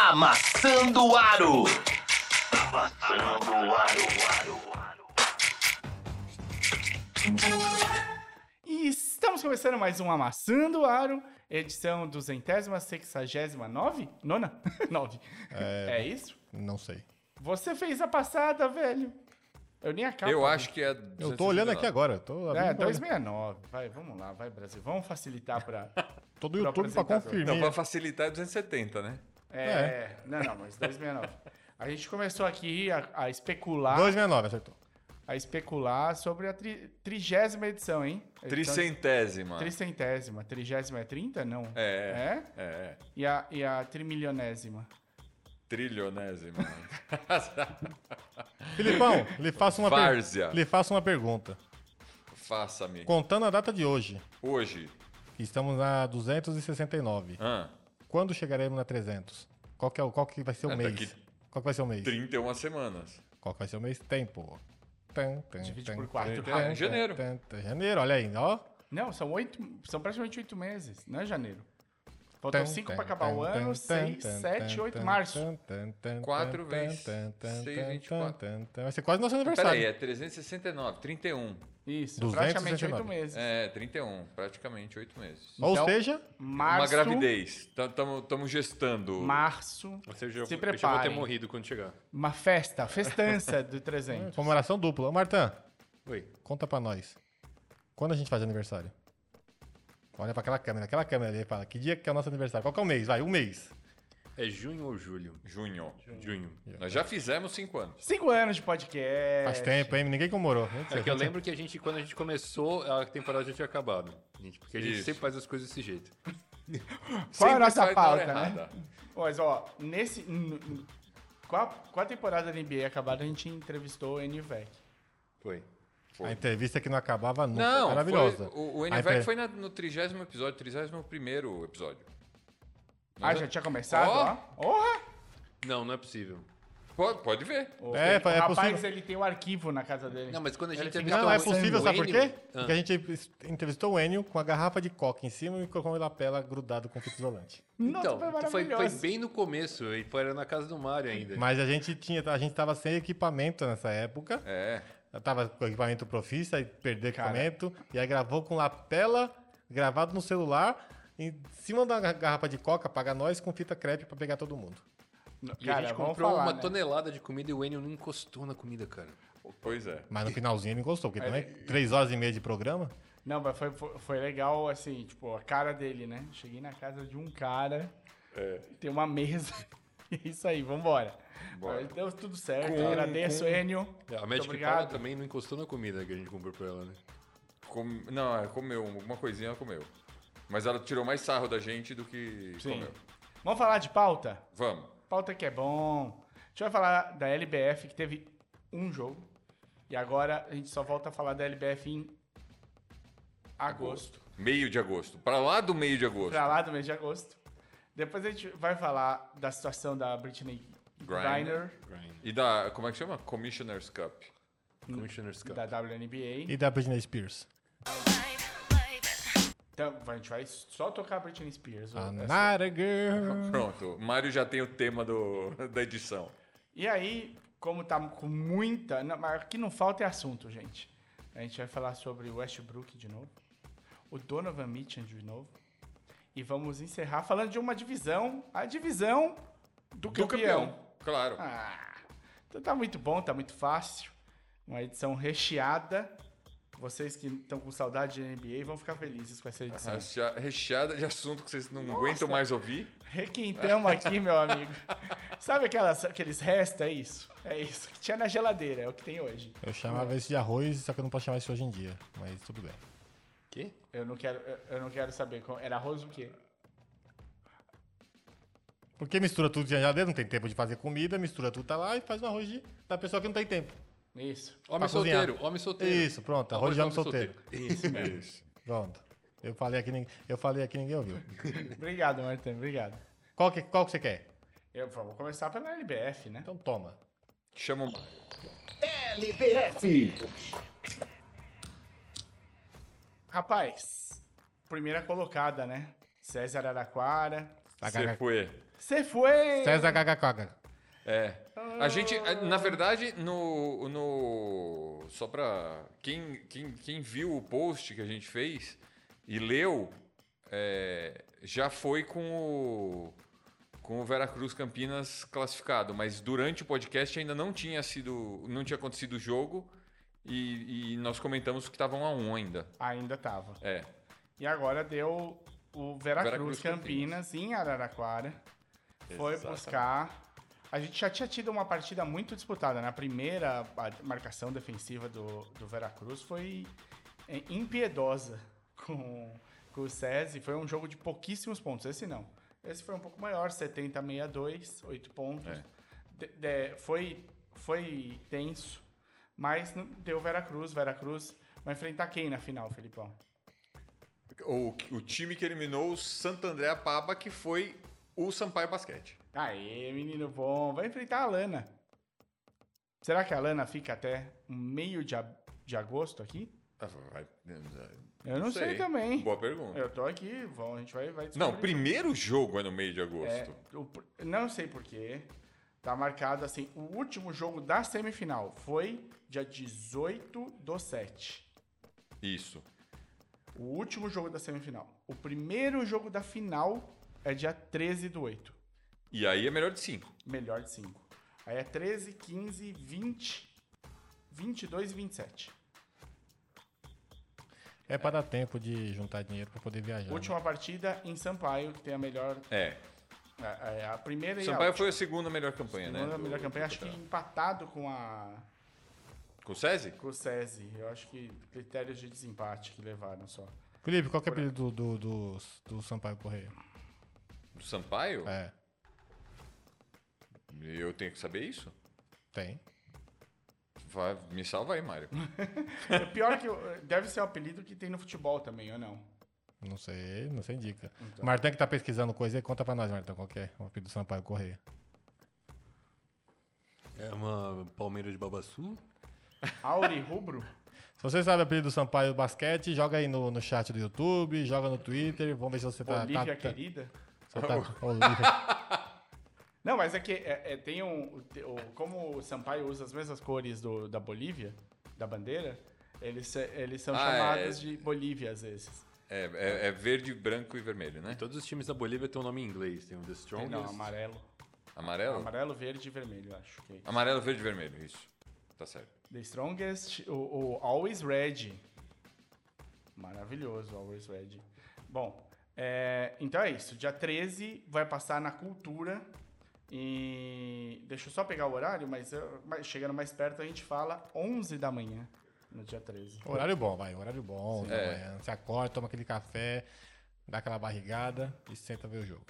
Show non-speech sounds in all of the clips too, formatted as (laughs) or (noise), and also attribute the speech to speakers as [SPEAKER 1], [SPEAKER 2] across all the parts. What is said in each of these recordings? [SPEAKER 1] Amassando o aro.
[SPEAKER 2] Amassando o aro, aro, aro.
[SPEAKER 3] E estamos começando mais um Amassando o Aro, edição 269? Nona? (laughs) Nove.
[SPEAKER 4] É,
[SPEAKER 3] É isso?
[SPEAKER 4] não sei.
[SPEAKER 3] Você fez a passada, velho. Eu nem a capa.
[SPEAKER 5] Eu acho que é.
[SPEAKER 4] Eu tô olhando aqui
[SPEAKER 5] 269.
[SPEAKER 4] agora. Tô abrindo
[SPEAKER 3] É,
[SPEAKER 4] agora.
[SPEAKER 3] 269. Vai, vamos lá, vai, Brasil. Vamos facilitar pra.
[SPEAKER 4] Tô do
[SPEAKER 3] pro
[SPEAKER 4] YouTube pra
[SPEAKER 3] apresentador.
[SPEAKER 5] Não,
[SPEAKER 4] confirmar.
[SPEAKER 5] pra facilitar é 270, né?
[SPEAKER 3] É. Não, não, mas 269. A gente começou aqui a, a especular.
[SPEAKER 4] 269, acertou.
[SPEAKER 3] A especular sobre a tri- trigésima edição, hein? Edição-
[SPEAKER 5] Tricentésima.
[SPEAKER 3] Tricentésima. Trigésima é 30? Não.
[SPEAKER 5] É,
[SPEAKER 3] É?
[SPEAKER 5] é, é.
[SPEAKER 3] E a, e a trimilionésima?
[SPEAKER 5] Trilionésima.
[SPEAKER 4] Filipão, lhe faço uma
[SPEAKER 5] Várzea.
[SPEAKER 4] per... lhe faço uma pergunta.
[SPEAKER 5] (laughs) Faça-me.
[SPEAKER 4] Contando a data de hoje,
[SPEAKER 5] Hoje.
[SPEAKER 4] que estamos na 269.
[SPEAKER 5] Ah,
[SPEAKER 4] Quando chegaremos na 300? Qual que, é, o- qual que vai ser o
[SPEAKER 5] É,
[SPEAKER 4] mês?
[SPEAKER 5] daqui-
[SPEAKER 4] Qual que vai ser o mês?
[SPEAKER 5] 31 semanas.
[SPEAKER 4] Qual que vai ser o mês? Tempo. Tan, tan,
[SPEAKER 3] Divide
[SPEAKER 4] tan,
[SPEAKER 3] por quatro.
[SPEAKER 4] tan,
[SPEAKER 5] É,
[SPEAKER 4] tan,
[SPEAKER 5] janeiro.
[SPEAKER 4] tan, tan. Janeiro, olha ainda, ó.
[SPEAKER 3] Não, são oito. São praticamente oito meses, não é janeiro? Faltam
[SPEAKER 4] Tan,
[SPEAKER 3] cinco
[SPEAKER 4] tan,
[SPEAKER 3] pra acabar o
[SPEAKER 4] tan,
[SPEAKER 3] ano,
[SPEAKER 4] tan,
[SPEAKER 3] seis,
[SPEAKER 4] tan,
[SPEAKER 3] sete,
[SPEAKER 4] tan,
[SPEAKER 3] oito,
[SPEAKER 4] tan,
[SPEAKER 3] março.
[SPEAKER 4] tan, tan, tan,
[SPEAKER 5] Quatro
[SPEAKER 4] tan,
[SPEAKER 5] vezes
[SPEAKER 4] tan, tan,
[SPEAKER 5] seis,
[SPEAKER 4] tan,
[SPEAKER 5] vinte e quatro.
[SPEAKER 4] tan, tan. Vai ser quase nosso aniversário.
[SPEAKER 5] Peraí, é 369. 31.
[SPEAKER 3] Isso,
[SPEAKER 4] 269.
[SPEAKER 3] praticamente oito meses.
[SPEAKER 5] É, 31. Praticamente 8 meses.
[SPEAKER 4] Ou
[SPEAKER 3] Então-
[SPEAKER 4] seja,
[SPEAKER 3] Março,
[SPEAKER 5] Uma gravidez. Estamos gestando.
[SPEAKER 3] Março,
[SPEAKER 6] Ou seja, eu,
[SPEAKER 3] Se
[SPEAKER 6] eu já vou ter
[SPEAKER 3] preparem.
[SPEAKER 6] morrido quando chegar.
[SPEAKER 3] uma festa, festança do 300.
[SPEAKER 4] comemoração dupla. Ô, Martã,
[SPEAKER 6] Oi.
[SPEAKER 4] conta pra nós. Quando a gente faz aniversário? Olha pra aquela câmera, aquela câmera ali e fala, que dia que é o nosso aniversário? Qual que é o mês? Vai, um mês.
[SPEAKER 6] É junho ou julho?
[SPEAKER 5] Junho.
[SPEAKER 6] Junho.
[SPEAKER 5] Nós já fizemos 5 anos.
[SPEAKER 3] Cinco anos de podcast.
[SPEAKER 4] Faz tempo, hein? Ninguém comemorou.
[SPEAKER 6] É que eu lembro que a gente, quando a gente começou, a temporada já tinha acabado. Gente, porque a gente
[SPEAKER 5] Isso.
[SPEAKER 6] sempre faz as coisas desse jeito.
[SPEAKER 3] Qual é a
[SPEAKER 5] Sempre
[SPEAKER 3] nossa
[SPEAKER 5] sai na
[SPEAKER 3] pauta,
[SPEAKER 5] hora
[SPEAKER 3] né?
[SPEAKER 5] errada.
[SPEAKER 3] Mas, ó, nesse. n- n- Com a, com a temporada da NBA acabada, a gente entrevistou o NVEC.
[SPEAKER 6] Foi.
[SPEAKER 4] A entrevista que não acabava nunca.
[SPEAKER 5] Não,
[SPEAKER 4] maravilhosa.
[SPEAKER 5] foi- o, o
[SPEAKER 4] A
[SPEAKER 5] NVEC
[SPEAKER 4] empre-
[SPEAKER 5] foi na- no 30 episódio, 31 episódio.
[SPEAKER 3] Ah, já tinha começado, ó. Porra!
[SPEAKER 6] Não, não é possível.
[SPEAKER 5] Pode, pode ver.
[SPEAKER 3] O,
[SPEAKER 4] É,
[SPEAKER 3] o
[SPEAKER 4] é
[SPEAKER 3] rapaz,
[SPEAKER 4] possível.
[SPEAKER 3] ele tem o arquivo na casa dele.
[SPEAKER 6] Não, mas quando a gente
[SPEAKER 3] fica
[SPEAKER 6] entrevistou
[SPEAKER 4] Não, é
[SPEAKER 6] o-
[SPEAKER 4] possível,
[SPEAKER 6] né? o
[SPEAKER 4] sabe por
[SPEAKER 6] Enio-
[SPEAKER 4] quê?
[SPEAKER 6] Ah.
[SPEAKER 4] Porque a gente entrevistou o Enio com a garrafa de coca em cima e colocou um lapela grudado com fita isolante.
[SPEAKER 3] Nossa,
[SPEAKER 6] Então,
[SPEAKER 3] foi
[SPEAKER 6] foi, foi
[SPEAKER 3] maravilhoso.
[SPEAKER 6] bem no começo, e foi era na casa do Mário ainda.
[SPEAKER 4] Mas a gente tinha, a gente tava sem equipamento nessa época.
[SPEAKER 5] É.
[SPEAKER 4] Eu tava com equipamento profissa, aí perdeu
[SPEAKER 3] Cara.
[SPEAKER 4] equipamento, e aí gravou com lapela, gravado no celular, em cima da ga- garrafa de coca, paga nós com fita crepe pra pegar todo mundo.
[SPEAKER 6] E
[SPEAKER 3] Cara,
[SPEAKER 6] a gente
[SPEAKER 3] vamos
[SPEAKER 6] comprou
[SPEAKER 3] falar,
[SPEAKER 6] uma
[SPEAKER 3] né?
[SPEAKER 6] tonelada de comida e o Enio não encostou na comida, cara.
[SPEAKER 5] Pois é.
[SPEAKER 4] Mas no finalzinho ele encostou, porque
[SPEAKER 3] É,
[SPEAKER 4] também três horas e meia de programa.
[SPEAKER 3] Não, mas foi, foi, foi legal, assim, tipo, a cara dele, né? Cheguei na casa de um cara,
[SPEAKER 6] É.
[SPEAKER 3] tem uma mesa. (laughs) É isso aí, vambora.
[SPEAKER 5] Bora.
[SPEAKER 3] Mas Deu tudo certo, agradeço, Enio.
[SPEAKER 6] É, A Magic Paula
[SPEAKER 3] obrigado.
[SPEAKER 6] também não encostou na comida que a gente comprou pra ela, né?
[SPEAKER 5] Com- Não, ela comeu. Alguma coisinha ela comeu. Mas ela tirou mais sarro da gente do que
[SPEAKER 3] Sim.
[SPEAKER 5] comeu.
[SPEAKER 3] Vamos falar de pauta?
[SPEAKER 5] Vamos.
[SPEAKER 3] Pauta que é bom. A gente vai falar da LBF, que teve um jogo. E agora a gente só volta a falar da LBF em agosto.
[SPEAKER 5] Meio de agosto. Pra lá do meio de agosto.
[SPEAKER 3] Pra lá do mês de agosto. Depois a gente vai falar da situação da Britney
[SPEAKER 5] Griner.
[SPEAKER 3] Griner,
[SPEAKER 5] E da. Como é que chama? Commissioner's Cup.
[SPEAKER 3] Hum.
[SPEAKER 6] Commissioner's Cup.
[SPEAKER 3] da WNBA.
[SPEAKER 4] E da Britney Spears.
[SPEAKER 3] Então, a gente vai só tocar Britney Spears.
[SPEAKER 4] I'm
[SPEAKER 3] essa-
[SPEAKER 4] not a girl.
[SPEAKER 5] Pronto. Mário já tem o tema do, (laughs) da edição.
[SPEAKER 3] E aí, como tá com muita. não, mas o que não falta é assunto, gente. A gente vai falar sobre o Westbrook de novo, o Donovan Mitchell de novo. E vamos encerrar falando de uma divisão a divisão do
[SPEAKER 5] Do
[SPEAKER 3] campeão.
[SPEAKER 5] campeão. Claro.
[SPEAKER 3] Ah, então tá muito bom, tá muito fácil. Uma edição recheada. Vocês que estão com saudade de NBA vão ficar felizes com essa edição.
[SPEAKER 5] Recha- Recheada de assunto que vocês não aguentam mais ouvir.
[SPEAKER 3] Requintamos aqui, meu amigo. Sabe aquelas, aqueles restos? É isso. É isso. Que tinha na geladeira, é o que tem hoje.
[SPEAKER 4] Eu chamava isso de arroz, só que eu não posso chamar isso hoje em dia. Mas tudo bem.
[SPEAKER 6] Quê?
[SPEAKER 3] Eu não quero, eu- eu não quero saber. qual- Era arroz o quê?
[SPEAKER 4] Porque mistura tudo de geladeira, não tem tempo de fazer comida, mistura tudo, tá lá e faz um arroz de, da pessoa que não tem tempo.
[SPEAKER 3] Isso.
[SPEAKER 6] Homem
[SPEAKER 4] Pra cozinhar.
[SPEAKER 6] solteiro, homem solteiro. é
[SPEAKER 4] Isso, pronto, arroz de homem solteiro.
[SPEAKER 6] Isso mesmo.
[SPEAKER 5] é Isso.
[SPEAKER 4] Pronto. Eu falei aqui, ninguém- eu falei aqui ninguém ouviu.
[SPEAKER 3] Obrigado, Martin. Obrigado.
[SPEAKER 4] Qual que, qual que você quer?
[SPEAKER 3] Eu vou começar pela LBF, né?
[SPEAKER 4] Então toma.
[SPEAKER 5] Chama o Mário.
[SPEAKER 1] LBF.
[SPEAKER 3] Rapaz, primeira colocada, né? César Araquara,
[SPEAKER 6] Tá,
[SPEAKER 5] Você foi.
[SPEAKER 3] Você foi.
[SPEAKER 4] César Gagacoga.
[SPEAKER 5] É. A gente, na verdade, no. no só pra. Quem, quem, quem viu o post que a gente fez e leu, é, já foi com o. Com o Veracruz Campinas classificado, mas durante o podcast ainda não tinha sido. não tinha acontecido o jogo e, e nós comentamos que estavam a um ainda.
[SPEAKER 3] Ainda tava.
[SPEAKER 5] É.
[SPEAKER 3] E agora deu o Veracruz
[SPEAKER 5] Veracruz Campinas.
[SPEAKER 3] Campinas em Araraquara. Foi
[SPEAKER 6] Exatamente.
[SPEAKER 3] buscar. A gente já tinha tido uma partida muito disputada. Na primeira a marcação defensiva do, do Veracruz foi é, impiedosa com, com o SESI. Foi um jogo de pouquíssimos pontos. Esse não. Esse foi um pouco maior, 70 a 62, 8 pontos.
[SPEAKER 5] É.
[SPEAKER 3] De- de- foi, foi tenso, mas não- deu Veracruz. Veracruz vai enfrentar quem na final, Felipão?
[SPEAKER 5] O, o time que eliminou o Santo André Paba, que foi o Sampaio Basquete.
[SPEAKER 3] Aê, menino bom. Vai enfrentar a Lana. Será que a Lana fica até meio de, ab- de agosto aqui?
[SPEAKER 5] Ah, vai-
[SPEAKER 3] Eu não sei também.
[SPEAKER 5] Boa pergunta.
[SPEAKER 3] Eu tô aqui, vamos, a gente vai, vai
[SPEAKER 5] Não,
[SPEAKER 3] descobrir.
[SPEAKER 5] primeiro jogo é no meio de
[SPEAKER 3] É,
[SPEAKER 5] agosto.
[SPEAKER 3] o pr- não sei porquê. Tá marcado assim, o último jogo da semifinal foi dia 18 do 7.
[SPEAKER 5] Isso.
[SPEAKER 3] O último jogo da semifinal. O primeiro jogo da final é dia 13 do 8.
[SPEAKER 5] E aí é melhor de cinco.
[SPEAKER 3] Melhor de 5. Aí é 13, 15, 20, 22 e 27.
[SPEAKER 4] É pra dar tempo de juntar dinheiro pra poder viajar. né?
[SPEAKER 3] Última partida em Sampaio, que tem a melhor.
[SPEAKER 5] É.
[SPEAKER 3] A, a- a primeira
[SPEAKER 5] O
[SPEAKER 3] e
[SPEAKER 5] Sampaio
[SPEAKER 3] a
[SPEAKER 5] foi a segunda melhor campanha,
[SPEAKER 3] última. Segunda
[SPEAKER 5] né? do-
[SPEAKER 3] melhor
[SPEAKER 5] do
[SPEAKER 3] campanha, acho que
[SPEAKER 5] campeonato.
[SPEAKER 3] empatado com a.
[SPEAKER 5] Com o SESI?
[SPEAKER 3] com o SESI. Eu acho que critérios de desempate que levaram só.
[SPEAKER 4] Felipe, qual que é o apelido do, do, do, do Sampaio Correia?
[SPEAKER 5] Do Sampaio?
[SPEAKER 4] É,
[SPEAKER 5] Eu tenho que saber isso?
[SPEAKER 4] tem.
[SPEAKER 5] Vai, me salva aí, Mário.
[SPEAKER 3] O pior é que eu- deve ser o apelido que tem no futebol também, ou não?
[SPEAKER 4] Não sei, não sei dica. Martã que tá pesquisando coisa aí, conta pra nós, Martã, qual que é o apelido do Sampaio Correia.
[SPEAKER 6] É uma palmeira de babaçu?
[SPEAKER 3] Auri Rubro?
[SPEAKER 5] (laughs)
[SPEAKER 4] Se você sabe o apelido do Sampaio Basquete, joga aí no, no chat do YouTube, joga no Twitter, vamos ver se você tá...
[SPEAKER 3] Olívia
[SPEAKER 4] tá, tá,
[SPEAKER 3] querida?
[SPEAKER 4] se tá- Olívia.
[SPEAKER 3] Não, mas é que é, é, tem um. te- o- como o Sampaio usa as mesmas cores do- da Bolívia, da bandeira, eles, se- eles são
[SPEAKER 5] Ah,
[SPEAKER 3] chamados
[SPEAKER 5] é.
[SPEAKER 3] de Bolívia às vezes.
[SPEAKER 5] É, é- é verde, branco e vermelho, né?
[SPEAKER 3] Então,
[SPEAKER 6] Todos os times da Bolívia têm um nome em inglês. Tem o The
[SPEAKER 3] Tem,
[SPEAKER 5] um
[SPEAKER 6] Strongest.
[SPEAKER 3] não, amarelo.
[SPEAKER 5] Amarelo? Amarelo,
[SPEAKER 3] Amarelo, verde e vermelho, eu acho. que é isso.
[SPEAKER 5] verde e vermelho, isso. Tá certo.
[SPEAKER 3] The Strongest, o, o Always Red. Maravilhoso, Always Red. Bom, é, então é isso. Dia 13 vai passar na Cultura. E deixa eu só pegar o horário, mas, eu- mas chegando mais perto a gente fala 11 da manhã no dia 13.
[SPEAKER 4] horário bom, vai, horário bom. da
[SPEAKER 5] É.
[SPEAKER 4] manhã. Você acorda, toma aquele café, dá aquela barrigada e senta ver o jogo.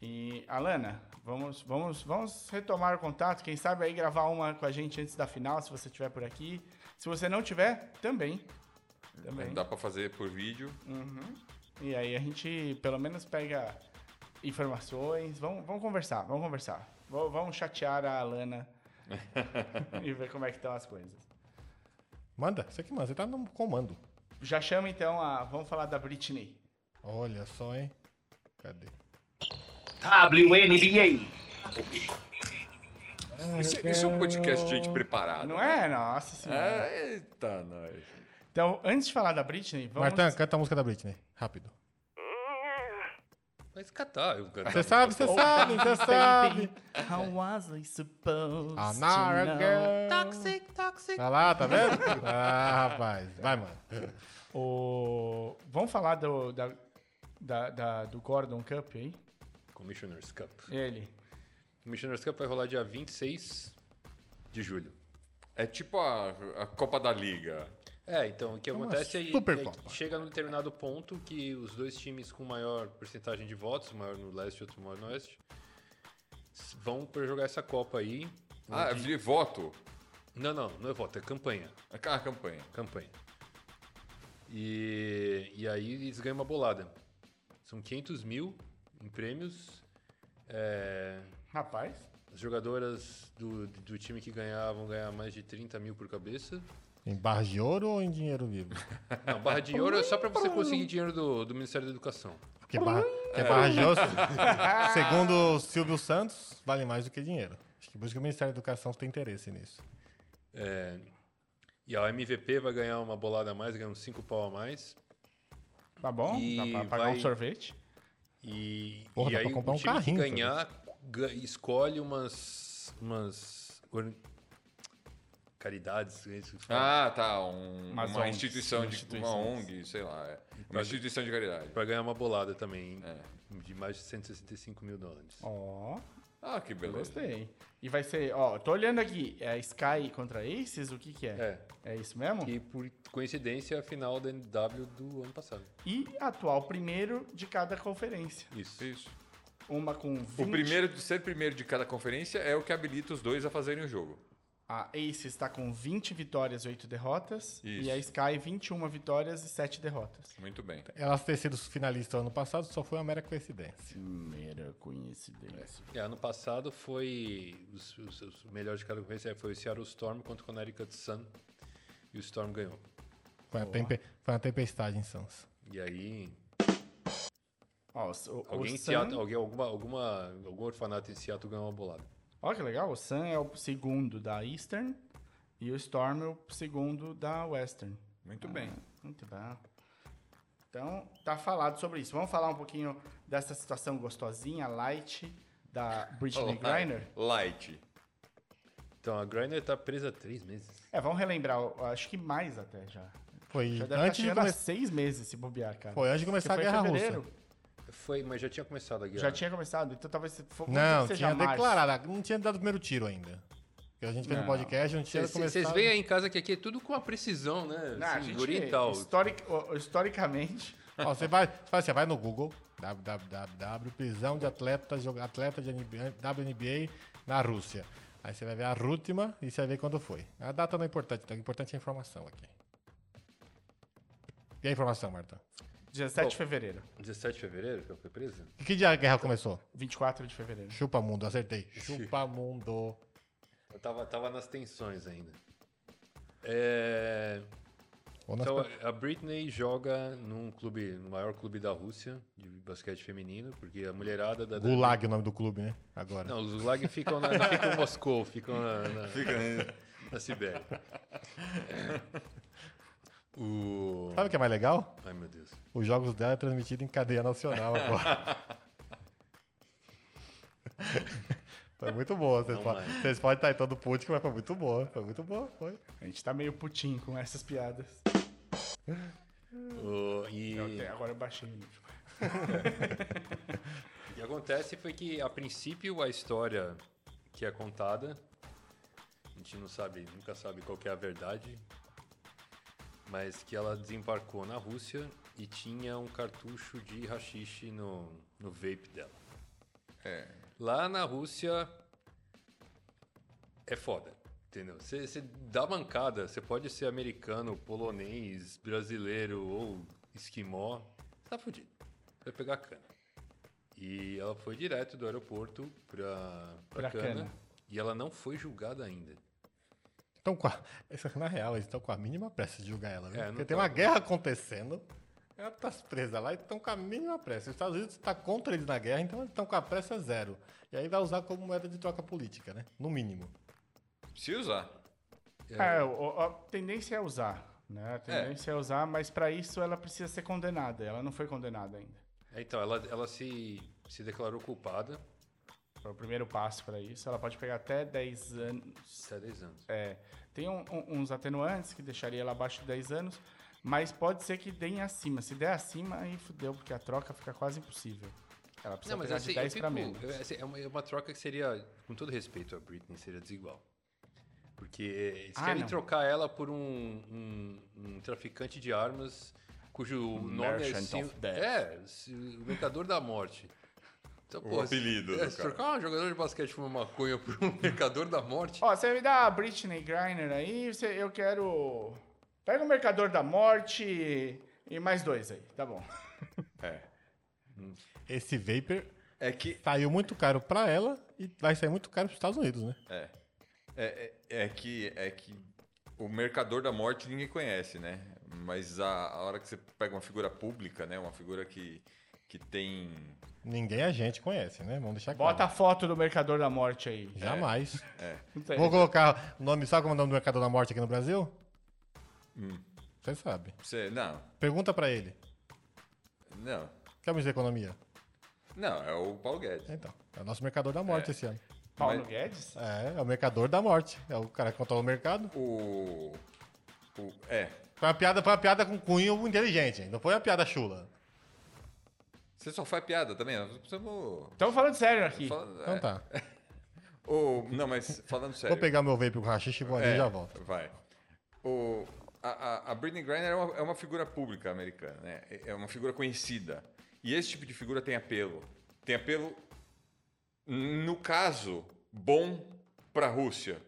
[SPEAKER 3] E Alana, vamos, vamos, vamos retomar o contato. Quem sabe aí gravar uma com a gente antes da final, se você tiver por aqui. Se você não tiver, também. Também.
[SPEAKER 5] Dá pra fazer por vídeo.
[SPEAKER 3] E aí a gente pelo menos pega informações. Vamos, vamos conversar, vamos conversar. Vamos, vamos chatear a
[SPEAKER 6] (laughs)
[SPEAKER 3] Alana e ver como é que estão as coisas.
[SPEAKER 4] Manda, você que manda, você tá no comando.
[SPEAKER 3] Já chama então a. Vamos falar da Britney.
[SPEAKER 4] Olha só, hein? Cadê?
[SPEAKER 1] WNBA.
[SPEAKER 5] Isso, isso é um podcast de gente preparada.
[SPEAKER 3] Não
[SPEAKER 5] né?
[SPEAKER 3] é? Nossa senhora.
[SPEAKER 6] É.
[SPEAKER 5] Ah, eita, nós.
[SPEAKER 3] Então, antes de falar da Britney, vamos.
[SPEAKER 4] Martã, canta a música da Britney, rápido.
[SPEAKER 6] Mas
[SPEAKER 5] É, tá,
[SPEAKER 6] catar, eu
[SPEAKER 4] Você sabe, você sabe, você sabe. Ah, é
[SPEAKER 3] How was I supposed
[SPEAKER 4] I'm
[SPEAKER 3] to
[SPEAKER 4] not a
[SPEAKER 3] know?
[SPEAKER 4] girl. Tá lá, tá vendo? Ah, rapaz. Vai, mano.
[SPEAKER 3] O... Vamos falar do, da- da- da- do Gordon Cup aí?
[SPEAKER 6] Commissioner's Cup.
[SPEAKER 3] Ele.
[SPEAKER 6] Commissioner's Cup vai rolar dia 26 de julho.
[SPEAKER 5] É tipo a, a Copa da Liga.
[SPEAKER 6] É, então, o que
[SPEAKER 4] uma
[SPEAKER 6] acontece é, é
[SPEAKER 4] Supercopa.
[SPEAKER 6] que chega num determinado ponto que os dois times com maior porcentagem de votos, um maior no leste e outro maior no oeste, s- vão pra jogar essa Copa aí. é
[SPEAKER 5] Ah, de voto.
[SPEAKER 6] Não, não, não é voto, é campanha.
[SPEAKER 5] A ca- a campanha.
[SPEAKER 6] Campanha. E, e aí eles ganham uma bolada. São 500 mil em prêmios. É,
[SPEAKER 3] Rapaz.
[SPEAKER 6] as jogadoras do, do time que ganhar vão ganhar mais de 30 mil por cabeça.
[SPEAKER 4] Em barra de ouro ou em dinheiro vivo?
[SPEAKER 6] Não, barra de ouro é só pra você conseguir dinheiro do, do Ministério da Educação.
[SPEAKER 4] Porque barra, Que é barra de osso. Segundo o Silvio Santos, vale mais do que dinheiro. Acho que por isso que o Ministério da Educação tem interesse nisso.
[SPEAKER 6] E a MVP vai ganhar uma bolada a mais, ganhar uns 5 pau a mais.
[SPEAKER 3] Tá bom?
[SPEAKER 6] E
[SPEAKER 3] Dá pra pagar
[SPEAKER 6] vai-
[SPEAKER 3] um sorvete?
[SPEAKER 6] E,
[SPEAKER 4] Porra,
[SPEAKER 6] e
[SPEAKER 4] dá
[SPEAKER 6] aí
[SPEAKER 4] pra comprar
[SPEAKER 6] o
[SPEAKER 4] um
[SPEAKER 6] time que
[SPEAKER 4] carrinho,
[SPEAKER 6] ganhar ga- escolhe umas, umas or- caridades. é isso que fala?
[SPEAKER 5] Ah, tá. um-
[SPEAKER 3] Umas
[SPEAKER 5] uma
[SPEAKER 3] ONGs,
[SPEAKER 5] instituição, de, uma
[SPEAKER 3] instituições.
[SPEAKER 5] ONG, sei lá. é. Uma instituição de caridade.
[SPEAKER 6] Pra ganhar uma bolada também,
[SPEAKER 5] É.
[SPEAKER 6] de mais de 165 mil dólares.
[SPEAKER 3] Ó,
[SPEAKER 5] Ah, que beleza.
[SPEAKER 3] gostei. E vai ser, ó, tô olhando aqui, é Sky contra Aces, o que que é?
[SPEAKER 6] É,
[SPEAKER 3] É, isso mesmo?
[SPEAKER 6] que por coincidência é a final da NW do ano passado.
[SPEAKER 3] E atual primeiro de cada conferência.
[SPEAKER 6] Isso.
[SPEAKER 5] Isso.
[SPEAKER 3] Uma com 20.
[SPEAKER 5] O primeiro, ser primeiro de cada conferência é o que habilita os dois a fazerem o jogo.
[SPEAKER 3] A Aces está com 20 vitórias e 8 derrotas. E
[SPEAKER 5] Isso.
[SPEAKER 3] a Sky, 21 vitórias e 7 derrotas.
[SPEAKER 5] Muito bem.
[SPEAKER 4] Elas ter sido finalistas ano passado só foi uma mera coincidência.
[SPEAKER 3] Mera coincidência.
[SPEAKER 6] É, ano passado foi os, os, os melhores de cada conferência é, foi o Seattle Storm contra o Connecticut Sun e o Storm ganhou.
[SPEAKER 4] Foi uma, tempe- foi uma tempestade em Santos.
[SPEAKER 6] E aí
[SPEAKER 3] Ó, o- o,
[SPEAKER 6] alguém, em
[SPEAKER 3] Sun-
[SPEAKER 6] Seattle, alguém alguma alguma algum orfanato em Seattle ganhou uma bolada.
[SPEAKER 3] Olha que legal, o Sun é o segundo da Eastern e o Storm é o segundo da Western. Ah,
[SPEAKER 5] Muito bem.
[SPEAKER 3] Muito bem. Então, tá falado sobre isso. Vamos falar um pouquinho dessa situação gostosinha, light, da Britney
[SPEAKER 5] Oh,
[SPEAKER 3] Griner?
[SPEAKER 5] Light.
[SPEAKER 6] Então a Griner tá presa há três meses.
[SPEAKER 3] É, vamos relembrar, eu acho que mais até já.
[SPEAKER 4] Foi
[SPEAKER 3] Já deve tá
[SPEAKER 4] antes,
[SPEAKER 3] estar
[SPEAKER 4] de
[SPEAKER 3] chegando a
[SPEAKER 4] come...
[SPEAKER 3] seis meses se bobear, cara.
[SPEAKER 4] foi antes de
[SPEAKER 3] Porque
[SPEAKER 4] começar a
[SPEAKER 3] foi em
[SPEAKER 4] Guerra
[SPEAKER 3] fevereiro.
[SPEAKER 4] Russa.
[SPEAKER 6] Foi, mas já tinha começado a guerra. né?
[SPEAKER 3] Já tinha começado, então talvez se for,
[SPEAKER 4] Não,
[SPEAKER 3] seja
[SPEAKER 4] tinha
[SPEAKER 3] março.
[SPEAKER 4] declarado. ah, Não tinha dado o primeiro tiro ainda. Porque a gente fez um
[SPEAKER 3] Não.
[SPEAKER 4] podcast, não tinha começado.
[SPEAKER 6] Vocês veem aí em casa que aqui é tudo com uma precisão, né?
[SPEAKER 3] Não, Ah, a
[SPEAKER 6] assim,
[SPEAKER 3] gente, é
[SPEAKER 6] oriental.
[SPEAKER 3] historic- o- historicamente, (laughs)
[SPEAKER 4] Ó, você vai, você fala assim, vai no Google, www, prisão de atletas, joga- atleta de NBA, WNBA na Rússia. Aí você vai ver a última e você vai ver quando foi. A data não é importante, tá? o importante é a informação aqui. E a informação, Marta?
[SPEAKER 3] 17 de
[SPEAKER 5] Oh.
[SPEAKER 6] Bom.
[SPEAKER 3] fevereiro.
[SPEAKER 6] 17 de fevereiro que ela foi presa?
[SPEAKER 4] E Que dia a guerra começou?
[SPEAKER 3] 24 de fevereiro.
[SPEAKER 4] Chupa mundo, acertei. Chupa mundo.
[SPEAKER 6] Eu tava, tava nas tensões ainda. É...
[SPEAKER 4] Ou nas-
[SPEAKER 6] Então, a- a Britney joga num clube, no maior clube da Rússia, de basquete feminino, porque a mulherada da.
[SPEAKER 4] Gulag é o nome do clube, né? Agora.
[SPEAKER 6] Não, os Gulag ficam, na, ficam em Moscou, ficam na, na, na Sibéria. O...
[SPEAKER 4] Sabe o que é mais legal?
[SPEAKER 6] Ai, meu Deus.
[SPEAKER 4] Os jogos dela é transmitido em cadeia nacional
[SPEAKER 6] (laughs)
[SPEAKER 4] agora. foi muito boa. Vocês,
[SPEAKER 6] Não,
[SPEAKER 4] podem,
[SPEAKER 6] mas-
[SPEAKER 4] vocês podem estar em todo o público, mas foi muito boa. Foi muito boa. Foi.
[SPEAKER 3] A gente tá meio putinho com essas piadas.
[SPEAKER 6] O- E
[SPEAKER 3] Eu até- agora eu baixei É o nível.
[SPEAKER 6] o que acontece foi que, a princípio, a história que é contada, a gente não sabe, nunca sabe qual que é a verdade, mas que ela desembarcou na Rússia e tinha um cartucho de rachixe no, no vape dela.
[SPEAKER 5] É.
[SPEAKER 6] Lá na Rússia é foda, entendeu? Você você dá mancada, você pode ser americano, polonês, brasileiro ou esquimó, você tá fudido. Vai pegar cana. E ela foi direto do aeroporto pra,
[SPEAKER 3] Pra
[SPEAKER 6] pra, cana,
[SPEAKER 3] cana.
[SPEAKER 6] e ela não foi julgada ainda.
[SPEAKER 4] Então, com a- essa- na real, eles estão com a mínima pressa de julgar ela. Né?
[SPEAKER 6] É, não
[SPEAKER 4] Porque tem
[SPEAKER 6] tá.
[SPEAKER 4] uma guerra acontecendo. Ela tá presa lá e estão com a mínima pressa. Os Estados Unidos está contra eles na guerra, então eles estão com a pressa zero. E aí vai usar como moeda de troca política, né? No mínimo.
[SPEAKER 5] Se usar.
[SPEAKER 3] É, o- o- a tendência é usar, né? A tendência é, usar, mas pra isso ela precisa ser condenada. Ela não foi condenada ainda.
[SPEAKER 6] É, Então, ela, ela se, se declarou culpada
[SPEAKER 3] Foi o primeiro passo pra isso. Ela pode pegar até 10 anos.
[SPEAKER 6] até 10 anos.
[SPEAKER 3] É, tem um- um- uns atenuantes que deixaria ela abaixo de 10 anos, mas pode ser que deem acima. Se der acima, aí fudeu, porque a troca fica quase impossível. Ela precisa pegar de 10
[SPEAKER 6] assim, eu
[SPEAKER 3] pra
[SPEAKER 6] fico-
[SPEAKER 3] menos.
[SPEAKER 6] eu- assim, é, uma, é uma troca que seria, com todo respeito a Britney, seria desigual. Porque eles
[SPEAKER 3] Ah,
[SPEAKER 6] querem
[SPEAKER 3] não.
[SPEAKER 6] trocar ela por um, um- um traficante de armas cujo nome é,
[SPEAKER 3] Um Merchant
[SPEAKER 6] sim-
[SPEAKER 3] of Death.
[SPEAKER 6] é se- o Mercador da Morte. Então, pô, se-
[SPEAKER 5] apelido
[SPEAKER 6] é,
[SPEAKER 5] do
[SPEAKER 6] se
[SPEAKER 5] cara.
[SPEAKER 6] trocar um jogador de basquete por uma maconha por um (laughs) Mercador da Morte.
[SPEAKER 3] Ó, você me dá a Britney Griner aí, você- eu quero. Pega o Mercador da Morte e, e mais dois aí, tá bom.
[SPEAKER 4] Esse Vapor
[SPEAKER 5] É que.
[SPEAKER 4] saiu muito caro pra ela e vai sair muito caro pros Estados Unidos, né?
[SPEAKER 5] É. É, é- é que. É que o mercador da morte ninguém conhece, né? Mas a, a hora que você pega uma figura pública, né? Uma figura que, que tem.
[SPEAKER 4] Ninguém a gente conhece, né? Vamos deixar claro.
[SPEAKER 3] Bota a foto do Mercador da Morte aí.
[SPEAKER 5] (laughs)
[SPEAKER 4] Jamais.
[SPEAKER 3] Não
[SPEAKER 5] É.
[SPEAKER 3] sei.
[SPEAKER 4] Vou colocar o nome, sabe como é o nome do Mercado da Morte aqui no Brasil?
[SPEAKER 5] Hum.
[SPEAKER 4] Você sabe.
[SPEAKER 5] Você, não,
[SPEAKER 4] Pergunta pra ele.
[SPEAKER 5] não.
[SPEAKER 4] Quer me dizer economia?
[SPEAKER 5] Não, é o Paulo Guedes.
[SPEAKER 4] Então, é o nosso mercador da morte
[SPEAKER 5] É.
[SPEAKER 4] esse ano.
[SPEAKER 3] Paulo
[SPEAKER 5] Mas-
[SPEAKER 3] Guedes?
[SPEAKER 4] É, é o mercador da morte. É o cara que controla o mercado.
[SPEAKER 5] O. o é.
[SPEAKER 4] Foi uma piada, foi uma piada com cunho inteligente. Não foi uma piada chula.
[SPEAKER 5] Você só faz piada também? Nós precisamos.
[SPEAKER 3] Estamos falando sério aqui.
[SPEAKER 5] fala-
[SPEAKER 4] Então
[SPEAKER 5] é.
[SPEAKER 4] tá.
[SPEAKER 5] O- não, mas falando sério.
[SPEAKER 4] Vou pegar meu vape com rachixe e vou ali
[SPEAKER 5] É,
[SPEAKER 4] e já volto.
[SPEAKER 5] Vai. O, a, a- a Britney Griner é uma, é uma figura pública americana, né? É uma figura conhecida. E esse tipo de figura tem apelo. Tem apelo, no caso, bom para a Rússia,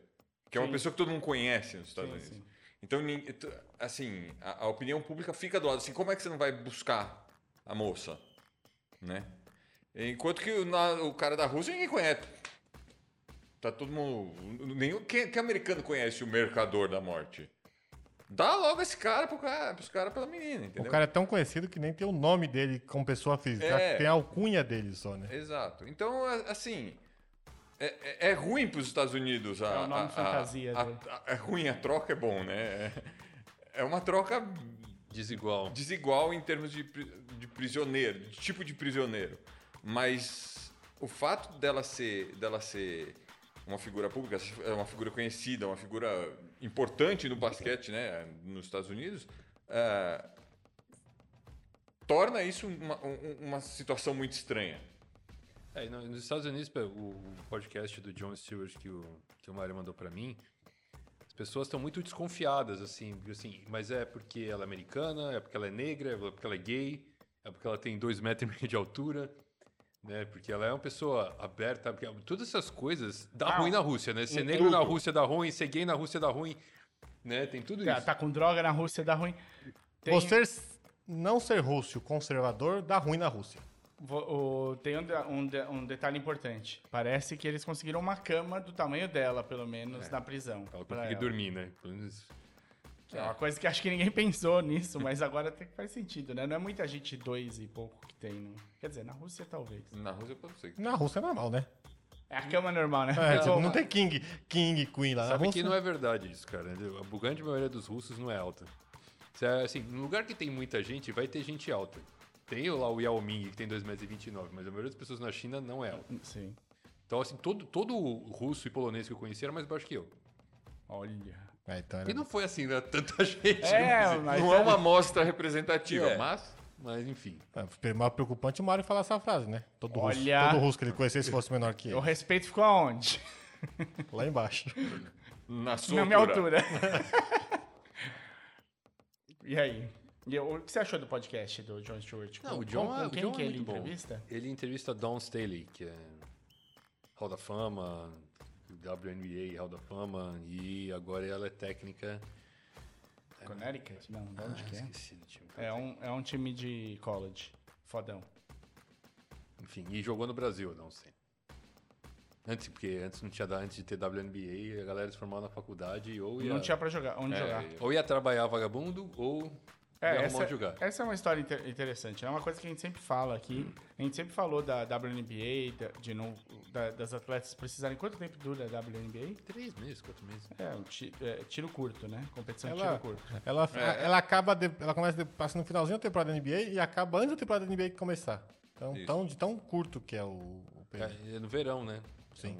[SPEAKER 5] que é uma pessoa que todo mundo conhece nos Estados
[SPEAKER 3] Sim,
[SPEAKER 5] Unidos.
[SPEAKER 3] sim.
[SPEAKER 5] Então, nin- tu- assim, a, a opinião pública fica do lado. Assim, como é que você não vai buscar a moça, né? Enquanto que o, na- o cara da Rússia ninguém conhece. Tá todo mundo. Nenhum, quem, quem americano conhece o mercador da morte? Dá logo esse cara pro cara, pros caras pela menina,
[SPEAKER 4] O
[SPEAKER 5] entendeu?
[SPEAKER 4] cara é tão conhecido que nem tem o nome dele como pessoa física.
[SPEAKER 5] É.
[SPEAKER 4] Tem a alcunha dele só, né?
[SPEAKER 5] Exato. Então, a- assim. É, é- é ruim pros Estados Unidos a.
[SPEAKER 3] É o nome
[SPEAKER 5] a- a-
[SPEAKER 3] fantasia
[SPEAKER 5] a-
[SPEAKER 3] dele.
[SPEAKER 5] a- é ruim a troca, é bom, né? É, é uma troca
[SPEAKER 6] Desigual.
[SPEAKER 5] desigual em termos de, pri- de prisioneiro, de tipo de prisioneiro. Mas o fato dela ser, dela ser uma figura pública, é uma figura conhecida, uma figura importante no basquete, né, nos Estados Unidos, ah, torna isso uma, um- uma situação muito estranha.
[SPEAKER 6] É, e no- nos Estados Unidos, pe- o, o podcast do John Stewart que o, que o Mário mandou pra mim, as pessoas estão muito desconfiadas, assim, porque, assim, mas é porque ela é americana, é porque ela é negra, é porque ela é gay, é porque ela tem dois metros e meio de altura, né? Porque ela é uma pessoa aberta, porque todas essas coisas dá
[SPEAKER 3] Ah,
[SPEAKER 6] ruim na Rússia, né? Ser negro na Rússia dá ruim, ser gay na Rússia dá ruim, né? Tem tudo
[SPEAKER 3] Tá,
[SPEAKER 6] isso.
[SPEAKER 3] tá com droga na Rússia, dá ruim. Tem,
[SPEAKER 4] Você s- não ser russo conservador dá ruim na Rússia.
[SPEAKER 3] vo- o- tem um, de- um de- um detalhe importante. Parece que eles conseguiram uma cama do tamanho dela, pelo menos, na prisão.
[SPEAKER 6] Ela
[SPEAKER 3] pra
[SPEAKER 6] consegue
[SPEAKER 3] ela.
[SPEAKER 6] dormir, né? Pelo menos-
[SPEAKER 3] Que É uma coisa que acho que ninguém (laughs) pensou nisso, mas agora até que faz sentido, né? Não é muita gente dois e pouco que tem. Não. Quer dizer, na Rússia talvez.
[SPEAKER 5] Na Rússia, eu não sei.
[SPEAKER 4] Na Rússia é normal, né?
[SPEAKER 3] É a cama normal, né?
[SPEAKER 4] É,
[SPEAKER 3] Então,
[SPEAKER 4] tipo, não tem King, King Queen
[SPEAKER 3] Ah,
[SPEAKER 4] lá na
[SPEAKER 6] Sabe
[SPEAKER 4] Rússia.
[SPEAKER 6] que não é verdade isso, cara. A bugante maioria dos russos não é alta. Se é, Assim, no lugar que tem muita gente, vai ter gente alta. Tem lá o Yao Ming, que tem 2,29m, mas a maioria das pessoas na China não é alta.
[SPEAKER 3] Sim.
[SPEAKER 6] Então, assim, todo, todo russo e polonês que eu conheci era mais baixo
[SPEAKER 3] É
[SPEAKER 6] que eu.
[SPEAKER 3] Olha.
[SPEAKER 4] É, então era-
[SPEAKER 6] E não foi assim, né? Tanta (laughs) gente.
[SPEAKER 3] É, mas
[SPEAKER 5] Não é uma amostra representativa,
[SPEAKER 6] É.
[SPEAKER 5] mas
[SPEAKER 6] Mas, enfim.
[SPEAKER 4] É, mais preocupante o Mário falar essa frase, né? Todo russo,
[SPEAKER 3] Olha.
[SPEAKER 4] todo russo que ele conhecesse fosse menor que
[SPEAKER 3] Então, O
[SPEAKER 4] ele.
[SPEAKER 3] respeito ficou aonde? (laughs)
[SPEAKER 4] Lá embaixo.
[SPEAKER 5] na sua
[SPEAKER 3] Na minha altura.
[SPEAKER 6] (laughs)
[SPEAKER 3] e aí? E eu- o que você achou do podcast do John Stewart?
[SPEAKER 6] Não, o John,
[SPEAKER 3] com,
[SPEAKER 6] é-
[SPEAKER 3] com
[SPEAKER 6] o
[SPEAKER 3] quem
[SPEAKER 6] John
[SPEAKER 3] que
[SPEAKER 6] é
[SPEAKER 3] ele
[SPEAKER 6] muito bom.
[SPEAKER 3] entrevista?
[SPEAKER 6] Ele entrevista Don Staley, que é Hall da Fama, WNBA, Hall da Fama, e agora ela é técnica.
[SPEAKER 3] Connecticut? Não, de onde que é?
[SPEAKER 6] É. Ah, Esqueci do time.
[SPEAKER 3] É um, é um time de college. Fodão.
[SPEAKER 6] Enfim, e jogou no Brasil, não sei. Antes, porque antes não tinha da- antes de ter WNBA, a galera se formava na faculdade ou ia,
[SPEAKER 3] Não tinha pra jogar. Onde
[SPEAKER 5] É,
[SPEAKER 3] jogar?
[SPEAKER 6] ou ia trabalhar vagabundo ou
[SPEAKER 3] É,
[SPEAKER 6] ia
[SPEAKER 3] essa,
[SPEAKER 6] arrumar um jogar.
[SPEAKER 3] essa é uma história inter- interessante. É uma coisa que a gente sempre fala aqui. A gente sempre falou da WNBA, da- de não, da- das atletas precisarem. Quanto tempo dura a WNBA?
[SPEAKER 6] Três meses, quatro meses.
[SPEAKER 3] É, um ti- é, tiro curto, né? Competição de
[SPEAKER 4] Ela-
[SPEAKER 3] tiro curto.
[SPEAKER 4] Ela, ela acaba, de- ela começa de- passa no finalzinho da temporada da NBA e acaba antes da temporada da NBA começar. Então,
[SPEAKER 5] Isso.
[SPEAKER 4] tão, de tão curto que é o, o período.
[SPEAKER 6] É, é no verão, né?
[SPEAKER 4] Sim.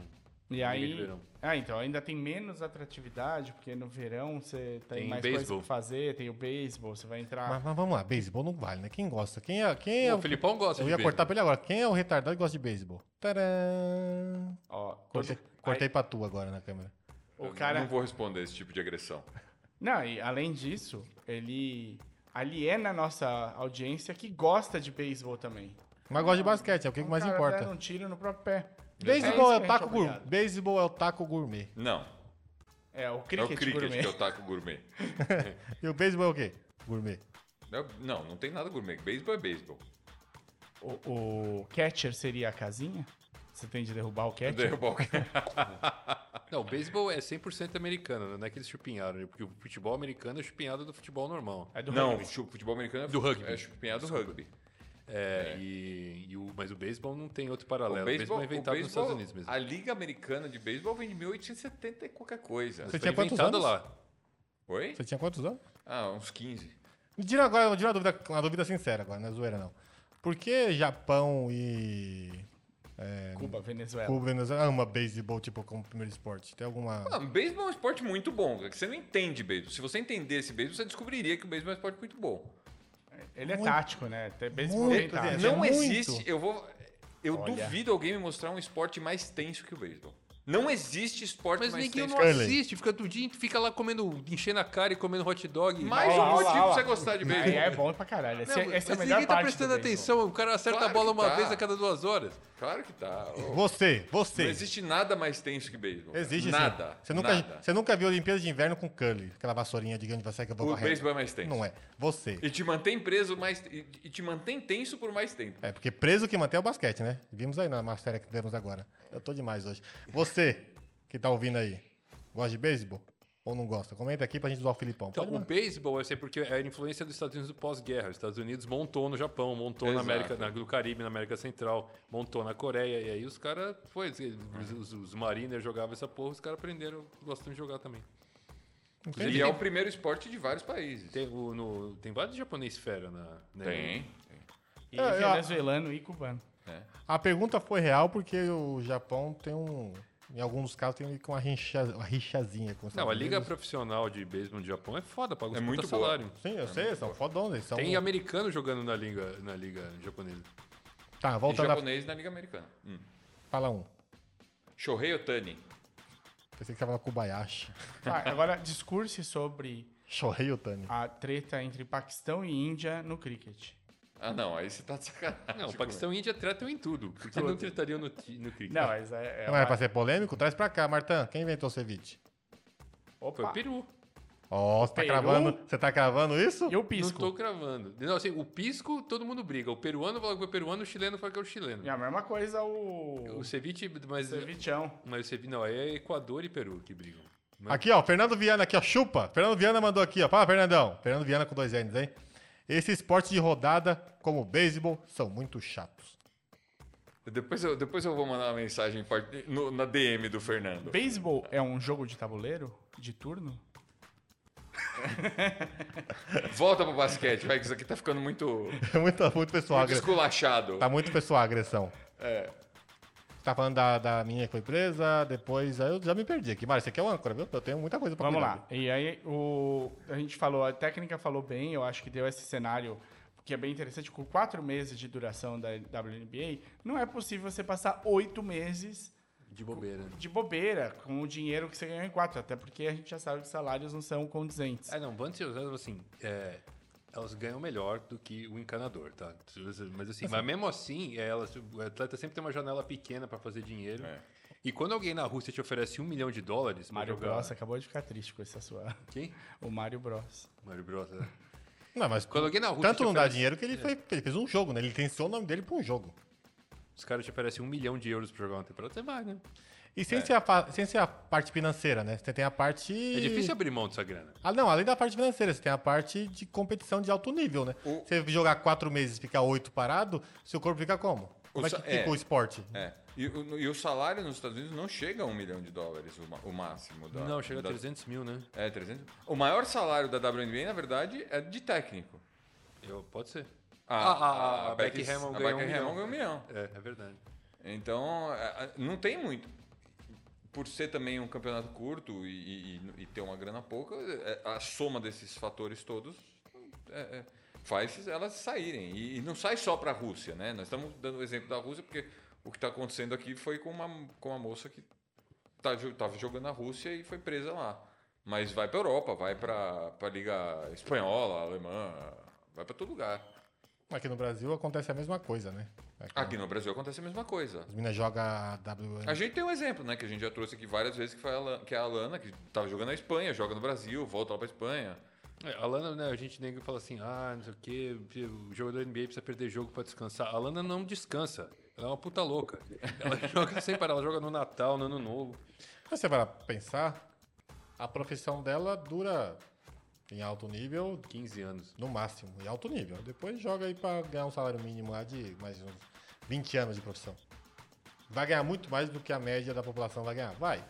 [SPEAKER 3] E
[SPEAKER 6] Liga é de
[SPEAKER 3] aí.
[SPEAKER 6] verão.
[SPEAKER 3] Ah, então ainda tem menos atratividade, porque no verão você tem,
[SPEAKER 6] Tem
[SPEAKER 3] mais coisa
[SPEAKER 6] beisebol.
[SPEAKER 3] pra fazer, tem o beisebol, você vai entrar.
[SPEAKER 4] Ah. Mas, mas vamos lá, beisebol não vale, né? Quem gosta? Quem é, quem é
[SPEAKER 6] o Filipão gosta
[SPEAKER 4] Eu
[SPEAKER 6] de
[SPEAKER 4] ia cortar
[SPEAKER 6] beisebol.
[SPEAKER 4] pra ele agora. Quem é o retardado que gosta de beisebol? Tcharam!
[SPEAKER 3] Ó,
[SPEAKER 4] Cortei,
[SPEAKER 3] todo-
[SPEAKER 4] cortei pra tu agora na câmera.
[SPEAKER 3] aí, o
[SPEAKER 5] Eu
[SPEAKER 3] cara.
[SPEAKER 5] Não vou responder esse tipo de agressão.
[SPEAKER 3] Não, e além disso, ele aliena a nossa audiência que gosta de beisebol também.
[SPEAKER 4] Mas gosta de basquete, é o que,
[SPEAKER 3] Um
[SPEAKER 4] mais
[SPEAKER 3] cara
[SPEAKER 4] importa.
[SPEAKER 3] deram um tiro no próprio pé.
[SPEAKER 4] Beisebol é,
[SPEAKER 3] isso
[SPEAKER 4] o
[SPEAKER 3] que a gente
[SPEAKER 4] taco
[SPEAKER 3] obrigado.
[SPEAKER 4] gourmet. Beisebol é o taco gourmet.
[SPEAKER 5] Não.
[SPEAKER 3] É, o
[SPEAKER 5] É o
[SPEAKER 3] cricket,
[SPEAKER 5] cricket
[SPEAKER 3] gourmet.
[SPEAKER 5] que eu taco gourmet.
[SPEAKER 4] E o beisebol é o quê? Gourmet.
[SPEAKER 5] Não, Não, não tem nada gourmet. Beisebol é beisebol.
[SPEAKER 3] O, o catcher seria a casinha? Você tem de derrubar o catcher?
[SPEAKER 5] Derrubar o
[SPEAKER 6] Não, o beisebol é 100% americano, né? não é que eles chupinharam, né? porque o futebol americano é chupinhado do futebol normal.
[SPEAKER 3] É do
[SPEAKER 5] Não,
[SPEAKER 3] rugby.
[SPEAKER 5] chu- futebol americano é
[SPEAKER 6] Do rugby.
[SPEAKER 5] É chupinhado do rugby.
[SPEAKER 6] É, E, e o, mas o beisebol não tem outro paralelo.
[SPEAKER 5] O
[SPEAKER 6] O beisebol é
[SPEAKER 5] beisebol, o
[SPEAKER 6] inventado nos Estados
[SPEAKER 5] beisebol,
[SPEAKER 6] Unidos mesmo.
[SPEAKER 5] a Liga Americana de Beisebol vem de 1870 e qualquer coisa.
[SPEAKER 4] Você
[SPEAKER 6] Foi
[SPEAKER 4] tinha quantos
[SPEAKER 6] inventado
[SPEAKER 4] anos?
[SPEAKER 6] lá.
[SPEAKER 5] Oi?
[SPEAKER 4] Você tinha quantos anos?
[SPEAKER 5] Ah, uns 15.
[SPEAKER 4] Me tira agora, me tira uma dúvida, uma dúvida sincera agora, não é zoeira não. Por que Japão e
[SPEAKER 3] Cuba, Venezuela.
[SPEAKER 4] Cuba e Venezuela ama beisebol tipo como primeiro esporte? Tem alguma.
[SPEAKER 5] Ah, beisebol é um esporte muito bom, cara, que você não entende beisebol. Se você entendesse beisebol, você descobriria que o beisebol é um esporte muito bom. Ah,
[SPEAKER 3] Ele é
[SPEAKER 4] Muito.
[SPEAKER 3] tático, né? Até beisebol
[SPEAKER 4] Muito,
[SPEAKER 3] bem tático.
[SPEAKER 4] É,
[SPEAKER 5] não
[SPEAKER 4] muito.
[SPEAKER 5] existe. Eu vou. Eu
[SPEAKER 3] Olha.
[SPEAKER 5] duvido alguém me mostrar um esporte mais tenso que o beisebol. Não existe esporte
[SPEAKER 6] Mas
[SPEAKER 5] mais
[SPEAKER 6] ninguém
[SPEAKER 5] tenso.
[SPEAKER 6] não
[SPEAKER 5] que o
[SPEAKER 4] Curling.
[SPEAKER 6] assiste, fica do dia, fica lá comendo, enchendo a cara e comendo hot dog.
[SPEAKER 5] Mais um
[SPEAKER 3] Olha lá, olha
[SPEAKER 5] motivo
[SPEAKER 3] lá,
[SPEAKER 5] pra
[SPEAKER 3] olha
[SPEAKER 5] você
[SPEAKER 3] lá.
[SPEAKER 5] gostar de
[SPEAKER 3] Aí é
[SPEAKER 5] beisebol.
[SPEAKER 3] bom pra caralho. Essa,
[SPEAKER 6] Não,
[SPEAKER 3] essa é a
[SPEAKER 6] mas
[SPEAKER 3] melhor
[SPEAKER 6] ninguém tá
[SPEAKER 3] parte do
[SPEAKER 6] prestando
[SPEAKER 3] beisebol.
[SPEAKER 6] atenção. O cara acerta
[SPEAKER 5] Claro
[SPEAKER 6] a bola
[SPEAKER 5] que
[SPEAKER 6] uma
[SPEAKER 5] tá.
[SPEAKER 6] vez a cada duas horas.
[SPEAKER 5] Claro que tá. Ô,
[SPEAKER 4] Você, você.
[SPEAKER 5] Não existe nada mais tenso que beisebol. cara.
[SPEAKER 4] Existe sim.
[SPEAKER 5] Nada.
[SPEAKER 4] Você nunca,
[SPEAKER 5] nada.
[SPEAKER 4] você nunca viu Olimpíadas de Inverno com Cully, aquela vassourinha de grande vassoura que eu vou
[SPEAKER 5] O
[SPEAKER 4] varrer.
[SPEAKER 5] beisebol é mais tenso.
[SPEAKER 4] Não é. Você.
[SPEAKER 5] E te mantém preso mais. E e te mantém tenso por mais tempo.
[SPEAKER 4] É, porque preso que mantém é o basquete, né? Vimos aí na matéria que demos agora. Eu tô demais hoje. Você, que tá ouvindo aí, gosta de beisebol ou não gosta? Comenta aqui pra gente usar o Filipão.
[SPEAKER 6] Então,
[SPEAKER 4] Pode
[SPEAKER 6] o
[SPEAKER 4] mandar.
[SPEAKER 6] beisebol, eu sei porque é a influência dos Estados Unidos do pós-guerra. Os Estados Unidos montou no Japão, montou na
[SPEAKER 5] Exato.
[SPEAKER 6] América, na, no Caribe, na América Central, montou na Coreia. E aí os caras, foi, os, os, os mariners jogavam essa porra, os caras aprenderam, gostam de jogar também.
[SPEAKER 4] Entendi.
[SPEAKER 5] E é o primeiro esporte de vários países.
[SPEAKER 6] Tem, o, no, tem vários japoneses fera na... né? na-
[SPEAKER 3] E
[SPEAKER 4] É, é,
[SPEAKER 3] venezuelano e cubano.
[SPEAKER 4] A pergunta foi real porque o Japão tem um. Em alguns casos tem meio que uma, rincha, uma rixazinha com os
[SPEAKER 6] Não,
[SPEAKER 4] Estados
[SPEAKER 6] a liga
[SPEAKER 4] Unidos.
[SPEAKER 6] profissional de beisebol do Japão é foda, paga os
[SPEAKER 5] É
[SPEAKER 6] puta
[SPEAKER 5] muito boa.
[SPEAKER 6] salário.
[SPEAKER 4] Sim, eu sei, são fodões. eles São... um-
[SPEAKER 6] Tem americano jogando na liga, na liga japonesa.
[SPEAKER 4] Tá,
[SPEAKER 5] E
[SPEAKER 4] volta lá.
[SPEAKER 5] japonês na Liga Americana. Hum.
[SPEAKER 4] Fala um.
[SPEAKER 5] Shohei Otani.
[SPEAKER 4] Pensei que você ia falar (laughs) Kobayashi.
[SPEAKER 3] Tá, agora discurse sobre
[SPEAKER 4] Shohei Otani.
[SPEAKER 3] a treta entre Paquistão e Índia no cricket.
[SPEAKER 5] Ah, não, aí você tá de sacanagem.
[SPEAKER 6] Não, o Paquistão e Índia tratam em tudo. Por que não tratariam no, ti- no cricket?
[SPEAKER 3] Não, mas é. é
[SPEAKER 4] Não
[SPEAKER 3] uma-
[SPEAKER 4] era pra ser polêmico? Traz pra cá, Martã. Quem inventou o ceviche?
[SPEAKER 6] Foi
[SPEAKER 3] Opa,
[SPEAKER 6] Peru.
[SPEAKER 4] Ó, você tá
[SPEAKER 3] Peru?
[SPEAKER 4] cravando.
[SPEAKER 6] um?
[SPEAKER 4] Você tá cravando isso?
[SPEAKER 3] eu
[SPEAKER 6] Não tô
[SPEAKER 3] pisco.
[SPEAKER 6] cravando. Não, assim, o pisco, todo mundo briga. O peruano fala que é o peruano, o chileno fala que é o chileno.
[SPEAKER 3] E a mesma coisa o.
[SPEAKER 6] O ceviche, mas,
[SPEAKER 3] Cevichão.
[SPEAKER 6] mas o ceviche, não, é Equador e Peru que brigam. Mas-
[SPEAKER 4] Aqui, ó, Fernando Viana aqui, ó, chupa. Fernando Viana mandou aqui, ó. Fala, Fernandão. Fernando Viana com dois N's, hein? Esse esporte de rodada, como o beisebol, são muito
[SPEAKER 6] (laughs)
[SPEAKER 4] chatos.
[SPEAKER 5] Depois eu, depois eu vou mandar uma mensagem par- no- na DM do Fernando.
[SPEAKER 3] Beisebol é um jogo de tabuleiro? De turno?
[SPEAKER 5] Volta pro basquete, vai, que isso aqui tá ficando muito,
[SPEAKER 4] É muito, muito pessoal.
[SPEAKER 5] muito
[SPEAKER 4] agre-
[SPEAKER 5] esculachado.
[SPEAKER 4] Tá muito pessoal a agressão. É. Tá falando da, da minha que foi presa, depois. aí Eu já me perdi aqui. Mário, você aqui é o âncora, viu? Eu tenho muita coisa pra
[SPEAKER 3] Vamos
[SPEAKER 4] cuidar.
[SPEAKER 3] lá. E aí, o, a gente falou, a técnica falou bem, eu acho que deu esse cenário que é bem interessante. Com quatro meses de duração da WNBA, não é possível você passar oito meses
[SPEAKER 6] De bobeira. né?
[SPEAKER 3] de bobeira com o dinheiro que você ganhou em quatro, até porque a gente já sabe que os salários não são condizentes.
[SPEAKER 5] É.
[SPEAKER 6] Ah, não, bandas de elas, assim, é, elas ganham melhor do que o encanador, tá? Mas assim, mas mesmo assim, é, elas, o atleta sempre tem uma janela pequena pra fazer dinheiro.
[SPEAKER 5] É.
[SPEAKER 6] E quando alguém na Rússia te oferece um milhão de dólares pra
[SPEAKER 3] Mário
[SPEAKER 6] jogar...
[SPEAKER 3] Bros acabou de ficar triste com essa sua. (laughs)
[SPEAKER 6] Quem?
[SPEAKER 3] O Mário Bros.
[SPEAKER 6] Mário Bros. né?
[SPEAKER 4] Não, mas
[SPEAKER 6] Quando alguém na Rússia
[SPEAKER 4] tanto
[SPEAKER 6] te
[SPEAKER 4] não dá
[SPEAKER 6] oferece- É.
[SPEAKER 4] dinheiro que ele, foi- ele fez um jogo, né? Ele licenciou o nome dele pra um jogo.
[SPEAKER 6] Os caras te oferecem um milhão de euros pra jogar uma temporada, você vai, né?
[SPEAKER 4] E sem, ser a, fa- sem ser a parte financeira, né? Você tem a parte.
[SPEAKER 6] É difícil abrir mão dessa grana.
[SPEAKER 4] Ah, não, além da parte financeira, você tem a parte de competição de alto nível, né?
[SPEAKER 5] O-
[SPEAKER 4] Você jogar quatro meses e ficar oito parado, seu corpo fica como? Como é que
[SPEAKER 5] sa-
[SPEAKER 4] fica
[SPEAKER 5] é.
[SPEAKER 4] o esporte?
[SPEAKER 5] É. E, o- e o salário nos Estados Unidos não chega a um milhão de dólares, o, ma- o máximo. Da,
[SPEAKER 6] Não, chega a
[SPEAKER 5] da-
[SPEAKER 6] 300 mil, né?
[SPEAKER 5] É, 300. O maior salário da WNBA, na verdade, é de técnico.
[SPEAKER 6] Eu, pode ser.
[SPEAKER 5] A,
[SPEAKER 6] Ah, ah, ah, a
[SPEAKER 5] Becky-
[SPEAKER 6] Becky Hammond
[SPEAKER 5] a
[SPEAKER 6] ganhou
[SPEAKER 5] Becky
[SPEAKER 6] um
[SPEAKER 5] Hammond
[SPEAKER 6] milhão.
[SPEAKER 5] ganhou um milhão.
[SPEAKER 6] É, é verdade.
[SPEAKER 5] Então, a- a- não tem muito. Por ser também um campeonato curto e, e- e- e ter uma grana pouca, é- a soma desses fatores todos é- é, faz elas saírem. E, e não sai só para a Rússia, né? Nós estamos dando o exemplo da Rússia porque o que está acontecendo aqui foi com uma, com uma moça que estava jogando na Rússia e foi presa lá. Mas vai para Europa, vai para a Liga Espanhola, Alemã, vai para todo lugar.
[SPEAKER 4] Aqui no Brasil acontece a mesma coisa, né? Aqui,
[SPEAKER 5] Aqui no Brasil acontece a mesma coisa.
[SPEAKER 4] As meninas jogam a WN.
[SPEAKER 5] A gente tem um exemplo, né? Que a gente já trouxe aqui várias vezes, que, foi a Alana, que é a Alana, que tava jogando na Espanha, joga no Brasil, volta lá pra Espanha.
[SPEAKER 6] É, a Lana, né, a gente nem fala assim, ah, não sei o quê, o jogador da NBA precisa perder jogo pra descansar. A Lana não descansa. Ela é uma puta louca. Ela (laughs) joga sem parar, ela joga no Natal, no Ano Novo.
[SPEAKER 4] Mas você vai lá pensar, a profissão dela dura Em alto nível,
[SPEAKER 6] 15 anos.
[SPEAKER 4] no máximo. Em alto nível. Depois joga aí pra ganhar um salário mínimo lá de mais uns 20 anos de profissão. Vai ganhar muito mais do que a média da população vai ganhar. Vai.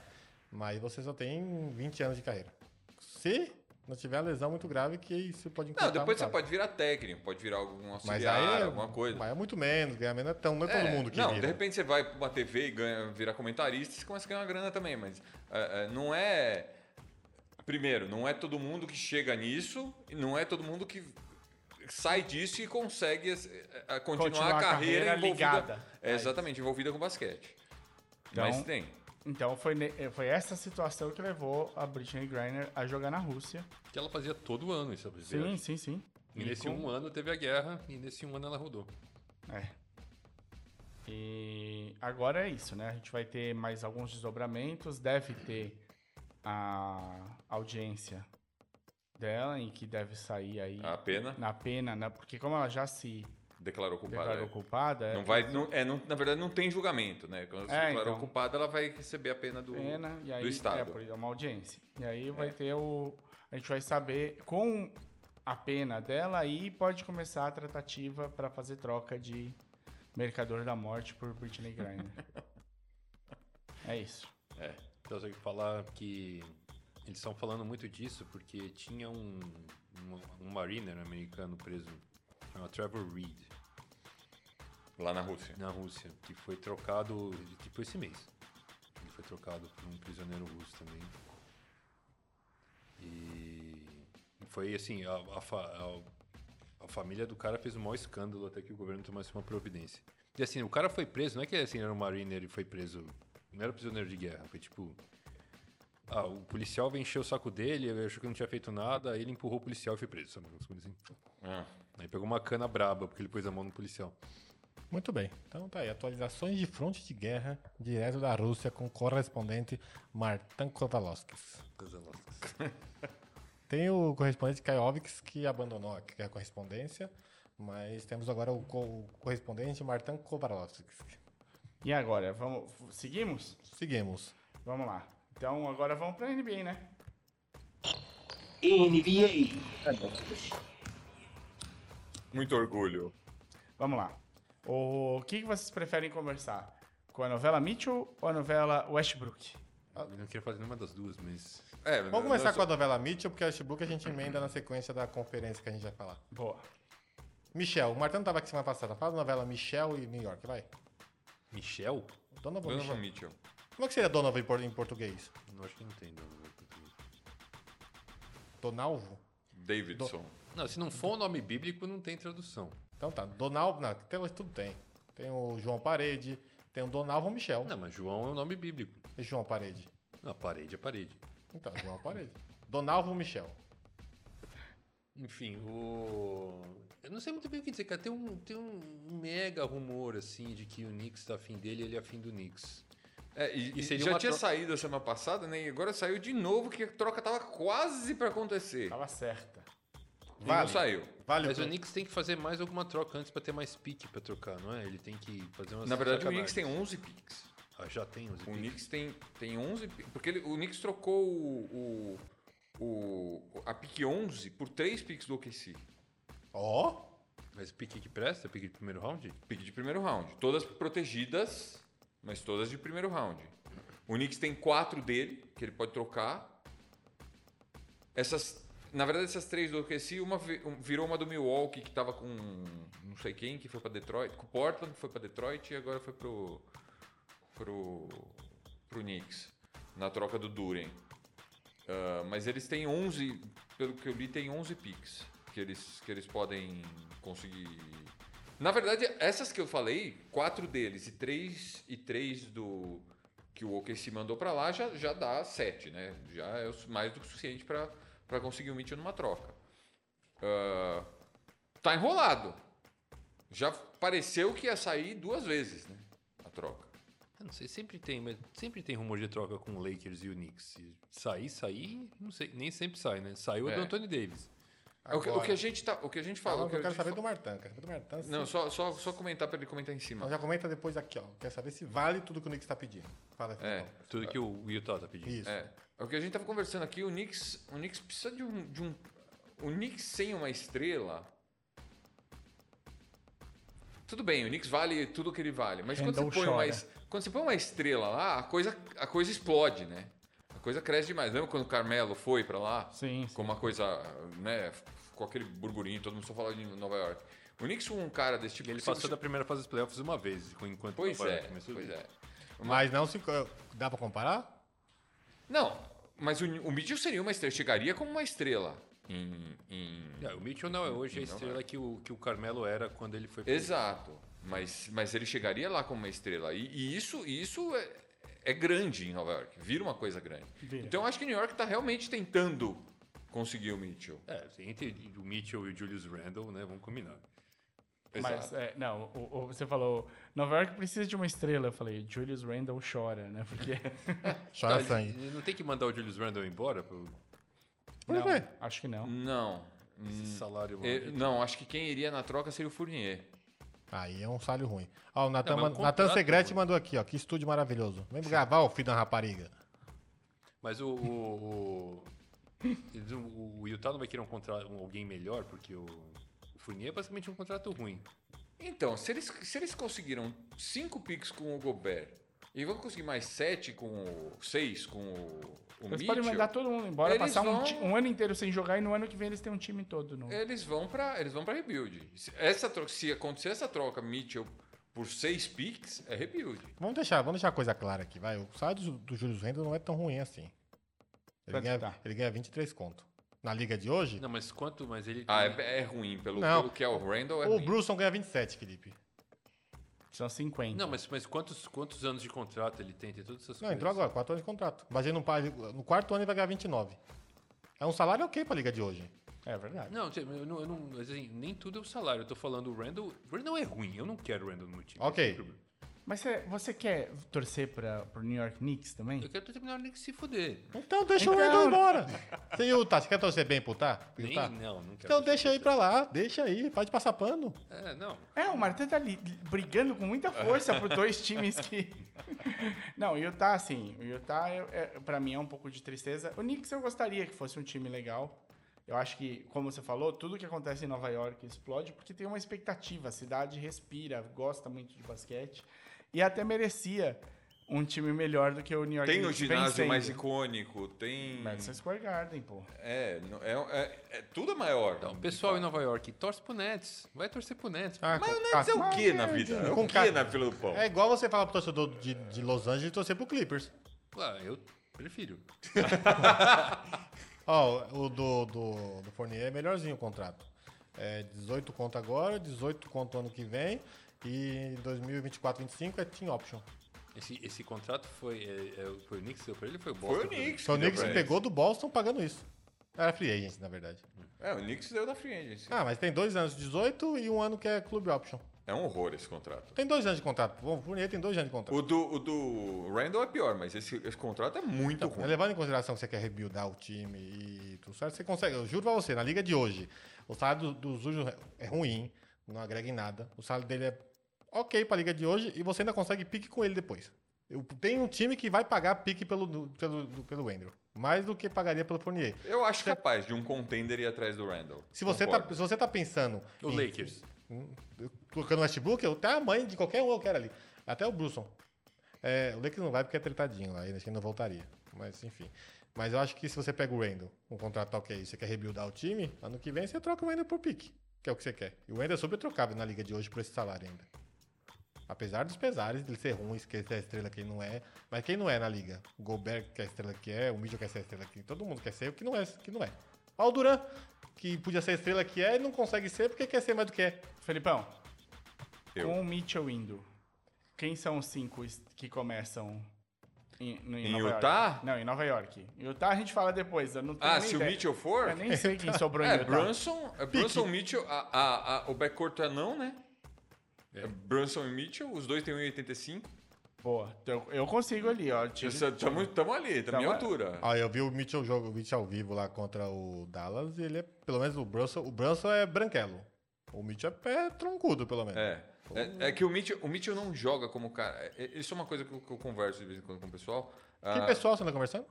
[SPEAKER 4] Mas você só tem 20 anos de carreira. Se não tiver lesão muito grave, que isso pode
[SPEAKER 5] Não,
[SPEAKER 4] impactar
[SPEAKER 5] depois
[SPEAKER 4] tá no cara.
[SPEAKER 5] você pode virar técnico, pode virar algum
[SPEAKER 4] Mas
[SPEAKER 5] auxiliar,
[SPEAKER 4] aí é,
[SPEAKER 5] alguma coisa.
[SPEAKER 4] Mas é muito menos, ganha menos. Então, não é todo
[SPEAKER 5] É,
[SPEAKER 4] mundo que
[SPEAKER 5] Não,
[SPEAKER 4] vira.
[SPEAKER 5] de repente você vai pra uma TV e ganha, vira comentarista e você começa a ganhar uma grana também, mas é, é, não é. Primeiro, não é todo mundo que chega nisso, e não é todo mundo que sai disso e consegue é, é, continuar,
[SPEAKER 3] Continuar
[SPEAKER 5] a
[SPEAKER 3] a
[SPEAKER 5] carreira,
[SPEAKER 3] carreira
[SPEAKER 5] envolvida,
[SPEAKER 3] ligada.
[SPEAKER 5] É, exatamente, envolvida com basquete.
[SPEAKER 3] Então-
[SPEAKER 5] mas tem.
[SPEAKER 3] Então foi, ne- foi essa situação que levou a Brittany Griner a jogar na Rússia.
[SPEAKER 6] Que ela fazia todo ano isso, é
[SPEAKER 3] Sim,
[SPEAKER 6] verdade.
[SPEAKER 3] sim, sim.
[SPEAKER 6] E nesse
[SPEAKER 3] com-
[SPEAKER 6] um ano teve a guerra e nesse um ano ela rodou.
[SPEAKER 3] É. E agora é isso, né? A gente vai ter mais alguns desdobramentos. Deve ter a audiência dela, em que deve sair aí
[SPEAKER 5] A pena
[SPEAKER 3] na pena, né? Porque como ela já se
[SPEAKER 5] declarou culpada.
[SPEAKER 3] declarou
[SPEAKER 5] é.
[SPEAKER 3] culpada, é
[SPEAKER 5] Não vai, não, é, não, na verdade, não tem julgamento, né? Quando você
[SPEAKER 3] É,
[SPEAKER 5] declarou
[SPEAKER 3] então.
[SPEAKER 5] culpada, ela vai receber a pena do,
[SPEAKER 3] pena e aí
[SPEAKER 5] do
[SPEAKER 3] é,
[SPEAKER 5] Estado. É.
[SPEAKER 3] por- é uma audiência. E aí vai ter o a gente vai saber com a pena dela e pode começar a tratativa para fazer troca de Mercador da Morte por Britney
[SPEAKER 5] (laughs)
[SPEAKER 3] Griner. é isso.
[SPEAKER 6] Então, eu só queria falar que eles estão falando muito disso porque tinha um, um, um mariner americano preso, chama Trevor Reed,
[SPEAKER 5] Lá na Rússia.
[SPEAKER 6] na Rússia, que foi trocado, tipo, esse mês. Ele foi trocado por um prisioneiro russo também. E foi assim, a, a fa- a- a família do cara fez um maior escândalo até que o governo tomasse uma providência. E assim, o cara foi preso, não é que assim, era um mariner e foi preso, não era prisioneiro de guerra, foi tipo... Ah, o policial veio encher o saco dele, ele achou que não tinha feito nada, aí ele empurrou o policial e foi preso. Sabe? umas coisas assim.
[SPEAKER 5] Ah.
[SPEAKER 6] Aí pegou uma cana braba, porque ele pôs a mão no policial.
[SPEAKER 4] Muito bem. Então tá aí, atualizações de fronte de guerra direto da Rússia com o correspondente Martin Kovalovskis.
[SPEAKER 6] Coisa nossa.
[SPEAKER 4] (laughs) Tem o correspondente Kajovics que abandonou aqui a correspondência, mas temos agora o, co- o correspondente Martin Kovalovskis.
[SPEAKER 3] E agora, vamos seguimos?
[SPEAKER 4] Seguimos.
[SPEAKER 3] Vamos lá. Então agora vamos para NBA, né?
[SPEAKER 1] NBA.
[SPEAKER 5] Muito orgulho.
[SPEAKER 3] Vamos lá. O que que vocês preferem conversar? Com a novela Mitchell ou a novela Westbrook?
[SPEAKER 6] Eu não queria fazer nenhuma das duas, mas.
[SPEAKER 5] Ah. É,
[SPEAKER 4] Vamos começar
[SPEAKER 5] nós-
[SPEAKER 4] com a novela Mitchell, porque a Westbrook a gente emenda na sequência da conferência que a gente vai falar.
[SPEAKER 3] Boa.
[SPEAKER 4] Michel, o Martin não tava aqui semana passada. Fala da novela Michel e New York, vai.
[SPEAKER 6] Michel?
[SPEAKER 4] Donovan,
[SPEAKER 5] Donovan
[SPEAKER 4] Michel.
[SPEAKER 5] Mitchell.
[SPEAKER 4] Como é que seria Donovan em por- em português?
[SPEAKER 6] Não, acho que não tem Donovan em português.
[SPEAKER 4] Donalvo?
[SPEAKER 5] Davidson.
[SPEAKER 6] Não, se não for um nome bíblico, não tem tradução.
[SPEAKER 4] Então tá, Donaldo, não, até hoje tudo tem. Tem o João Parede, tem o Donalvo Michel.
[SPEAKER 6] Não, mas João é um nome bíblico.
[SPEAKER 4] E João Parede.
[SPEAKER 6] Não, parede é parede.
[SPEAKER 4] Então, João Parede. Donalvo Michel.
[SPEAKER 6] Enfim, o. Eu não sei muito bem o que dizer, cara. Tem um, tem um mega rumor, assim, de que o Knicks tá afim dele e ele é afim do Knicks.
[SPEAKER 5] É, e,
[SPEAKER 6] E
[SPEAKER 5] e
[SPEAKER 6] seria
[SPEAKER 5] já
[SPEAKER 6] uma
[SPEAKER 5] tinha
[SPEAKER 6] troca-
[SPEAKER 5] saído a semana passada, né? E agora saiu de novo que a troca tava quase pra acontecer.
[SPEAKER 3] Tava certa.
[SPEAKER 5] E não
[SPEAKER 4] Vale.
[SPEAKER 5] saiu.
[SPEAKER 4] Vale
[SPEAKER 6] Mas
[SPEAKER 4] o
[SPEAKER 6] o
[SPEAKER 4] preço.
[SPEAKER 6] Knicks tem que fazer mais alguma troca antes pra ter mais pique pra trocar, não é? Ele tem que fazer umas.
[SPEAKER 5] Na verdade, o
[SPEAKER 6] sacanagens.
[SPEAKER 5] Knicks tem 11 picks.
[SPEAKER 6] Ah, já tem os
[SPEAKER 5] O Knicks tem, tem 11 picks. Porque ele- o Knicks trocou o, o, o- a pick 11 por 3 picks do OKC.
[SPEAKER 4] Ó,
[SPEAKER 6] Mas pique que presta? Pique de primeiro round?
[SPEAKER 5] Pick de primeiro round. Todas protegidas, mas todas de primeiro round. O Knicks tem quatro dele, que ele pode trocar. Essas, na verdade, essas três do OKC, uma vi- um- virou uma do Milwaukee, que tava com não sei quem, que foi pra Detroit, com o Portland, que foi pra Detroit e agora foi pro, pro, pro Knicks, na troca do Duren. Ah, mas eles têm 11, pelo que eu li, tem 11 picks que eles, que eles podem conseguir. Na verdade, essas que eu falei, quatro deles e três e três do que o OKC mandou pra lá já, já dá sete, né? Já é o su- mais do que suficiente pra pra conseguir o Mitchell numa troca. Ah, tá enrolado. Já pareceu que ia sair duas vezes, né? A troca.
[SPEAKER 6] Eu não sei, sempre tem, mas sempre tem rumor de troca com o Lakers e o Knicks. Se sair, sair, não sei, nem sempre sai, né? Saiu é.
[SPEAKER 5] É.
[SPEAKER 6] do Anthony Davis.
[SPEAKER 5] É O que, o
[SPEAKER 4] Agora.
[SPEAKER 5] que a gente tá, o que a gente fala,
[SPEAKER 4] calma,
[SPEAKER 5] o que
[SPEAKER 4] eu
[SPEAKER 5] a
[SPEAKER 4] quero
[SPEAKER 5] gente
[SPEAKER 4] saber
[SPEAKER 5] fa-
[SPEAKER 4] do Martin. Quero saber do Martin.
[SPEAKER 5] Não,
[SPEAKER 4] se...
[SPEAKER 5] só só só comentar pra ele comentar em
[SPEAKER 4] Então
[SPEAKER 5] cima.
[SPEAKER 4] já comenta depois aqui, ó. Quero saber se vale tudo que o Knicks tá pedindo. Fala aqui,
[SPEAKER 5] É.
[SPEAKER 4] então.
[SPEAKER 6] Tudo que o Utah tá pedindo.
[SPEAKER 4] Isso.
[SPEAKER 5] É. É o que a gente tava conversando aqui, o Knicks, o Knicks precisa de um, de um O Knicks sem uma estrela. Tudo bem, o Knicks vale tudo que ele vale, mas quando
[SPEAKER 3] Randall
[SPEAKER 5] você, põe uma,
[SPEAKER 3] chora.
[SPEAKER 5] es- quando você põe uma estrela lá, a coisa, a coisa explode, né? A coisa cresce demais. Lembra quando o Carmelo foi pra lá?
[SPEAKER 3] Sim, sim.
[SPEAKER 5] Com uma coisa, né? Com aquele burburinho, todo mundo só falava de Nova York. O Knicks com um cara desse tipo...
[SPEAKER 6] Ele
[SPEAKER 5] se
[SPEAKER 6] passou
[SPEAKER 5] você-
[SPEAKER 6] da primeira fase dos playoffs uma vez, enquanto
[SPEAKER 5] Pois
[SPEAKER 6] o Nova
[SPEAKER 5] é,
[SPEAKER 6] York começou
[SPEAKER 5] pois é.
[SPEAKER 4] Mas não se. co- Dá pra comparar?
[SPEAKER 5] Não, mas o, o Mitchell seria uma estrela, chegaria como uma estrela. Em, em-
[SPEAKER 6] É, o Mitchell não é hoje a
[SPEAKER 5] Não,
[SPEAKER 6] estrela que o, que o Carmelo era quando ele foi. pro-
[SPEAKER 5] Exato. Mas, mas ele chegaria lá como uma estrela. E, e isso, isso é, é grande em Nova York. Vira uma coisa grande.
[SPEAKER 3] Vira.
[SPEAKER 5] Então eu acho que New York está realmente tentando conseguir o Mitchell.
[SPEAKER 6] É, entre o Mitchell e o Julius Randle, né? Vamos combinar.
[SPEAKER 3] Mas,
[SPEAKER 5] Exato.
[SPEAKER 3] é, não, o- o- você falou, Nova York precisa de uma estrela. Eu falei, Julius Randle chora, né? (laughs) Porque.
[SPEAKER 4] Chora
[SPEAKER 6] Tá,
[SPEAKER 4] é sangue.
[SPEAKER 6] ele- ele Não tem que mandar o Julius Randle embora pro
[SPEAKER 4] Por
[SPEAKER 3] não,
[SPEAKER 4] quê?
[SPEAKER 3] Acho que
[SPEAKER 5] Hum,
[SPEAKER 3] não.
[SPEAKER 5] Não.
[SPEAKER 6] esse salário.
[SPEAKER 5] Eh,
[SPEAKER 6] maldito.
[SPEAKER 5] não, acho que quem iria na troca seria o Fournier.
[SPEAKER 4] Aí é um salho ruim. Ó, o Natan,
[SPEAKER 6] Não, mas
[SPEAKER 5] um
[SPEAKER 4] man-
[SPEAKER 6] o
[SPEAKER 4] Natan
[SPEAKER 6] contrato,
[SPEAKER 4] Segrete
[SPEAKER 6] mano.
[SPEAKER 4] mandou aqui, ó. Que estúdio maravilhoso. Vem gravar o filho da rapariga.
[SPEAKER 6] Mas o. O, o, eles- o- o Utah não vai querer um contrato, um, alguém melhor, porque o, o Fournier é basicamente um contrato ruim.
[SPEAKER 5] Então, se eles, se eles conseguiram cinco picks com o Gobert e vão conseguir mais sete com o. seis com o, o
[SPEAKER 3] Eles
[SPEAKER 5] Mitchell.
[SPEAKER 3] podem mandar todo mundo embora,
[SPEAKER 5] Eles
[SPEAKER 3] passar um
[SPEAKER 5] vão- É.
[SPEAKER 3] ti- um, ano inteiro sem jogar e no ano que vem eles têm um time todo novo.
[SPEAKER 5] Eles vão para eles vão para rebuild. Se Essa troca, se acontecer essa troca Mitchell por seis picks, é rebuild.
[SPEAKER 4] Vamos deixar, vamos deixar a coisa clara aqui, vai. O salário do, do Júlio Renda não é tão ruim assim. Ele
[SPEAKER 3] Quanto
[SPEAKER 4] ganha,
[SPEAKER 3] tá?
[SPEAKER 4] ele ganha 23 conto. Na liga de hoje,
[SPEAKER 6] Não, mas quanto? Mas ele.
[SPEAKER 5] Ah, é, é ruim pelo,
[SPEAKER 4] Não.
[SPEAKER 5] pelo que é o Randall, é
[SPEAKER 4] o
[SPEAKER 5] ruim.
[SPEAKER 4] Brunson ganha 27, Felipe.
[SPEAKER 3] São 50.
[SPEAKER 6] Não, mas, mas quantos, quantos anos de contrato ele tem? Tem todas essas
[SPEAKER 4] Não,
[SPEAKER 6] coisas.
[SPEAKER 4] entrou agora, 4 anos de contrato. Mas ele não paga, no quarto ano ele vai ganhar 29. É um salário ok pra liga de hoje.
[SPEAKER 3] É verdade.
[SPEAKER 6] Não, eu não, eu não- mas, assim, nem tudo é o salário. Eu tô falando o Randall. O Randall é ruim. Eu não quero o Randall no meu time.
[SPEAKER 4] Ok.
[SPEAKER 6] Esse é o problema.
[SPEAKER 3] Mas você, você quer torcer para o New York Knicks também?
[SPEAKER 6] Eu quero terminar o Knicks se fuder.
[SPEAKER 4] Então deixa o
[SPEAKER 3] Então-
[SPEAKER 4] Randall embora. (laughs) Você e o Utah, você quer torcer bem pro Utah? Pro
[SPEAKER 6] Nem,
[SPEAKER 4] Utah?
[SPEAKER 6] não, não quero.
[SPEAKER 4] Então deixa aí pra lá, deixa aí, pode passar pano.
[SPEAKER 6] É, não.
[SPEAKER 3] É, o Martin tá ali, brigando com muita força por dois times que. (laughs) Não, o Utah, assim, o Utah, eu- é, pra mim, é um pouco de tristeza. O Knicks eu gostaria que fosse um time legal. Eu acho que, como você falou, tudo que acontece em Nova York explode porque tem uma expectativa. A cidade respira, gosta muito de basquete. E até merecia um time melhor do que o New York
[SPEAKER 5] Tem o
[SPEAKER 3] Knicks
[SPEAKER 5] ginásio
[SPEAKER 3] vencendo.
[SPEAKER 5] mais icônico, tem.
[SPEAKER 3] Madison Square Garden, pô.
[SPEAKER 5] É, não- é, é, é- tudo é maior.
[SPEAKER 6] Então, o pessoal em Nova York, torce pro Nets. Vai torcer pro Nets.
[SPEAKER 4] Ah,
[SPEAKER 5] Mas
[SPEAKER 4] com-
[SPEAKER 5] o Nets é o
[SPEAKER 4] ah,
[SPEAKER 5] que na vida? É o que
[SPEAKER 4] Cacá.
[SPEAKER 5] na fila do pão?
[SPEAKER 4] É igual você falar pro torcedor de, de Los Angeles torcer pro Clippers.
[SPEAKER 6] Ah, eu prefiro.
[SPEAKER 4] Ó, o do, do, do Fournier é melhorzinho o contrato. É 18 conto agora, 18 conto ano que vem. E em 2024, 25 é team option.
[SPEAKER 6] Esse, esse contrato foi, é, é, foi o Knicks que deu pra ele? Foi o Boston?
[SPEAKER 5] Foi o
[SPEAKER 6] que deu?
[SPEAKER 5] Knicks.
[SPEAKER 4] Só Então, o
[SPEAKER 5] que
[SPEAKER 4] Knicks
[SPEAKER 5] deu pra
[SPEAKER 4] pegou do Boston pagando isso. Era free agent, na verdade.
[SPEAKER 5] eles. É, o Knicks deu da free agency.
[SPEAKER 4] Ah, mas tem dois anos de 18 e um ano que é club option.
[SPEAKER 5] É um horror esse contrato.
[SPEAKER 4] Tem dois anos de contrato. Bom, o Fournier tem dois anos de contrato.
[SPEAKER 5] O do, o do Randall é pior, mas esse, esse contrato é muito
[SPEAKER 4] Mas
[SPEAKER 5] ruim.
[SPEAKER 4] Levando em consideração que você quer rebuildar o time e tudo certo, você consegue. Eu juro pra você, na liga de hoje, o salário do, do Zujo é ruim, não agrega em nada. O salário dele é ok pra liga de hoje e você ainda consegue pique com ele depois. Eu, tem um time que vai pagar pique pelo, pelo, pelo Andrew. Mais do que pagaria pelo Fournier.
[SPEAKER 5] Eu acho capaz de um contender ir atrás do Randall.
[SPEAKER 4] Se você, tá,
[SPEAKER 5] Concordo.
[SPEAKER 4] se você tá pensando.
[SPEAKER 6] O
[SPEAKER 4] em-
[SPEAKER 6] Lakers.
[SPEAKER 4] eu- colocando o Westbrook, eu, até a mãe de qualquer um eu quero ali. Até o Brunson. É, o Lakers não vai porque é tretadinho lá, ele acho que não voltaria. Mas enfim. Mas eu acho que se você pega o Randall, um contrato ok, você quer rebuildar o time, ano que vem você troca o Randall por pique, que é o que você quer. E o Randall é super trocável na liga de hoje por esse salário ainda. Apesar dos pesares dele ser ruim, esquecer a estrela que ele não é. Mas quem não é na liga? O Gobert quer a estrela que é, o Mitchell quer ser a estrela que é, todo mundo quer ser, o que não é, que não é. Olha o Duran, que podia ser a estrela que é e não consegue ser porque quer ser mais do que é.
[SPEAKER 3] Felipão,
[SPEAKER 5] Eu.
[SPEAKER 3] com o Mitchell indo, quem são os cinco es- que começam em, no- em
[SPEAKER 5] Em
[SPEAKER 3] Nova
[SPEAKER 5] Utah?
[SPEAKER 3] York? Não, em Nova York. Em Utah a gente fala depois, eu não tenho
[SPEAKER 5] Ah,
[SPEAKER 3] nem
[SPEAKER 5] se o
[SPEAKER 3] ideia.
[SPEAKER 5] Mitchell for?
[SPEAKER 3] Eu nem sei quem sobrou em
[SPEAKER 5] (laughs) É,
[SPEAKER 3] Utah.
[SPEAKER 5] Brunson, é Brunson Mitchell, a, a, a, o backcourt é não, né? É. Brunson e Mitchell, os dois têm 1,85.
[SPEAKER 3] Boa, então eu consigo ali, ó. tiro-
[SPEAKER 5] Estamos ali, tá na
[SPEAKER 3] Tamo-
[SPEAKER 5] minha altura.
[SPEAKER 4] Ah, eu vi o Mitchell jogo, o Mitchell ao vivo lá contra o Dallas e ele é, pelo menos o Brunson, o Brunson é branquelo. O Mitchell é pé troncudo, pelo menos.
[SPEAKER 5] É. É, é que o Mitchell, o Mitchell não joga como cara. É- é- Isso é uma coisa que eu, que eu converso de vez em quando com o pessoal.
[SPEAKER 4] Tem
[SPEAKER 5] Ah,
[SPEAKER 4] pessoal você anda tá conversando?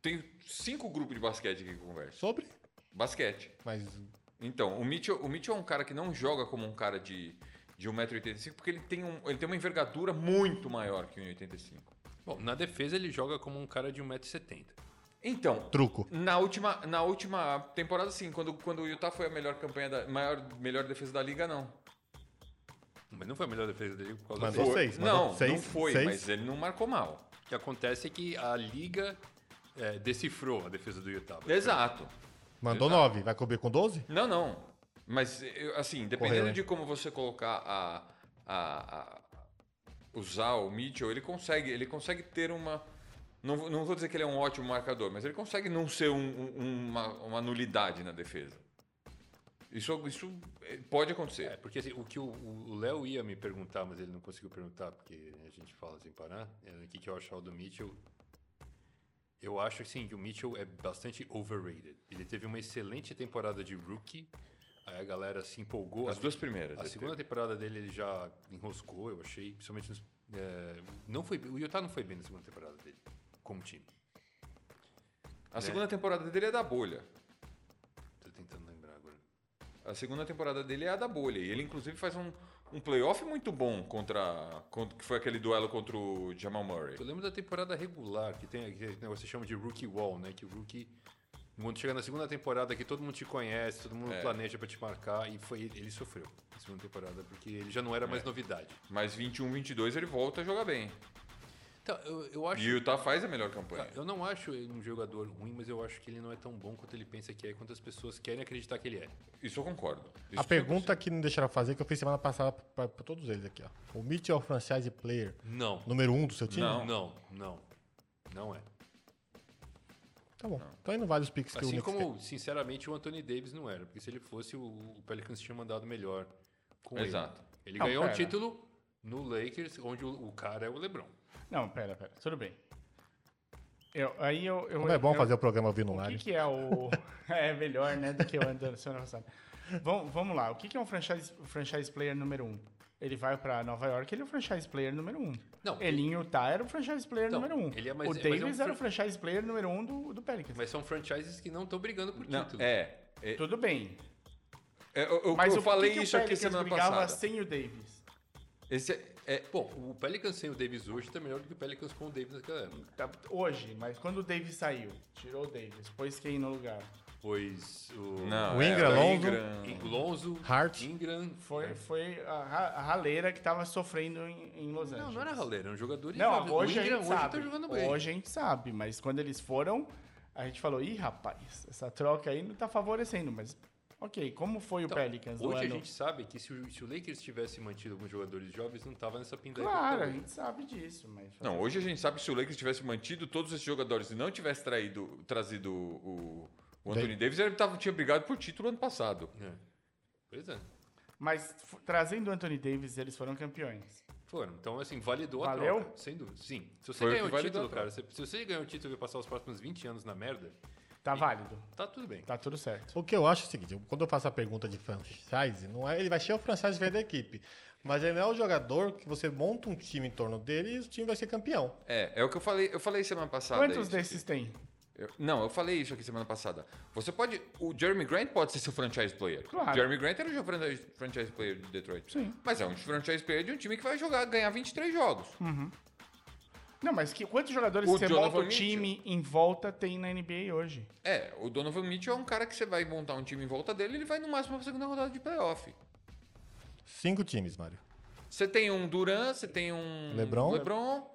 [SPEAKER 5] Tem cinco grupos de basquete aqui que eu converso.
[SPEAKER 4] Sobre?
[SPEAKER 5] Basquete.
[SPEAKER 4] Mas
[SPEAKER 5] Então, o Mitchell, o Mitchell é um cara que não joga como um cara de, de 1,85m, porque ele tem, um, ele tem uma envergadura muito maior que 1,85m.
[SPEAKER 6] Bom, na defesa ele joga como um cara de 1,70m.
[SPEAKER 5] Então,
[SPEAKER 4] truco.
[SPEAKER 5] na última, na última temporada, sim, quando, quando o Utah foi a melhor campanha da. Maior, melhor defesa da liga, não.
[SPEAKER 6] Mas não foi a melhor defesa dele por causa
[SPEAKER 4] Mandou
[SPEAKER 6] disso.
[SPEAKER 4] seis. mandou
[SPEAKER 5] não,
[SPEAKER 4] seis,
[SPEAKER 5] não foi,
[SPEAKER 4] seis.
[SPEAKER 5] mas ele não marcou mal.
[SPEAKER 6] O que acontece é que a liga é, decifrou a defesa do Utah.
[SPEAKER 5] Exato.
[SPEAKER 4] Mandou
[SPEAKER 5] Ah.
[SPEAKER 4] nove. Vai cobrir com 12?
[SPEAKER 5] Não, não. Mas, eu- assim, dependendo
[SPEAKER 4] Correu, né?
[SPEAKER 5] de como você colocar a, a- a- usar o Mitchell, ele consegue, ele consegue ter uma. Não, vou- não vou dizer que ele é um ótimo marcador, mas ele consegue não ser um- um- uma, uma nulidade na defesa. Isso, isso eh, pode acontecer.
[SPEAKER 6] É, porque assim, o que o- o o Léo ia me perguntar, mas ele não conseguiu perguntar, porque a gente fala sem parar, é o que, que eu achava do Mitchell. Eu acho assim, que o Mitchell é bastante overrated. Ele teve uma excelente temporada de rookie, aí a galera se empolgou.
[SPEAKER 5] As
[SPEAKER 6] A-
[SPEAKER 5] duas primeiras. é
[SPEAKER 6] A
[SPEAKER 5] ele
[SPEAKER 6] segunda temporada dele ele já enroscou, eu achei, principalmente nos, é, não foi, o Utah não foi bem na segunda temporada dele, como time.
[SPEAKER 5] teve. A
[SPEAKER 3] Né?
[SPEAKER 5] segunda temporada dele é da bolha.
[SPEAKER 6] Tô tentando lembrar agora.
[SPEAKER 5] A segunda temporada dele é a da bolha. E ele, inclusive, faz um, um playoff muito bom contra, contra. que foi aquele duelo contra o Jamal Murray.
[SPEAKER 6] Eu lembro da temporada regular, que tem aquele negócio que se chama de rookie wall, né? Que o rookie. Quando chega na segunda temporada que todo mundo te conhece, todo mundo planeja pra te marcar, e foi ele, ele sofreu na segunda temporada, porque ele já não era mais novidade.
[SPEAKER 5] Mas 21, 22 ele volta a jogar bem.
[SPEAKER 6] Então, eu, eu acho.
[SPEAKER 5] E o Utah faz a melhor campanha.
[SPEAKER 6] Eu não acho ele um jogador ruim, mas eu acho que ele não é tão bom quanto ele pensa que é, quanto as pessoas querem acreditar que ele é.
[SPEAKER 5] Isso eu concordo. Isso
[SPEAKER 4] A pergunta que não deixaram fazer, que eu fiz semana passada pra, pra todos eles aqui, ó. O Mitchell é o franchise player
[SPEAKER 6] Não.
[SPEAKER 4] número um do seu time?
[SPEAKER 5] Não.
[SPEAKER 6] Não, não. Não é.
[SPEAKER 4] Tá bom. Então aí não vale os picks que o
[SPEAKER 3] é
[SPEAKER 6] Assim
[SPEAKER 4] Knicks tem.
[SPEAKER 6] como, sinceramente, o Anthony Davis não era, porque se ele fosse, o- o Pelicans tinha mandado melhor com ele.
[SPEAKER 5] Exato.
[SPEAKER 6] Ele
[SPEAKER 3] Não,
[SPEAKER 6] ganhou um
[SPEAKER 3] pera.
[SPEAKER 6] título no Lakers, onde o, o cara é o LeBron.
[SPEAKER 3] Não, pera, pera. Tudo bem. Eu, aí eu, eu,
[SPEAKER 4] Como é bom
[SPEAKER 3] eu-
[SPEAKER 4] fazer o programa ouvindo
[SPEAKER 3] O
[SPEAKER 4] live.
[SPEAKER 3] que, que é o. (laughs) é melhor, né? Do que eu andando semana passada. Vamos, vamos lá. O que, que é um franchise, o franchise player número um? Ele vai pra Nova York, ele é o franchise player número um.
[SPEAKER 6] Não.
[SPEAKER 3] Ele em Utah era o franchise player
[SPEAKER 6] Então,
[SPEAKER 3] número um.
[SPEAKER 6] ele é mais-
[SPEAKER 3] o
[SPEAKER 6] mas é um
[SPEAKER 3] Davis era o
[SPEAKER 6] fran-
[SPEAKER 3] franchise player número um do, do Pelicans.
[SPEAKER 6] Mas são franchises que não estão brigando por
[SPEAKER 5] Não,
[SPEAKER 6] título.
[SPEAKER 5] é. é,
[SPEAKER 3] Tudo bem.
[SPEAKER 5] é, eu eu-
[SPEAKER 3] Mas
[SPEAKER 5] eu
[SPEAKER 3] o
[SPEAKER 5] falei
[SPEAKER 3] que que
[SPEAKER 5] isso
[SPEAKER 3] o
[SPEAKER 5] aqui
[SPEAKER 3] Pelicans
[SPEAKER 5] semana
[SPEAKER 3] brigava assim?
[SPEAKER 5] passada.
[SPEAKER 3] sem o Davis?
[SPEAKER 5] Esse é, é-
[SPEAKER 6] Bom, o Pelicans sem o Davis hoje tá melhor do que o Pelicans com o Davis naquela época.
[SPEAKER 3] Tá, Hoje, mas quando o Davis saiu, tirou o Davis, pôs quem no lugar?
[SPEAKER 6] Pois o,
[SPEAKER 5] não,
[SPEAKER 4] O
[SPEAKER 5] é,
[SPEAKER 4] Ingram, Lonzo.
[SPEAKER 6] o Lonzo,
[SPEAKER 4] Hart.
[SPEAKER 6] Ingram...
[SPEAKER 3] Foi, foi a, ra- a raleira que tava sofrendo em, em Los
[SPEAKER 6] Não,
[SPEAKER 3] Angeles.
[SPEAKER 6] não era raleiro, era um jogador
[SPEAKER 3] Não,
[SPEAKER 6] jovem.
[SPEAKER 3] hoje
[SPEAKER 6] o
[SPEAKER 3] a
[SPEAKER 6] Ingram
[SPEAKER 3] gente sabe.
[SPEAKER 6] tá jogando bem.
[SPEAKER 3] Hoje a gente sabe, mas quando eles foram, a gente falou, ih, rapaz, essa troca aí não tá favorecendo, mas ok, como foi
[SPEAKER 6] Então,
[SPEAKER 3] o Pelicans no
[SPEAKER 6] hoje a
[SPEAKER 3] ano?
[SPEAKER 6] gente sabe que se o, se o Lakers tivesse mantido alguns jogadores jovens, não tava nessa pindaíba
[SPEAKER 3] Claro, a
[SPEAKER 6] toda.
[SPEAKER 3] gente sabe disso, mas...
[SPEAKER 5] Não, hoje a gente sabe que se o Lakers tivesse mantido todos esses jogadores e não tivesse traído, trazido o, o Anthony Davis, ele tava, tinha brigado por título ano passado.
[SPEAKER 6] É. Pois é.
[SPEAKER 3] Mas f- trazendo o Anthony Davis, eles foram campeões.
[SPEAKER 6] Foram. Então, assim, validou a
[SPEAKER 3] Valeu?
[SPEAKER 6] troca. Sem dúvida. Sim. Se você
[SPEAKER 5] Foi o
[SPEAKER 6] ganhou
[SPEAKER 5] que
[SPEAKER 6] o
[SPEAKER 5] validou
[SPEAKER 6] título,
[SPEAKER 5] a
[SPEAKER 6] cara, se, se você ganhou o título e passar os próximos 20 anos na merda,
[SPEAKER 3] Tá válido,
[SPEAKER 6] tá tudo bem.
[SPEAKER 3] tá tudo certo.
[SPEAKER 4] O que eu acho é o seguinte, eu- quando eu faço a pergunta de franchise, não é, ele vai ser o franchise velho da equipe. Mas ele não é o jogador que você monta um time em torno dele e o time vai ser campeão.
[SPEAKER 5] É, é o que eu falei, eu falei semana passada.
[SPEAKER 3] Quantos
[SPEAKER 5] isso aqui.
[SPEAKER 3] desses tem?
[SPEAKER 5] Tá, Eu- não, eu falei isso aqui semana passada. Você pode. O Jeremy Grant pode ser seu franchise player.
[SPEAKER 3] Claro.
[SPEAKER 5] Jeremy Grant era o franchise, franchise player de Detroit.
[SPEAKER 3] Sim.
[SPEAKER 5] Mas é um franchise player de um time que vai jogar, ganhar 23 jogos.
[SPEAKER 3] Hum. Não, mas que, quantos jogadores
[SPEAKER 5] O
[SPEAKER 3] você
[SPEAKER 5] Donovan
[SPEAKER 3] monta o
[SPEAKER 5] Mitchell.
[SPEAKER 3] time em volta tem na NBA hoje?
[SPEAKER 5] É, o Donovan Mitchell é um cara que você vai montar um time em volta dele, ele vai no máximo pra segunda rodada de playoff.
[SPEAKER 4] Cinco times, Mário.
[SPEAKER 5] Você tem um Duran, você tem um.
[SPEAKER 4] LeBron.
[SPEAKER 5] LeBron.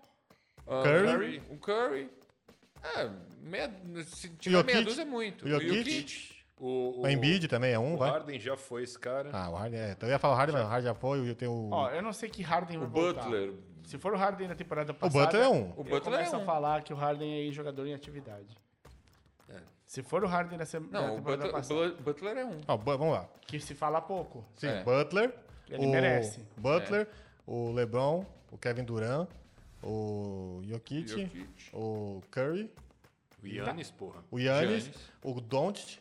[SPEAKER 5] ah,
[SPEAKER 4] Curry.
[SPEAKER 5] Um Curry. É, meia, se tiver
[SPEAKER 4] Jokic.
[SPEAKER 5] meia dúzia é muito.
[SPEAKER 4] O Jokic.
[SPEAKER 6] O,
[SPEAKER 4] O Embiid também é
[SPEAKER 6] o
[SPEAKER 4] um, vai.
[SPEAKER 6] Harden já foi esse cara.
[SPEAKER 4] Ah, o Harden é. Então eu ia falar o Harden, mas o Harden já foi, eu tenho o...
[SPEAKER 3] Ó, é eu não sei que Harden
[SPEAKER 5] O
[SPEAKER 3] vai voltar.
[SPEAKER 5] Butler.
[SPEAKER 3] Se for o Harden da temporada
[SPEAKER 4] o
[SPEAKER 3] passada...
[SPEAKER 4] Butler é um.
[SPEAKER 5] O
[SPEAKER 3] Eu
[SPEAKER 5] Butler é
[SPEAKER 3] começo
[SPEAKER 5] um.
[SPEAKER 3] a falar que o Harden é jogador em atividade.
[SPEAKER 6] É.
[SPEAKER 3] Se for o Harden na semana
[SPEAKER 5] Não, o
[SPEAKER 3] temporada
[SPEAKER 5] Butler,
[SPEAKER 3] passada,
[SPEAKER 5] Bu- Butler é um.
[SPEAKER 4] Ó, Bu- vamos lá.
[SPEAKER 3] que se fala pouco.
[SPEAKER 4] Sim,
[SPEAKER 5] É.
[SPEAKER 4] Butler.
[SPEAKER 3] Ele
[SPEAKER 4] o
[SPEAKER 3] merece.
[SPEAKER 4] Butler, o LeBron, o Kevin Durant, o Jokic,
[SPEAKER 5] Jokic.
[SPEAKER 4] o Curry,
[SPEAKER 6] O Yannis, porra.
[SPEAKER 4] o Yannis,
[SPEAKER 5] Giannis.
[SPEAKER 4] o Doncic.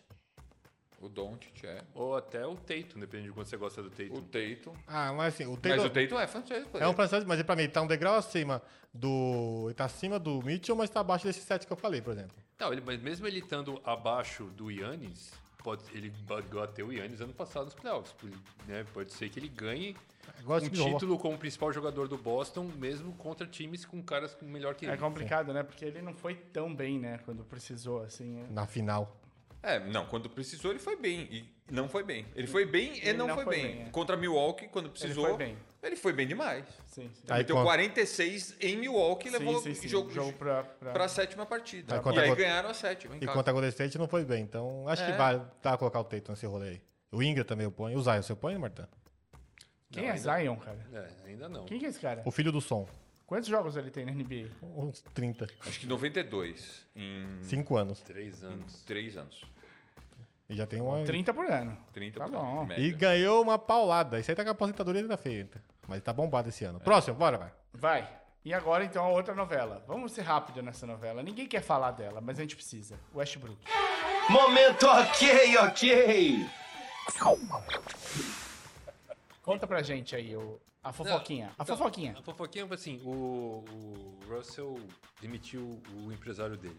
[SPEAKER 5] O Doncic é.
[SPEAKER 6] Ou até o Tatum, dependendo de quanto você gosta do
[SPEAKER 5] O
[SPEAKER 6] Tatum.
[SPEAKER 5] Tatum.
[SPEAKER 4] Ah, mas assim, o
[SPEAKER 5] Mas
[SPEAKER 4] Taylor...
[SPEAKER 5] o Tatum é franchise player.
[SPEAKER 4] É um francês, mas pra mim, ele tá um degrau acima do. Ele tá acima do Mitchell, mas tá abaixo desses sete que eu falei, por exemplo.
[SPEAKER 6] Não, ele, mas mesmo ele estando abaixo do Yannis, pode, ele bateu o Yannis ano passado nos playoffs. por- né? Pode ser que ele ganhe
[SPEAKER 4] Agora
[SPEAKER 6] um
[SPEAKER 3] assim,
[SPEAKER 4] esse time do-
[SPEAKER 6] título como principal jogador do Boston, mesmo contra times com caras com- melhor que ele.
[SPEAKER 3] É complicado, né? Porque ele não foi tão bem, né? Quando precisou, assim. é.
[SPEAKER 4] na final.
[SPEAKER 5] É, não, quando precisou ele foi bem. E não foi bem. Ele foi bem e não, foi, bem.
[SPEAKER 3] é.
[SPEAKER 5] Contra Milwaukee, quando precisou,
[SPEAKER 3] foi bem.
[SPEAKER 5] ele foi bem demais.
[SPEAKER 3] Sim, sim.
[SPEAKER 4] Aí
[SPEAKER 5] Ele meteu
[SPEAKER 4] contra-
[SPEAKER 5] 46 em Milwaukee e
[SPEAKER 3] Sim,
[SPEAKER 5] levou
[SPEAKER 3] sim,
[SPEAKER 5] o
[SPEAKER 3] sim.
[SPEAKER 5] jogo,
[SPEAKER 3] pra, pra-
[SPEAKER 5] para a sétima partida.
[SPEAKER 4] Aí
[SPEAKER 5] e
[SPEAKER 4] contra-
[SPEAKER 5] aí
[SPEAKER 4] contra-
[SPEAKER 5] ganharam a sétima. Em
[SPEAKER 4] E
[SPEAKER 5] casa.
[SPEAKER 4] quanto a Golden State não foi bem, então acho
[SPEAKER 5] É.
[SPEAKER 4] que vale tá colocar o Tatum nesse rolê aí. O Ingram também eu ponho. O Zion você põe, Martã?
[SPEAKER 3] Quem
[SPEAKER 6] Não,
[SPEAKER 3] é
[SPEAKER 6] ainda-
[SPEAKER 3] Zion, cara?
[SPEAKER 6] É, ainda não.
[SPEAKER 3] Quem que é esse cara?
[SPEAKER 4] O filho do som.
[SPEAKER 3] Quantos jogos ele tem na NBA?
[SPEAKER 4] Uns 30.
[SPEAKER 5] Acho que 92 em
[SPEAKER 4] 5 anos.
[SPEAKER 6] Três anos.
[SPEAKER 5] 3 anos.
[SPEAKER 4] E já tem uma.
[SPEAKER 3] 30 por ano.
[SPEAKER 5] 30
[SPEAKER 3] Tá
[SPEAKER 5] por
[SPEAKER 3] bom.
[SPEAKER 5] ano,
[SPEAKER 4] E
[SPEAKER 5] média.
[SPEAKER 4] ganhou uma paulada. Isso aí tá com a aposentadoria ainda feita. Mas tá bombado esse ano. Próximo, bora, vai.
[SPEAKER 3] Vai. E agora, então, a outra novela. Vamos ser rápido nessa novela. Ninguém quer falar dela, mas a gente precisa. Westbrook.
[SPEAKER 1] Momento ok, ok.
[SPEAKER 3] Conta pra gente aí o, a fofoquinha. A
[SPEAKER 6] Então,
[SPEAKER 3] fofoquinha.
[SPEAKER 6] A fofoquinha foi assim: o, o Russell demitiu o empresário dele.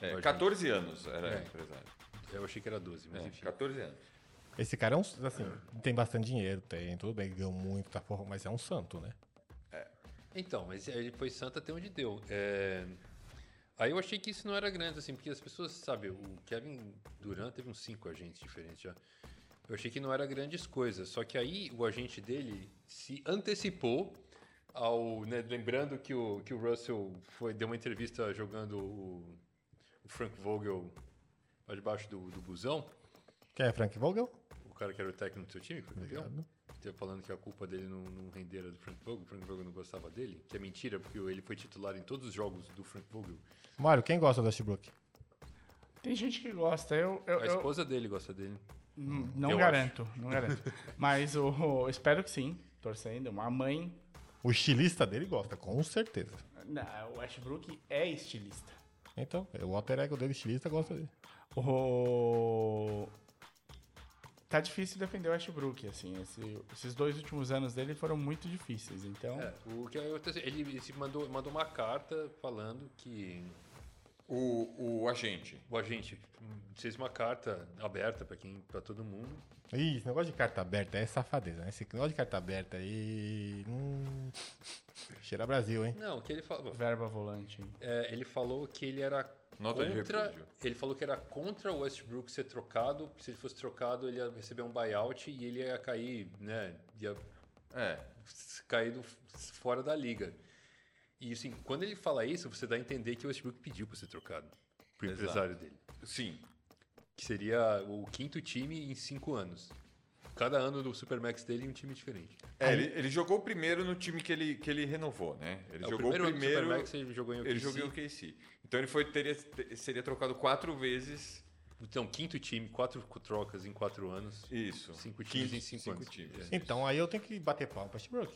[SPEAKER 5] É,
[SPEAKER 6] Imagina.
[SPEAKER 5] 14 anos era
[SPEAKER 6] É.
[SPEAKER 5] empresário.
[SPEAKER 6] Eu achei que era 12, mas
[SPEAKER 5] É,
[SPEAKER 6] enfim.
[SPEAKER 5] 14 anos.
[SPEAKER 4] Esse cara é um. Assim, tem bastante dinheiro, tem. Tudo bem, ganhou muito, tá porra, mas é um santo, né?
[SPEAKER 6] Então, mas ele foi santo até onde deu. É, Aí eu achei que isso não era grande, assim, porque as pessoas, sabe, o Kevin Durant teve uns cinco agentes diferentes já. Eu achei que não era grandes coisas, só que aí o agente dele se antecipou ao, né, lembrando que o, que o Russell foi, deu uma entrevista jogando o, o Frank Vogel lá debaixo do, do busão,
[SPEAKER 4] Quer é, Frank Vogel?
[SPEAKER 6] o cara que era o técnico do seu time, foi campeão.
[SPEAKER 4] Obrigado.
[SPEAKER 6] Teve falando que a culpa dele não, não rendera do Frank Vogel, o Frank Vogel não gostava dele, que é mentira, porque ele foi titular em todos os jogos do Frank Vogel.
[SPEAKER 4] Mário, quem gosta do Westbrook?
[SPEAKER 3] Tem gente que gosta. Eu, eu,
[SPEAKER 6] A
[SPEAKER 3] eu-
[SPEAKER 6] esposa dele gosta dele.
[SPEAKER 3] Hum, não
[SPEAKER 6] eu
[SPEAKER 3] garanto, não garanto. (laughs) Mas o, o- espero que sim. Torcendo. A mãe.
[SPEAKER 4] O estilista dele gosta, com certeza.
[SPEAKER 3] Não, o Westbrook é estilista.
[SPEAKER 4] Então, o alter ego dele, estilista, gosta dele.
[SPEAKER 3] O... Tá difícil defender o Westbrook, assim. esse- esses dois últimos anos dele foram muito difíceis, então...
[SPEAKER 6] É, o que aconteceu? Ele, ele se mandou, mandou uma carta falando que
[SPEAKER 5] O, o agente.
[SPEAKER 6] o agente fez uma carta aberta pra quem, para todo mundo.
[SPEAKER 4] Ih, esse negócio de carta aberta é safadeza, né? Esse negócio de carta aberta aí. Hum, cheira Brasil, hein?
[SPEAKER 6] Não, que ele falou,
[SPEAKER 3] Verba volante.
[SPEAKER 6] é, ele falou que ele era
[SPEAKER 5] Nota de
[SPEAKER 6] contra,
[SPEAKER 5] repúdio.
[SPEAKER 6] ele falou que era contra o Westbrook ser trocado, se ele fosse trocado ele ia receber um buyout e ele ia cair, né, ia
[SPEAKER 5] É.
[SPEAKER 6] caído fora da liga. E assim, quando ele fala isso, você dá a entender que o Westbrook pediu para ser trocado pro
[SPEAKER 5] Exato.
[SPEAKER 6] empresário dele,
[SPEAKER 5] Sim.
[SPEAKER 6] que seria o quinto time em cinco anos. Cada ano do Supermax dele em um time diferente.
[SPEAKER 5] É, ele, ele jogou o primeiro no time que ele, que ele renovou, né? Ele
[SPEAKER 6] É,
[SPEAKER 5] jogou o
[SPEAKER 6] ano do
[SPEAKER 5] primeiro.
[SPEAKER 6] Supermax ele jogou em
[SPEAKER 5] ele
[SPEAKER 6] OKC.
[SPEAKER 5] jogou o KC. Então ele foi, teria, te- seria trocado quatro vezes.
[SPEAKER 6] Então, quinto time, quatro trocas em quatro anos.
[SPEAKER 5] Isso.
[SPEAKER 6] Cinco times em cinco anos.
[SPEAKER 5] times.
[SPEAKER 4] Então, aí eu tenho que bater palma pra Westbrook.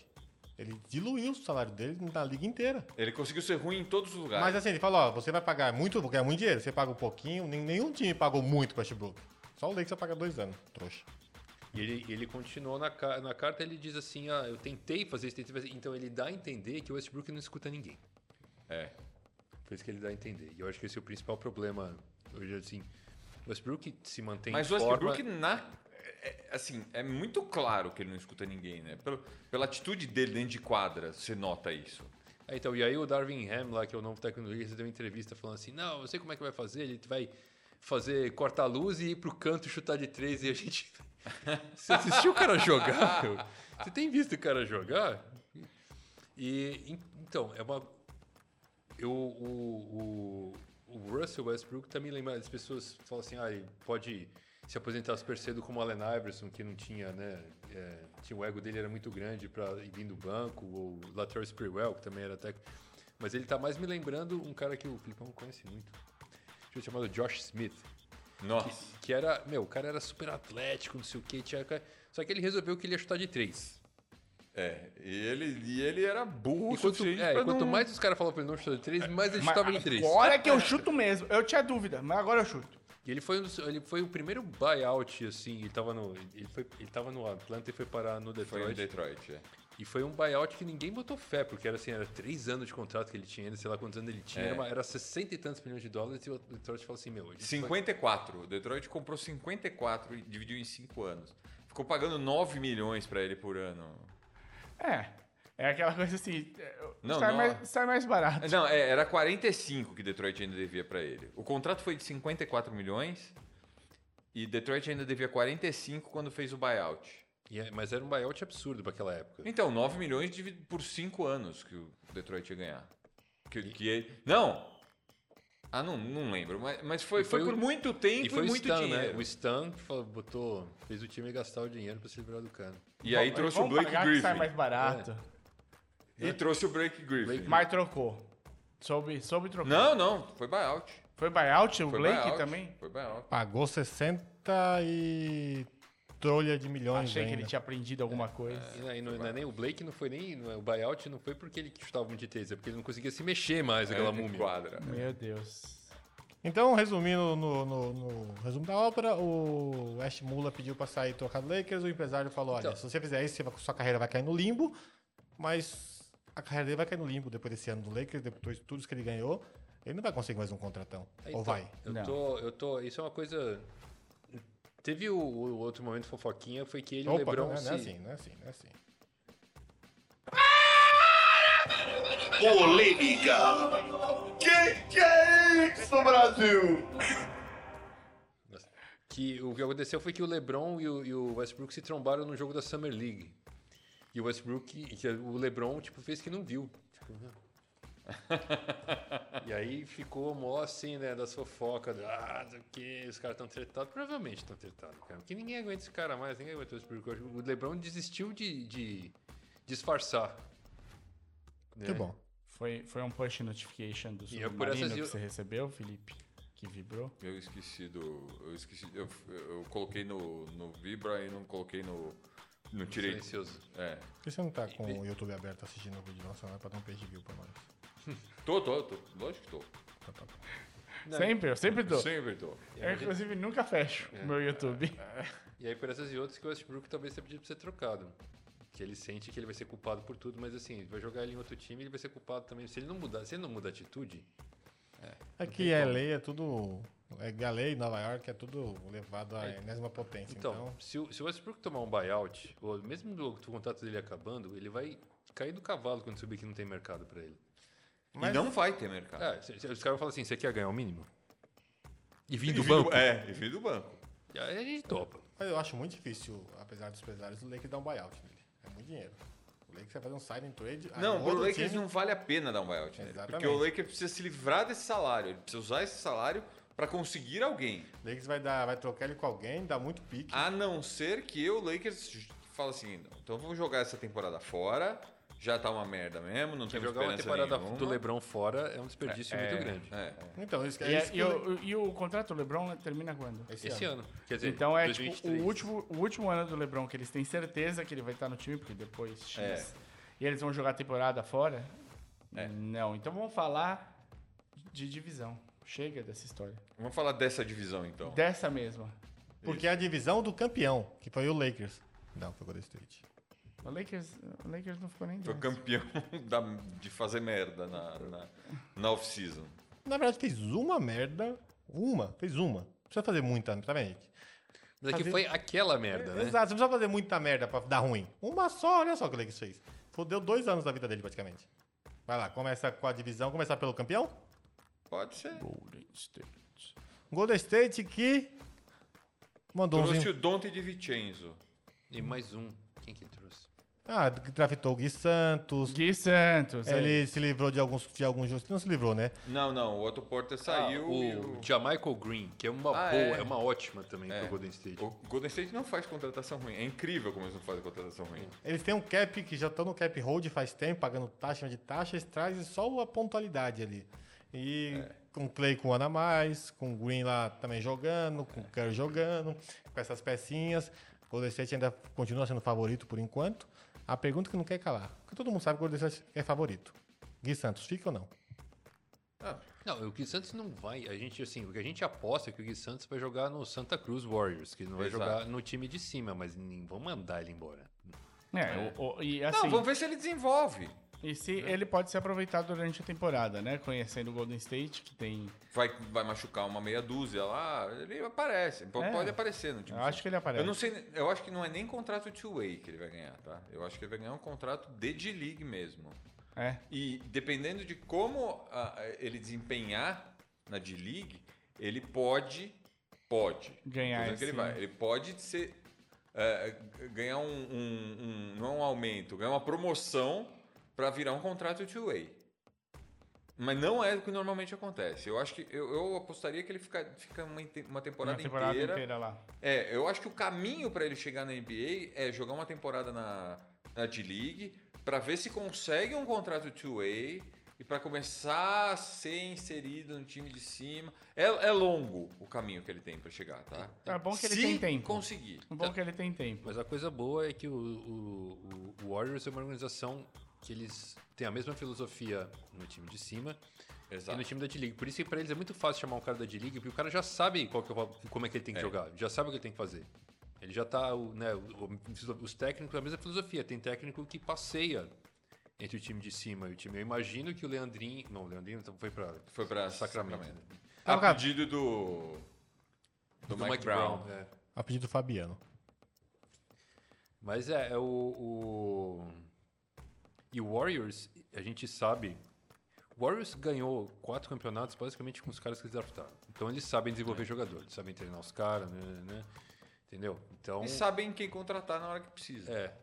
[SPEAKER 4] Ele diluiu o salário dele na liga inteira.
[SPEAKER 5] Ele conseguiu ser ruim em todos os lugares.
[SPEAKER 4] Mas assim, ele falou: ó, você vai pagar muito, vou ganhar muito dinheiro. Você paga um pouquinho, nem- nenhum time pagou muito pra Westbrook. Só o Lakers vai pagar dois anos, trouxa.
[SPEAKER 6] E ele, ele continuou na, ca- na carta, ele diz assim, ah, eu tentei fazer isso, tentei fazer isso. Então, ele dá a entender que o Westbrook não escuta ninguém.
[SPEAKER 5] É.
[SPEAKER 6] Foi isso que ele dá a entender. E eu acho que esse é o principal problema hoje, assim... O Westbrook se mantém
[SPEAKER 5] Mas
[SPEAKER 6] em
[SPEAKER 5] o
[SPEAKER 6] assim, forma...
[SPEAKER 5] Westbrook, na, é- é- assim, é muito claro que ele não escuta ninguém, né? Pelo- pela atitude dele dentro de quadra, você nota isso.
[SPEAKER 6] É, então, e aí o Darvin Ham, lá, que é o novo técnico do Lakers, deu uma entrevista falando assim, não, eu sei como é que vai fazer, ele vai fazer corta-luz e ir pro canto chutar de três e a gente... (laughs) Você assistiu o cara jogar? meu? Você tem visto o cara jogar? E, en- então, é uma... Eu, o, o, o Russell Westbrook também lembra, as pessoas falam assim, ah, ele pode se aposentar super cedo como o Allen Iverson, que não tinha, né, é, tinha, o ego dele era muito grande para vir do banco, ou o Latrell Sprewell, que também era técnico. Mas ele tá mais me lembrando um cara que o Filipão conhece muito, um chamado Josh Smith,
[SPEAKER 5] Nossa.
[SPEAKER 6] que era, meu, o cara era super atlético, não sei o que, tinha... ca- só que ele resolveu que ele ia chutar de três.
[SPEAKER 5] É. E ele, e ele era burro
[SPEAKER 6] E
[SPEAKER 5] o
[SPEAKER 6] quanto,
[SPEAKER 5] suficiente
[SPEAKER 6] é,
[SPEAKER 5] pra
[SPEAKER 6] quanto
[SPEAKER 5] não-
[SPEAKER 6] mais os caras falavam pra ele não chutar de três, mais ele
[SPEAKER 3] Mas
[SPEAKER 6] chutava de três.
[SPEAKER 3] agora é que eu chuto mesmo. Eu tinha dúvida, mas agora eu chuto.
[SPEAKER 6] E ele foi, um dos- ele foi o primeiro buyout, assim, ele tava no. Ele, foi, ele tava no Atlanta e foi parar no
[SPEAKER 5] Foi em
[SPEAKER 6] Detroit.
[SPEAKER 5] Detroit, é.
[SPEAKER 6] E foi um buyout que ninguém botou fé, porque era assim, era três anos de contrato que ele tinha, sei lá quantos anos ele tinha,
[SPEAKER 5] É.
[SPEAKER 6] era, uma- era 60 e tantos milhões de dólares, e o Detroit falou assim, meu, a gente foi-
[SPEAKER 5] 54. O Detroit comprou 54 e dividiu em 5 anos. Ficou pagando 9 milhões pra ele por
[SPEAKER 6] (laughs)
[SPEAKER 5] ano.
[SPEAKER 3] É. É aquela coisa assim. é,
[SPEAKER 5] Não,
[SPEAKER 3] sai,
[SPEAKER 5] não.
[SPEAKER 3] Mais, sai mais barato.
[SPEAKER 5] Não, é, era 45 que Detroit ainda devia pra ele. O contrato foi de 54 milhões e Detroit ainda devia 45 quando fez o buyout.
[SPEAKER 6] E é- mas era um buyout absurdo pra aquela época.
[SPEAKER 5] Então, 9 milhões dividi- por 5 anos que o Detroit ia ganhar. Que, que ele... Não! Ah, não, não lembro, mas, mas foi,
[SPEAKER 6] E foi
[SPEAKER 5] foi, por
[SPEAKER 6] o-
[SPEAKER 5] muito tempo
[SPEAKER 6] E
[SPEAKER 5] e,
[SPEAKER 6] foi o
[SPEAKER 5] muito
[SPEAKER 6] Stan,
[SPEAKER 5] dinheiro.
[SPEAKER 6] né? O Stan que falou- botou, fez o time gastar o dinheiro pra se livrar do cano.
[SPEAKER 5] E aí trouxe o
[SPEAKER 3] Vamos
[SPEAKER 5] Blake
[SPEAKER 3] pagar que sai mais
[SPEAKER 5] Griffin. É.
[SPEAKER 3] barato.
[SPEAKER 5] E trouxe o Blake Griffin.
[SPEAKER 6] Blake-
[SPEAKER 3] Mas trocou. Soube, soube trocar.
[SPEAKER 5] Não, não, foi buyout.
[SPEAKER 3] Foi buyout o
[SPEAKER 5] Foi
[SPEAKER 3] Blake
[SPEAKER 5] buyout,
[SPEAKER 3] também?
[SPEAKER 5] Foi buyout.
[SPEAKER 4] Pagou 60 e trolha de milhões
[SPEAKER 3] Achei que
[SPEAKER 4] ainda.
[SPEAKER 3] ele tinha aprendido alguma coisa.
[SPEAKER 6] E, aí não, não é nem o Blake, não foi nem. não é- o buyout não foi porque ele chutava muito de três, é porque ele não conseguia se mexer mais aquela
[SPEAKER 5] Aí
[SPEAKER 6] múmia.
[SPEAKER 5] É, Quadra.
[SPEAKER 3] Meu Deus.
[SPEAKER 4] Então, resumindo no, no- no resumo da ópera, o Ash Mula pediu pra sair e trocar do Lakers. O empresário falou: olha,
[SPEAKER 6] Então.
[SPEAKER 4] se você fizer isso, você vai- sua carreira vai cair no limbo, mas a carreira dele vai cair no limbo depois desse ano do Lakers, depois de tudo que ele ganhou. Ele não vai conseguir mais um contratão.
[SPEAKER 6] Aí,
[SPEAKER 4] Ou
[SPEAKER 6] então,
[SPEAKER 4] vai?
[SPEAKER 6] Eu
[SPEAKER 3] Não.
[SPEAKER 6] tô, eu tô. Isso é uma coisa. Teve o, o outro momento fofoquinha, foi que ele e o
[SPEAKER 4] Opa,
[SPEAKER 6] Lebron
[SPEAKER 4] não, é,
[SPEAKER 6] se...
[SPEAKER 4] não é assim, não é assim, não é assim.
[SPEAKER 1] Polêmica. Que que é isso, Brasil?
[SPEAKER 6] Que o que aconteceu foi que o LeBron e o, e o Westbrook se trombaram no jogo da Summer League. E o Westbrook, e que o LeBron tipo fez que não viu. Tipo, "Não." e aí ficou mó assim, né, das fofocas, do, ah, do que os caras estão tretados, provavelmente estão tretados, cara. Porque ninguém aguenta esse cara mais, ninguém aguenta o Westbrook. Eu acho que O LeBron desistiu de, de disfarçar.
[SPEAKER 4] Muito bom.
[SPEAKER 3] Foi, foi um push notification do
[SPEAKER 6] E é por
[SPEAKER 3] submarino
[SPEAKER 6] essas-
[SPEAKER 3] que você recebeu, Felipe? Que vibrou.
[SPEAKER 5] Eu esqueci do. Eu esqueci. Eu, eu coloquei no, no Vibra e não coloquei no. No tirei.
[SPEAKER 6] Silencioso.
[SPEAKER 5] É.
[SPEAKER 4] Por que você não tá com o YouTube aberto assistindo o vídeo nosso, não é pra dar um page view pra nós?
[SPEAKER 5] Tô, tô, tô. Lógico que tô.
[SPEAKER 4] Tá, tá, tá.
[SPEAKER 3] Sempre, eu sempre dou.
[SPEAKER 5] Sempre tô.
[SPEAKER 3] Eu, inclusive, nunca fecho
[SPEAKER 4] É.
[SPEAKER 3] o meu YouTube.
[SPEAKER 6] E aí, por essas e outras, que o Westbrook talvez tenha pedido pra ser trocado. Que ele sente que ele vai ser culpado por tudo, mas assim, vai jogar ele em outro time, ele vai ser culpado também. Se ele não mudar, se ele não mudar a atitude,
[SPEAKER 4] É que LA é tudo. É LA, Nova York, é tudo levado à enésima potência.
[SPEAKER 6] É. então,
[SPEAKER 4] então
[SPEAKER 6] se, o, se o Westbrook tomar um buyout, ou mesmo do, do contrato dele acabando, ele vai cair do cavalo quando subir que não tem mercado pra ele.
[SPEAKER 5] E não vai ter mercado.
[SPEAKER 6] Ah, se- se- os caras falam assim, você quer ganhar o mínimo? E vir
[SPEAKER 5] E
[SPEAKER 6] do
[SPEAKER 5] vem
[SPEAKER 6] banco?
[SPEAKER 5] É, e vem do banco.
[SPEAKER 6] E Aí a gente topa.
[SPEAKER 4] Mas eu acho muito difícil, apesar dos pesares, o Lakers dar um buyout nele. É muito dinheiro. O Lakers vai fazer um signing trade. aí
[SPEAKER 5] Não,
[SPEAKER 4] um
[SPEAKER 5] pro
[SPEAKER 4] outro
[SPEAKER 5] Lakers
[SPEAKER 4] time-
[SPEAKER 5] não vale a pena dar um buyout nele. Porque
[SPEAKER 4] Exatamente.
[SPEAKER 5] o Lakers precisa se livrar desse salário. Ele precisa usar esse salário pra conseguir alguém.
[SPEAKER 4] O Lakers vai, dar, vai trocar ele com alguém, dá muito pique.
[SPEAKER 5] A não ser que o Lakers fala assim, "Não, então vamos jogar essa temporada fora. Já tá uma merda mesmo, não tem
[SPEAKER 6] Jogar uma
[SPEAKER 5] esperança
[SPEAKER 6] temporada
[SPEAKER 5] nenhuma.
[SPEAKER 6] do LeBron fora é um desperdício muito grande.
[SPEAKER 5] É.
[SPEAKER 4] Então, isso,
[SPEAKER 3] E,
[SPEAKER 4] é isso
[SPEAKER 3] é-
[SPEAKER 4] que
[SPEAKER 3] e
[SPEAKER 4] o Le-
[SPEAKER 3] o, e o contrato do LeBron termina quando?
[SPEAKER 4] esse,
[SPEAKER 6] Esse
[SPEAKER 4] ano.
[SPEAKER 6] ano. Quer dizer,
[SPEAKER 3] Então é tipo,
[SPEAKER 6] 2023.
[SPEAKER 3] o, último, o último ano do LeBron que eles têm certeza que ele vai estar no time, porque depois X. E eles vão jogar a temporada fora?
[SPEAKER 5] É.
[SPEAKER 3] Não. Então vamos falar de divisão. Chega dessa história.
[SPEAKER 5] Vamos falar dessa divisão então.
[SPEAKER 3] Dessa mesma.
[SPEAKER 4] Porque é a divisão do campeão, que foi o Lakers. Não, foi o Golden State.
[SPEAKER 3] O Lakers, o Lakers não ficou nem
[SPEAKER 5] Foi
[SPEAKER 3] dentro.
[SPEAKER 5] campeão (laughs) da- de fazer merda na, na, na off-season.
[SPEAKER 4] Na verdade, fez uma merda. Uma, fez uma. Não precisa fazer muita, tá vendo, gente?
[SPEAKER 6] Mas aqui
[SPEAKER 4] fazer-
[SPEAKER 6] foi aquela merda, né?
[SPEAKER 4] Exato, você não precisa fazer muita merda pra dar ruim. Uma só, olha só o que o Lakers fez. Fodeu dois anos da vida dele, praticamente. Vai lá, começa com a divisão, começar pelo campeão?
[SPEAKER 5] Pode ser.
[SPEAKER 3] Golden State.
[SPEAKER 4] Golden State que mandou uns...
[SPEAKER 5] Trouxe o Dante de Vincenzo.
[SPEAKER 6] E mais um. Quem que trouxe?
[SPEAKER 4] Ah, draftou o Gui Santos. é,
[SPEAKER 3] Gui Santos.
[SPEAKER 5] É.
[SPEAKER 3] aí.
[SPEAKER 4] Ele se livrou de alguns de alguns jogos. Não se livrou, né?
[SPEAKER 5] Não, não, o Otto Porter
[SPEAKER 3] Ah,
[SPEAKER 5] saiu. e
[SPEAKER 6] o
[SPEAKER 5] o,
[SPEAKER 6] Jamaica Green, que é uma
[SPEAKER 5] Ah,
[SPEAKER 6] boa,
[SPEAKER 5] é.
[SPEAKER 6] é. uma ótima também
[SPEAKER 5] É.
[SPEAKER 6] pro Golden State.
[SPEAKER 5] o Golden State não faz contratação ruim. É incrível como eles não fazem contratação ruim.
[SPEAKER 4] Eles têm um cap que já estão no cap hold faz tempo, pagando taxa de taxa, eles trazem só a pontualidade ali. E com o Clay com um ano a mais, com o Green lá também jogando, com o Curry jogando, com essas pecinhas. O Golden State ainda continua sendo favorito por enquanto. A pergunta que não quer calar, porque todo mundo sabe que o Golden State é favorito. Gui Santos, fica ou não?
[SPEAKER 5] Ah,
[SPEAKER 6] Não, o Gui Santos não vai. A gente, assim, o que a gente aposta é que o Gui Santos vai jogar no Santa Cruz Warriors, que não vai
[SPEAKER 5] Exato.
[SPEAKER 6] jogar no time de cima, mas nem vão mandar ele embora.
[SPEAKER 3] É, o- o- e assim,
[SPEAKER 5] Não, vamos ver se ele desenvolve.
[SPEAKER 3] e se ele pode ser aproveitado durante a temporada, né? Conhecendo o Golden State, que tem.
[SPEAKER 5] Vai, vai machucar uma meia dúzia lá, ele aparece. P-
[SPEAKER 3] É.
[SPEAKER 5] Pode aparecer no time.
[SPEAKER 3] Eu acho que ele aparece.
[SPEAKER 5] Eu não sei, eu acho que não é nem contrato two-way que ele vai ganhar, tá? Eu acho que ele vai ganhar um contrato de D-League mesmo.
[SPEAKER 3] É.
[SPEAKER 5] E dependendo de como ah, ele desempenhar na D-League, ele pode. Pode.
[SPEAKER 3] Ganhar
[SPEAKER 5] Tô dizendo que ele
[SPEAKER 3] esse-
[SPEAKER 5] vai. Ele pode ser. eh, ganhar um, um- um- Não um aumento, ganhar uma promoção para virar um contrato two-way. Mas não é o que normalmente acontece. Eu acho que. Eu, eu apostaria que ele fica, fica uma, inte- uma
[SPEAKER 3] Na
[SPEAKER 5] temporada,
[SPEAKER 3] temporada inteira,
[SPEAKER 5] inteira
[SPEAKER 3] lá.
[SPEAKER 5] é, eu acho que o caminho para ele chegar na NBA é jogar uma temporada na, na D-League para ver se consegue um contrato two-way e para começar a ser inserido no time de cima. É, é longo o caminho que ele tem para chegar, tá?
[SPEAKER 3] Tá bom que ele
[SPEAKER 5] se
[SPEAKER 3] tem tempo.
[SPEAKER 5] conseguir.
[SPEAKER 3] O bom é que ele tem tempo.
[SPEAKER 6] Mas a coisa boa é que o, o- o Warriors é uma organização que eles têm a mesma filosofia no time de cima e
[SPEAKER 5] Exato.
[SPEAKER 6] no time da D-League. Por isso que pra eles é muito fácil chamar um cara da D-League, porque o cara já sabe qual que é o ro- como é que ele tem que
[SPEAKER 5] É.
[SPEAKER 6] jogar, já sabe o que ele tem que fazer. Ele já tá, o- né, o- os técnicos, a mesma filosofia. Tem técnico que passeia entre o time de cima e o time. Eu imagino que o Leandrinho... Não, o Leandrinho então foi pra...
[SPEAKER 5] Foi para
[SPEAKER 6] Sacramento.
[SPEAKER 5] Sacramento.
[SPEAKER 3] Então,
[SPEAKER 5] A
[SPEAKER 3] cara-
[SPEAKER 5] pedido do. Do, Mike, Brown.
[SPEAKER 6] é.
[SPEAKER 4] A pedido do Fabiano.
[SPEAKER 6] Mas é, é o, o. E o Warriors, a gente sabe. O Warriors ganhou quatro campeonatos basicamente com os caras que eles draftaram. Então eles sabem
[SPEAKER 3] É.
[SPEAKER 6] desenvolver jogador, eles sabem treinar os caras, né, né? Entendeu? Então.
[SPEAKER 5] E sabem quem contratar na hora que precisa.
[SPEAKER 6] É.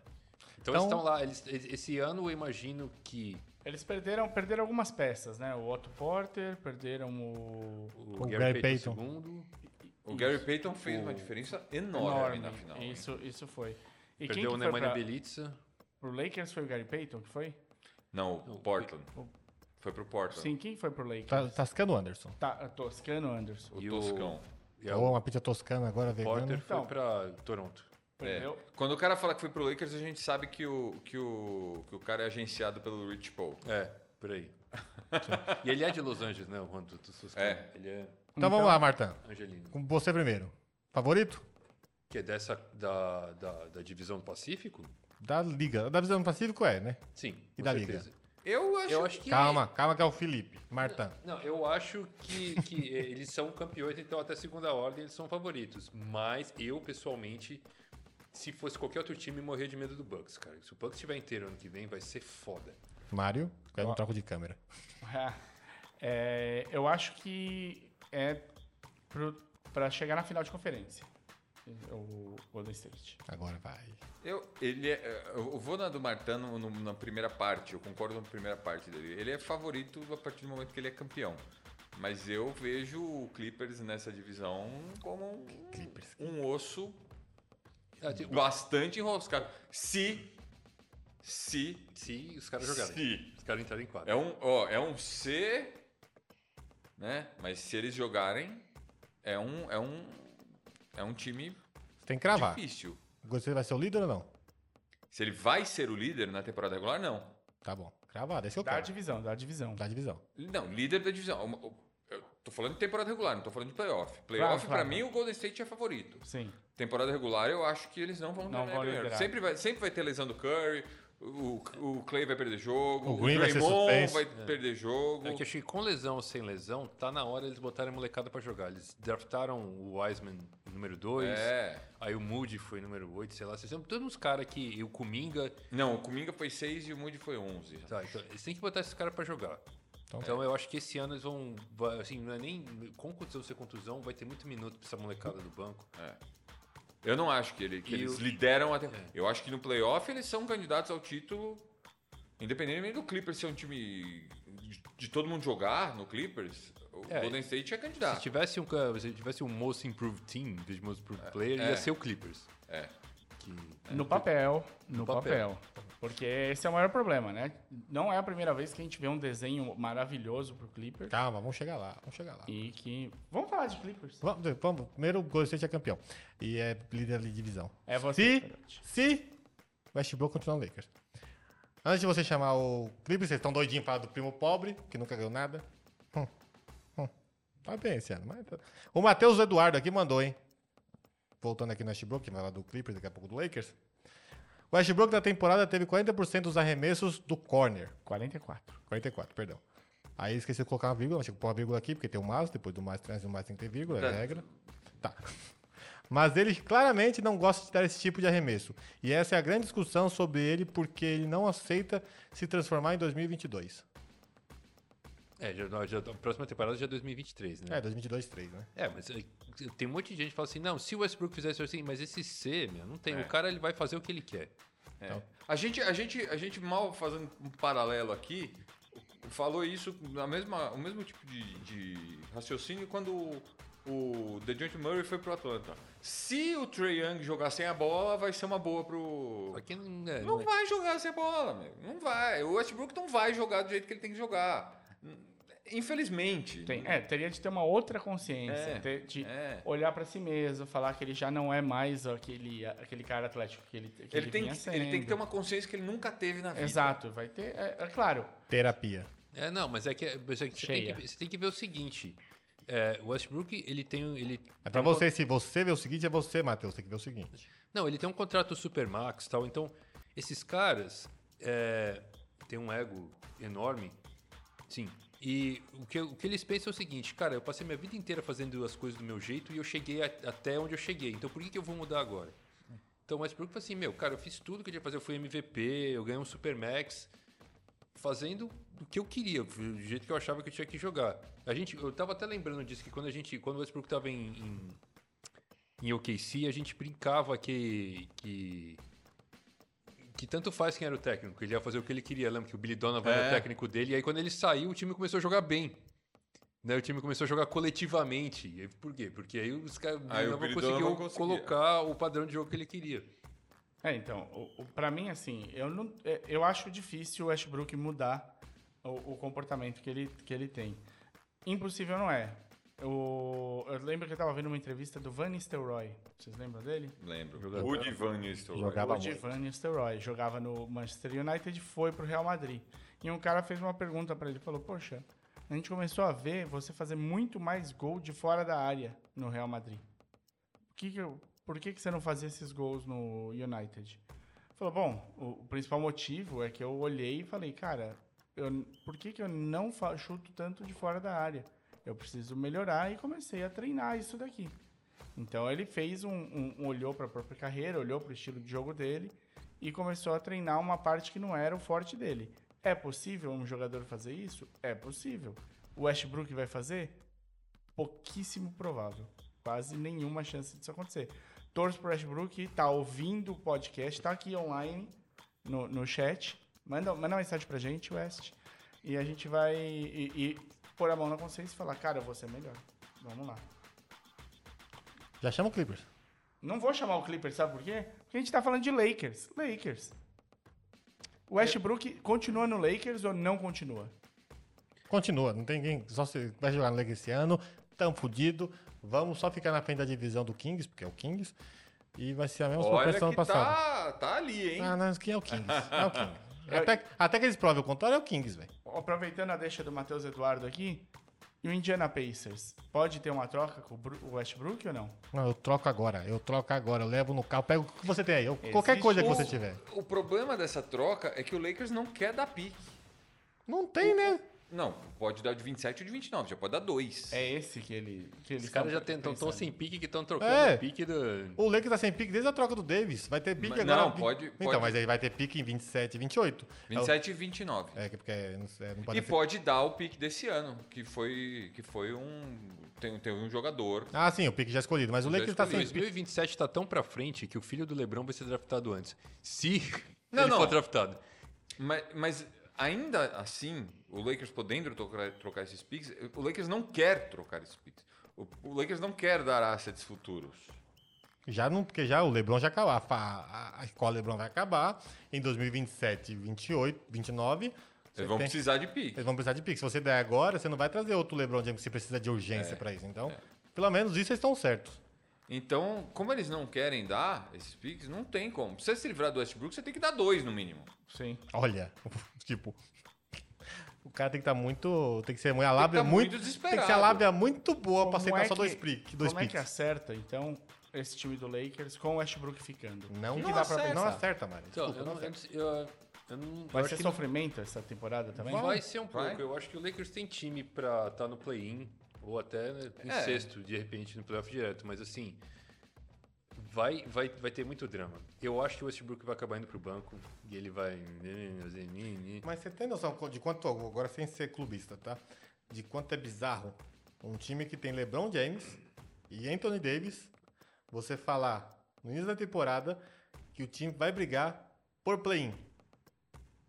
[SPEAKER 4] Então-
[SPEAKER 6] Então, eles estão lá. Eles, eles- esse ano eu imagino que
[SPEAKER 3] Eles perderam, perderam algumas peças, né? O Otto Porter, perderam o.
[SPEAKER 6] o,
[SPEAKER 4] O
[SPEAKER 6] Gary
[SPEAKER 4] Gary
[SPEAKER 6] Payton,
[SPEAKER 4] Payton.
[SPEAKER 6] segundo.
[SPEAKER 5] O Gary Payton fez uma diferença enorme, na final. hein?
[SPEAKER 3] Isso, isso foi. E quem
[SPEAKER 6] Perdeu
[SPEAKER 3] que
[SPEAKER 6] o
[SPEAKER 3] foi
[SPEAKER 6] Nemanja
[SPEAKER 3] pra,
[SPEAKER 6] Belitza.
[SPEAKER 3] pro Lakers foi o Gary Payton, que foi?
[SPEAKER 5] Não, o Portland.
[SPEAKER 3] o-
[SPEAKER 5] Foi pro Portland.
[SPEAKER 3] Sim, quem foi pro Lakers?
[SPEAKER 4] Tá, Tascano Anderson.
[SPEAKER 3] Tá, Toscano Anderson.
[SPEAKER 5] O
[SPEAKER 6] E o-
[SPEAKER 5] Toscão.
[SPEAKER 6] E
[SPEAKER 4] Ou
[SPEAKER 6] É
[SPEAKER 4] é
[SPEAKER 6] o
[SPEAKER 4] uma pizza toscana agora vegana.
[SPEAKER 6] Porter
[SPEAKER 3] Então.
[SPEAKER 6] foi pra Toronto.
[SPEAKER 5] É.
[SPEAKER 3] Perdeu. (laughs)
[SPEAKER 5] Quando o cara fala que foi pro Lakers, a gente sabe que o, que o, que o cara é agenciado pelo Rich Paul.
[SPEAKER 6] É, por
[SPEAKER 4] (laughs)
[SPEAKER 6] aí. e ele é de Los Angeles, né? O Juan do, do Suscano.
[SPEAKER 5] É.
[SPEAKER 6] Ele é
[SPEAKER 4] Então vamos lá, Martã.
[SPEAKER 6] angelino.
[SPEAKER 4] Com você primeiro. Favorito?
[SPEAKER 6] Que é dessa da, da, da divisão do Pacífico?
[SPEAKER 4] Da Liga. Da visão do Pacífico é, né?
[SPEAKER 6] Sim.
[SPEAKER 4] E
[SPEAKER 6] com
[SPEAKER 4] da
[SPEAKER 6] certeza.
[SPEAKER 5] Eu acho.
[SPEAKER 6] Eu acho que.
[SPEAKER 4] Calma, calma que é o Felipe. Martã.
[SPEAKER 6] Não, eu acho que, que eles são campeões, então até segunda ordem eles são favoritos. Mas eu, pessoalmente, se fosse qualquer outro time, morrer de medo do Bucks, cara. Se o Bucks estiver inteiro ano que vem, vai ser foda.
[SPEAKER 4] Mário, eu não troco de câmera.
[SPEAKER 3] É, eu acho que é pro- pra chegar na final de conferência. O Golden State.
[SPEAKER 4] Agora vai.
[SPEAKER 5] Eu, ele é- eu vou na do Martin no- no- na primeira parte, eu concordo na primeira parte dele. Ele é favorito a partir do momento que ele é campeão. Mas eu vejo o Clippers nessa divisão como um, um osso
[SPEAKER 6] Ah, tem-
[SPEAKER 5] bastante enroscado. Se. Se.
[SPEAKER 6] Se os caras jogarem.
[SPEAKER 5] Se.
[SPEAKER 6] Os caras entrarem em quadro.
[SPEAKER 5] É um, ó, é um C, né? Mas se eles jogarem, é um, é um, é um time
[SPEAKER 4] Você tem que cravar.
[SPEAKER 5] difícil.
[SPEAKER 4] Você vai ser o líder ou não?
[SPEAKER 5] Se ele vai ser o líder na temporada regular, não.
[SPEAKER 4] Tá bom. Cravado, esse eu
[SPEAKER 3] Dá a
[SPEAKER 4] quero.
[SPEAKER 3] divisão, dá a divisão.
[SPEAKER 4] Da divisão.
[SPEAKER 5] Não, líder da divisão. Uma- o- Eu tô falando de temporada regular, não tô falando de playoff. Playoff, pra
[SPEAKER 3] claro.
[SPEAKER 5] mim, o Golden State é favorito.
[SPEAKER 3] Sim.
[SPEAKER 5] Temporada regular, eu acho que eles não vão
[SPEAKER 3] Não
[SPEAKER 5] terminar
[SPEAKER 3] vão
[SPEAKER 5] em primeiro.
[SPEAKER 3] liderar.
[SPEAKER 5] Sempre vai, sempre vai ter lesão do Curry, o, o Clay vai perder jogo,
[SPEAKER 4] O Green vai ser
[SPEAKER 5] Draymond
[SPEAKER 4] suspenso.
[SPEAKER 5] vai perder jogo.
[SPEAKER 6] É que eu acho que com lesão ou sem lesão, tá na hora eles botarem a molecada pra jogar. Eles draftaram o Wiseman número 2.
[SPEAKER 5] É.
[SPEAKER 6] Aí o Moody foi número 8, sei lá. Vocês são todos uns caras que. E o Kuminga.
[SPEAKER 5] Não, o Kuminga foi 6 e o Moody foi 11.
[SPEAKER 6] Tá, então, eles têm que botar esses caras pra jogar. Então, eu acho que esse ano eles vão. vai- Assim, não é nem. Com contusão ser contusão, vai ter muito minuto pra essa molecada do banco.
[SPEAKER 5] Eu não acho que, ele- que
[SPEAKER 6] E
[SPEAKER 5] eles
[SPEAKER 6] o- É.
[SPEAKER 5] lideram até. Eu acho que no playoff eles são candidatos ao título. Independentemente do Clippers ser um time de, de todo mundo jogar no Clippers, o
[SPEAKER 6] É,
[SPEAKER 5] Golden State é
[SPEAKER 6] Se
[SPEAKER 5] candidato.
[SPEAKER 6] tivesse um, ca- se tivesse um Most Improved Team, em vez de Most Improved Player,
[SPEAKER 5] é.
[SPEAKER 6] ia ser o Clippers.
[SPEAKER 5] É.
[SPEAKER 6] Que
[SPEAKER 3] No papel, no,
[SPEAKER 6] papel.
[SPEAKER 3] papel. Porque esse é o maior problema, né? Não é a primeira vez que a gente vê um desenho maravilhoso pro Clippers
[SPEAKER 4] Calma, vamos chegar lá. Vamos chegar lá.
[SPEAKER 3] e que... Vamos falar de Clippers.
[SPEAKER 4] Vamos, vamos. Primeiro, o Golden State é campeão. E é líder de divisão.
[SPEAKER 3] É você, Perotti.
[SPEAKER 4] Se, se Westbrook continuar no Lakers. Antes de você chamar o Clippers, vocês estão doidinhos para do primo pobre, que nunca ganhou nada. Hum, hum. Tá bem esse ano. Mas... tá- O Matheus é Eduardo aqui mandou, hein? Voltando aqui no Westbrook, que vai lá do Clippers, daqui a pouco do Lakers. O Westbrook na temporada teve 40% dos arremessos do corner.
[SPEAKER 3] 44.
[SPEAKER 4] 44, perdão. Aí esqueci de colocar uma vírgula, tinha que pôr uma vírgula aqui, porque tem o mais, depois do mais trans, o mais tem que ter vírgula, é a
[SPEAKER 6] Tá.
[SPEAKER 4] regra. Tá. Mas ele claramente não gosta de dar esse tipo de arremesso. E essa é a grande discussão sobre ele, porque ele não aceita se transformar em 2022.
[SPEAKER 6] É, já, nós já, a próxima temporada já é 2023, né?
[SPEAKER 4] É, 2022, 3, né?
[SPEAKER 6] É, mas eh, tem um monte de gente que fala assim, não, se o Westbrook fizesse assim, mas esse C, meu, não tem. O cara ele vai fazer o que ele quer.
[SPEAKER 5] É. A gente, a gente, a gente mal fazendo um paralelo aqui, falou isso na mesma, o mesmo tipo de, de raciocínio quando o, o DeJounte Murray foi pro Atlanta. Se o Trae Young jogar sem a bola, vai ser uma boa pro
[SPEAKER 6] Aqui não é.
[SPEAKER 5] não vai jogar sem a bola, meu. Não vai. O Westbrook não vai jogar do jeito que ele tem que jogar. Infelizmente.
[SPEAKER 3] Tem, é, teria de ter uma outra consciência,
[SPEAKER 5] É,
[SPEAKER 3] ter- de
[SPEAKER 5] é.
[SPEAKER 3] olhar pra si mesmo, falar que ele já não é mais aquele, aquele cara atlético que ele, que ele,
[SPEAKER 5] Ele, tem
[SPEAKER 3] vinha
[SPEAKER 5] que, ele tem que ter
[SPEAKER 3] sendo.
[SPEAKER 5] uma consciência que ele nunca teve na vida.
[SPEAKER 3] Exato, vai ter. É, é claro.
[SPEAKER 4] Terapia.
[SPEAKER 6] É, não, mas é que, mas é que, você, tem
[SPEAKER 3] Cheia.
[SPEAKER 6] que você tem que ver o seguinte. É, o Westbrook, ele tem. um- Ele,
[SPEAKER 4] É pra
[SPEAKER 6] tem um
[SPEAKER 4] você, se você vê o seguinte, é você, Matheus, tem que ver o seguinte.
[SPEAKER 6] Não, ele tem um contrato Supermax e tal. Então, esses caras é, têm um ego enorme. Sim. E o que, o que eles pensam é o seguinte, cara, eu passei minha vida inteira fazendo as coisas do meu jeito e eu cheguei a- até onde eu cheguei. Então por que, que eu vou mudar agora? Então o Westbrook falou assim, meu, cara, eu fiz tudo que eu tinha que fazer, eu fui MVP, eu ganhei um Supermax, fazendo o que eu queria, do jeito que eu achava que eu tinha que jogar. A gente, eu tava até lembrando disso, que quando a gente, quando o Westbrook tava em, em em OKC, a gente brincava que, que. que tanto faz quem era o técnico, ele ia fazer o que ele queria. Lembra que o Billy Donovan era o
[SPEAKER 5] É.
[SPEAKER 6] técnico dele, e aí quando ele saiu, o time começou a jogar bem. Né, o time começou a jogar coletivamente. E aí, por quê? Porque aí os caras
[SPEAKER 5] Aí o
[SPEAKER 6] não
[SPEAKER 5] Billy
[SPEAKER 6] conseguiam
[SPEAKER 5] Donovan conseguia.
[SPEAKER 6] colocar o padrão de jogo que ele queria.
[SPEAKER 3] É, então, o, o, pra mim, assim, eu, não, é, eu acho difícil o Westbrook mudar o, o comportamento que ele, que ele tem. Impossível não é. Eu, eu lembro que eu tava vendo uma entrevista do Van Nistelrooy. Vocês lembram dele?
[SPEAKER 5] Lembro.
[SPEAKER 6] Jogador.
[SPEAKER 5] Rudy Van Nistelrooy.
[SPEAKER 4] Jogava
[SPEAKER 3] o
[SPEAKER 4] muito.
[SPEAKER 3] Van Nistelrooy jogava no Manchester United e foi pro Real Madrid. E um cara fez uma pergunta pra ele, falou: "Poxa, a gente começou a ver você fazer muito mais gol de fora da área no Real Madrid. Por que, que eu- por que que você não fazia esses gols no United?" Falou: "Bom, o, o principal motivo é que eu olhei e falei: "Cara, eu- por que que eu não fa- chuto tanto de fora da área? Eu preciso melhorar e comecei a treinar isso daqui." Então ele fez um, um- um- olhou para a própria carreira, olhou para o estilo de jogo dele e começou a treinar uma parte que não era o forte dele. É possível um jogador fazer isso? É possível. O Westbrook vai fazer? Pouquíssimo provável. Quase nenhuma chance disso acontecer. Torço pro Westbrook, tá ouvindo o podcast, tá aqui online no, no chat. Manda, manda uma mensagem pra gente, West. E a gente vai e, e pôr a mão na consciência e falar, cara, eu vou ser melhor. Vamos lá.
[SPEAKER 4] Já chama o Clippers.
[SPEAKER 3] Não vou chamar o Clippers, sabe por quê? Porque a gente tá falando de Lakers. Lakers. O Westbrook continua no Lakers ou não continua?
[SPEAKER 4] Continua, não tem ninguém. Só se vai jogar no Lakers esse ano, tão fudido. Vamos só ficar na frente da divisão do Kings, porque é o Kings. E vai ser a mesma
[SPEAKER 5] Olha
[SPEAKER 4] situação do ano
[SPEAKER 5] que
[SPEAKER 4] passado.
[SPEAKER 5] tá, tá ali, hein?
[SPEAKER 4] Ah, não, quem é o Kings? É o
[SPEAKER 5] (laughs)
[SPEAKER 4] Kings. Até, até que eles provem o contrário, é o Kings, velho.
[SPEAKER 3] Aproveitando a deixa do Matheus Eduardo aqui, e o Indiana Pacers? Pode ter uma troca com o Bru- o Westbrook ou não?
[SPEAKER 4] Não, eu troco agora, eu troco agora, eu levo no carro, pego o que você tem aí, eu- qualquer
[SPEAKER 3] Existe
[SPEAKER 4] coisa que
[SPEAKER 5] O-
[SPEAKER 4] você tiver.
[SPEAKER 5] O problema dessa troca é que o Lakers não quer dar pique.
[SPEAKER 4] Não tem, né?
[SPEAKER 5] Não, pode dar de 27 ou de 29, já pode dar dois.
[SPEAKER 3] É esse que ele. Que eles
[SPEAKER 6] Os caras já
[SPEAKER 3] tão
[SPEAKER 6] estão tão
[SPEAKER 3] pensando.
[SPEAKER 6] sem pique que estão trocando
[SPEAKER 4] É.
[SPEAKER 6] o pique do.
[SPEAKER 4] O Lakers tá sem pique desde a troca do Davis, vai ter pique
[SPEAKER 5] Mas-
[SPEAKER 4] agora.
[SPEAKER 5] não, pode- pode.
[SPEAKER 4] Então, mas aí vai ter pique em 27, 28.
[SPEAKER 5] 27 e 29.
[SPEAKER 4] É, que- porque é, não, sei, não pode
[SPEAKER 5] E
[SPEAKER 4] ser-
[SPEAKER 5] pode dar o pique desse ano, que foi, que foi um. Tem, tem um jogador.
[SPEAKER 4] Ah, sim, o pique já escolhido, mas o
[SPEAKER 5] Já é
[SPEAKER 4] Lakers tá sem
[SPEAKER 5] escolhido.
[SPEAKER 4] pique.
[SPEAKER 6] 2027 tá tão pra frente que o filho do Lebron vai ser draftado antes. Se
[SPEAKER 5] Não,
[SPEAKER 6] (laughs) ele
[SPEAKER 5] não.
[SPEAKER 6] for draftado.
[SPEAKER 5] Mas, mas ainda assim, o Lakers podendo trocar, trocar esses piques, o Lakers não quer trocar esses piques. O, o Lakers não quer dar assets futuros.
[SPEAKER 4] Já não, porque já o LeBron já acabou. A, fa- a, a escola LeBron vai acabar em 2027, 28, 29. você
[SPEAKER 5] Eles vão
[SPEAKER 4] tem-
[SPEAKER 5] precisar de pique.
[SPEAKER 4] eles vão precisar de pique. Se você der agora, você não vai trazer outro LeBron James que você precisa de
[SPEAKER 5] É,
[SPEAKER 4] urgência pra isso. Então, pelo menos isso eles estão certos.
[SPEAKER 5] Então, como eles não querem dar esses piques, não tem como. Pra você se livrar do Westbrook, você tem que dar dois no mínimo.
[SPEAKER 4] assim.
[SPEAKER 3] Sim.
[SPEAKER 4] Olha, (laughs) tipo. O cara tem que estar muito. Tem que ser muito. A lábia
[SPEAKER 5] tá
[SPEAKER 4] muito.
[SPEAKER 5] muito
[SPEAKER 4] tem que ser a
[SPEAKER 5] desesperado.
[SPEAKER 4] lábia muito boa pra aceitar
[SPEAKER 3] é
[SPEAKER 4] só dois
[SPEAKER 3] que-
[SPEAKER 4] piques. Dois
[SPEAKER 3] Como é que
[SPEAKER 4] piques.
[SPEAKER 3] acerta, então, esse time do Lakers com o Westbrook ficando.
[SPEAKER 4] Não,
[SPEAKER 3] O é? que que dá pra
[SPEAKER 4] acerta.
[SPEAKER 3] pensar?
[SPEAKER 4] Não acerta, Mari.
[SPEAKER 6] Então,
[SPEAKER 4] Desculpa,
[SPEAKER 6] eu
[SPEAKER 4] não
[SPEAKER 6] não, eu
[SPEAKER 4] acerta.
[SPEAKER 6] não sei- eu- eu não-
[SPEAKER 3] Vai
[SPEAKER 6] eu acho
[SPEAKER 3] ser
[SPEAKER 6] que
[SPEAKER 3] sofrimento essa temporada também?
[SPEAKER 6] não- vai ser um pouco.
[SPEAKER 5] Vai.
[SPEAKER 6] Eu acho que o Lakers tem time pra estar no play-in ou até né, em
[SPEAKER 5] É.
[SPEAKER 6] sexto, de repente, no playoff direto. Mas assim, vai, vai, vai ter muito drama. Eu acho que o Westbrook vai acabar indo pro banco e ele vai...
[SPEAKER 4] Mas você tem noção de quanto, agora sem ser clubista, tá? De quanto é bizarro um time que tem LeBron James e Anthony Davis, você falar no início da temporada que o time vai brigar por play-in.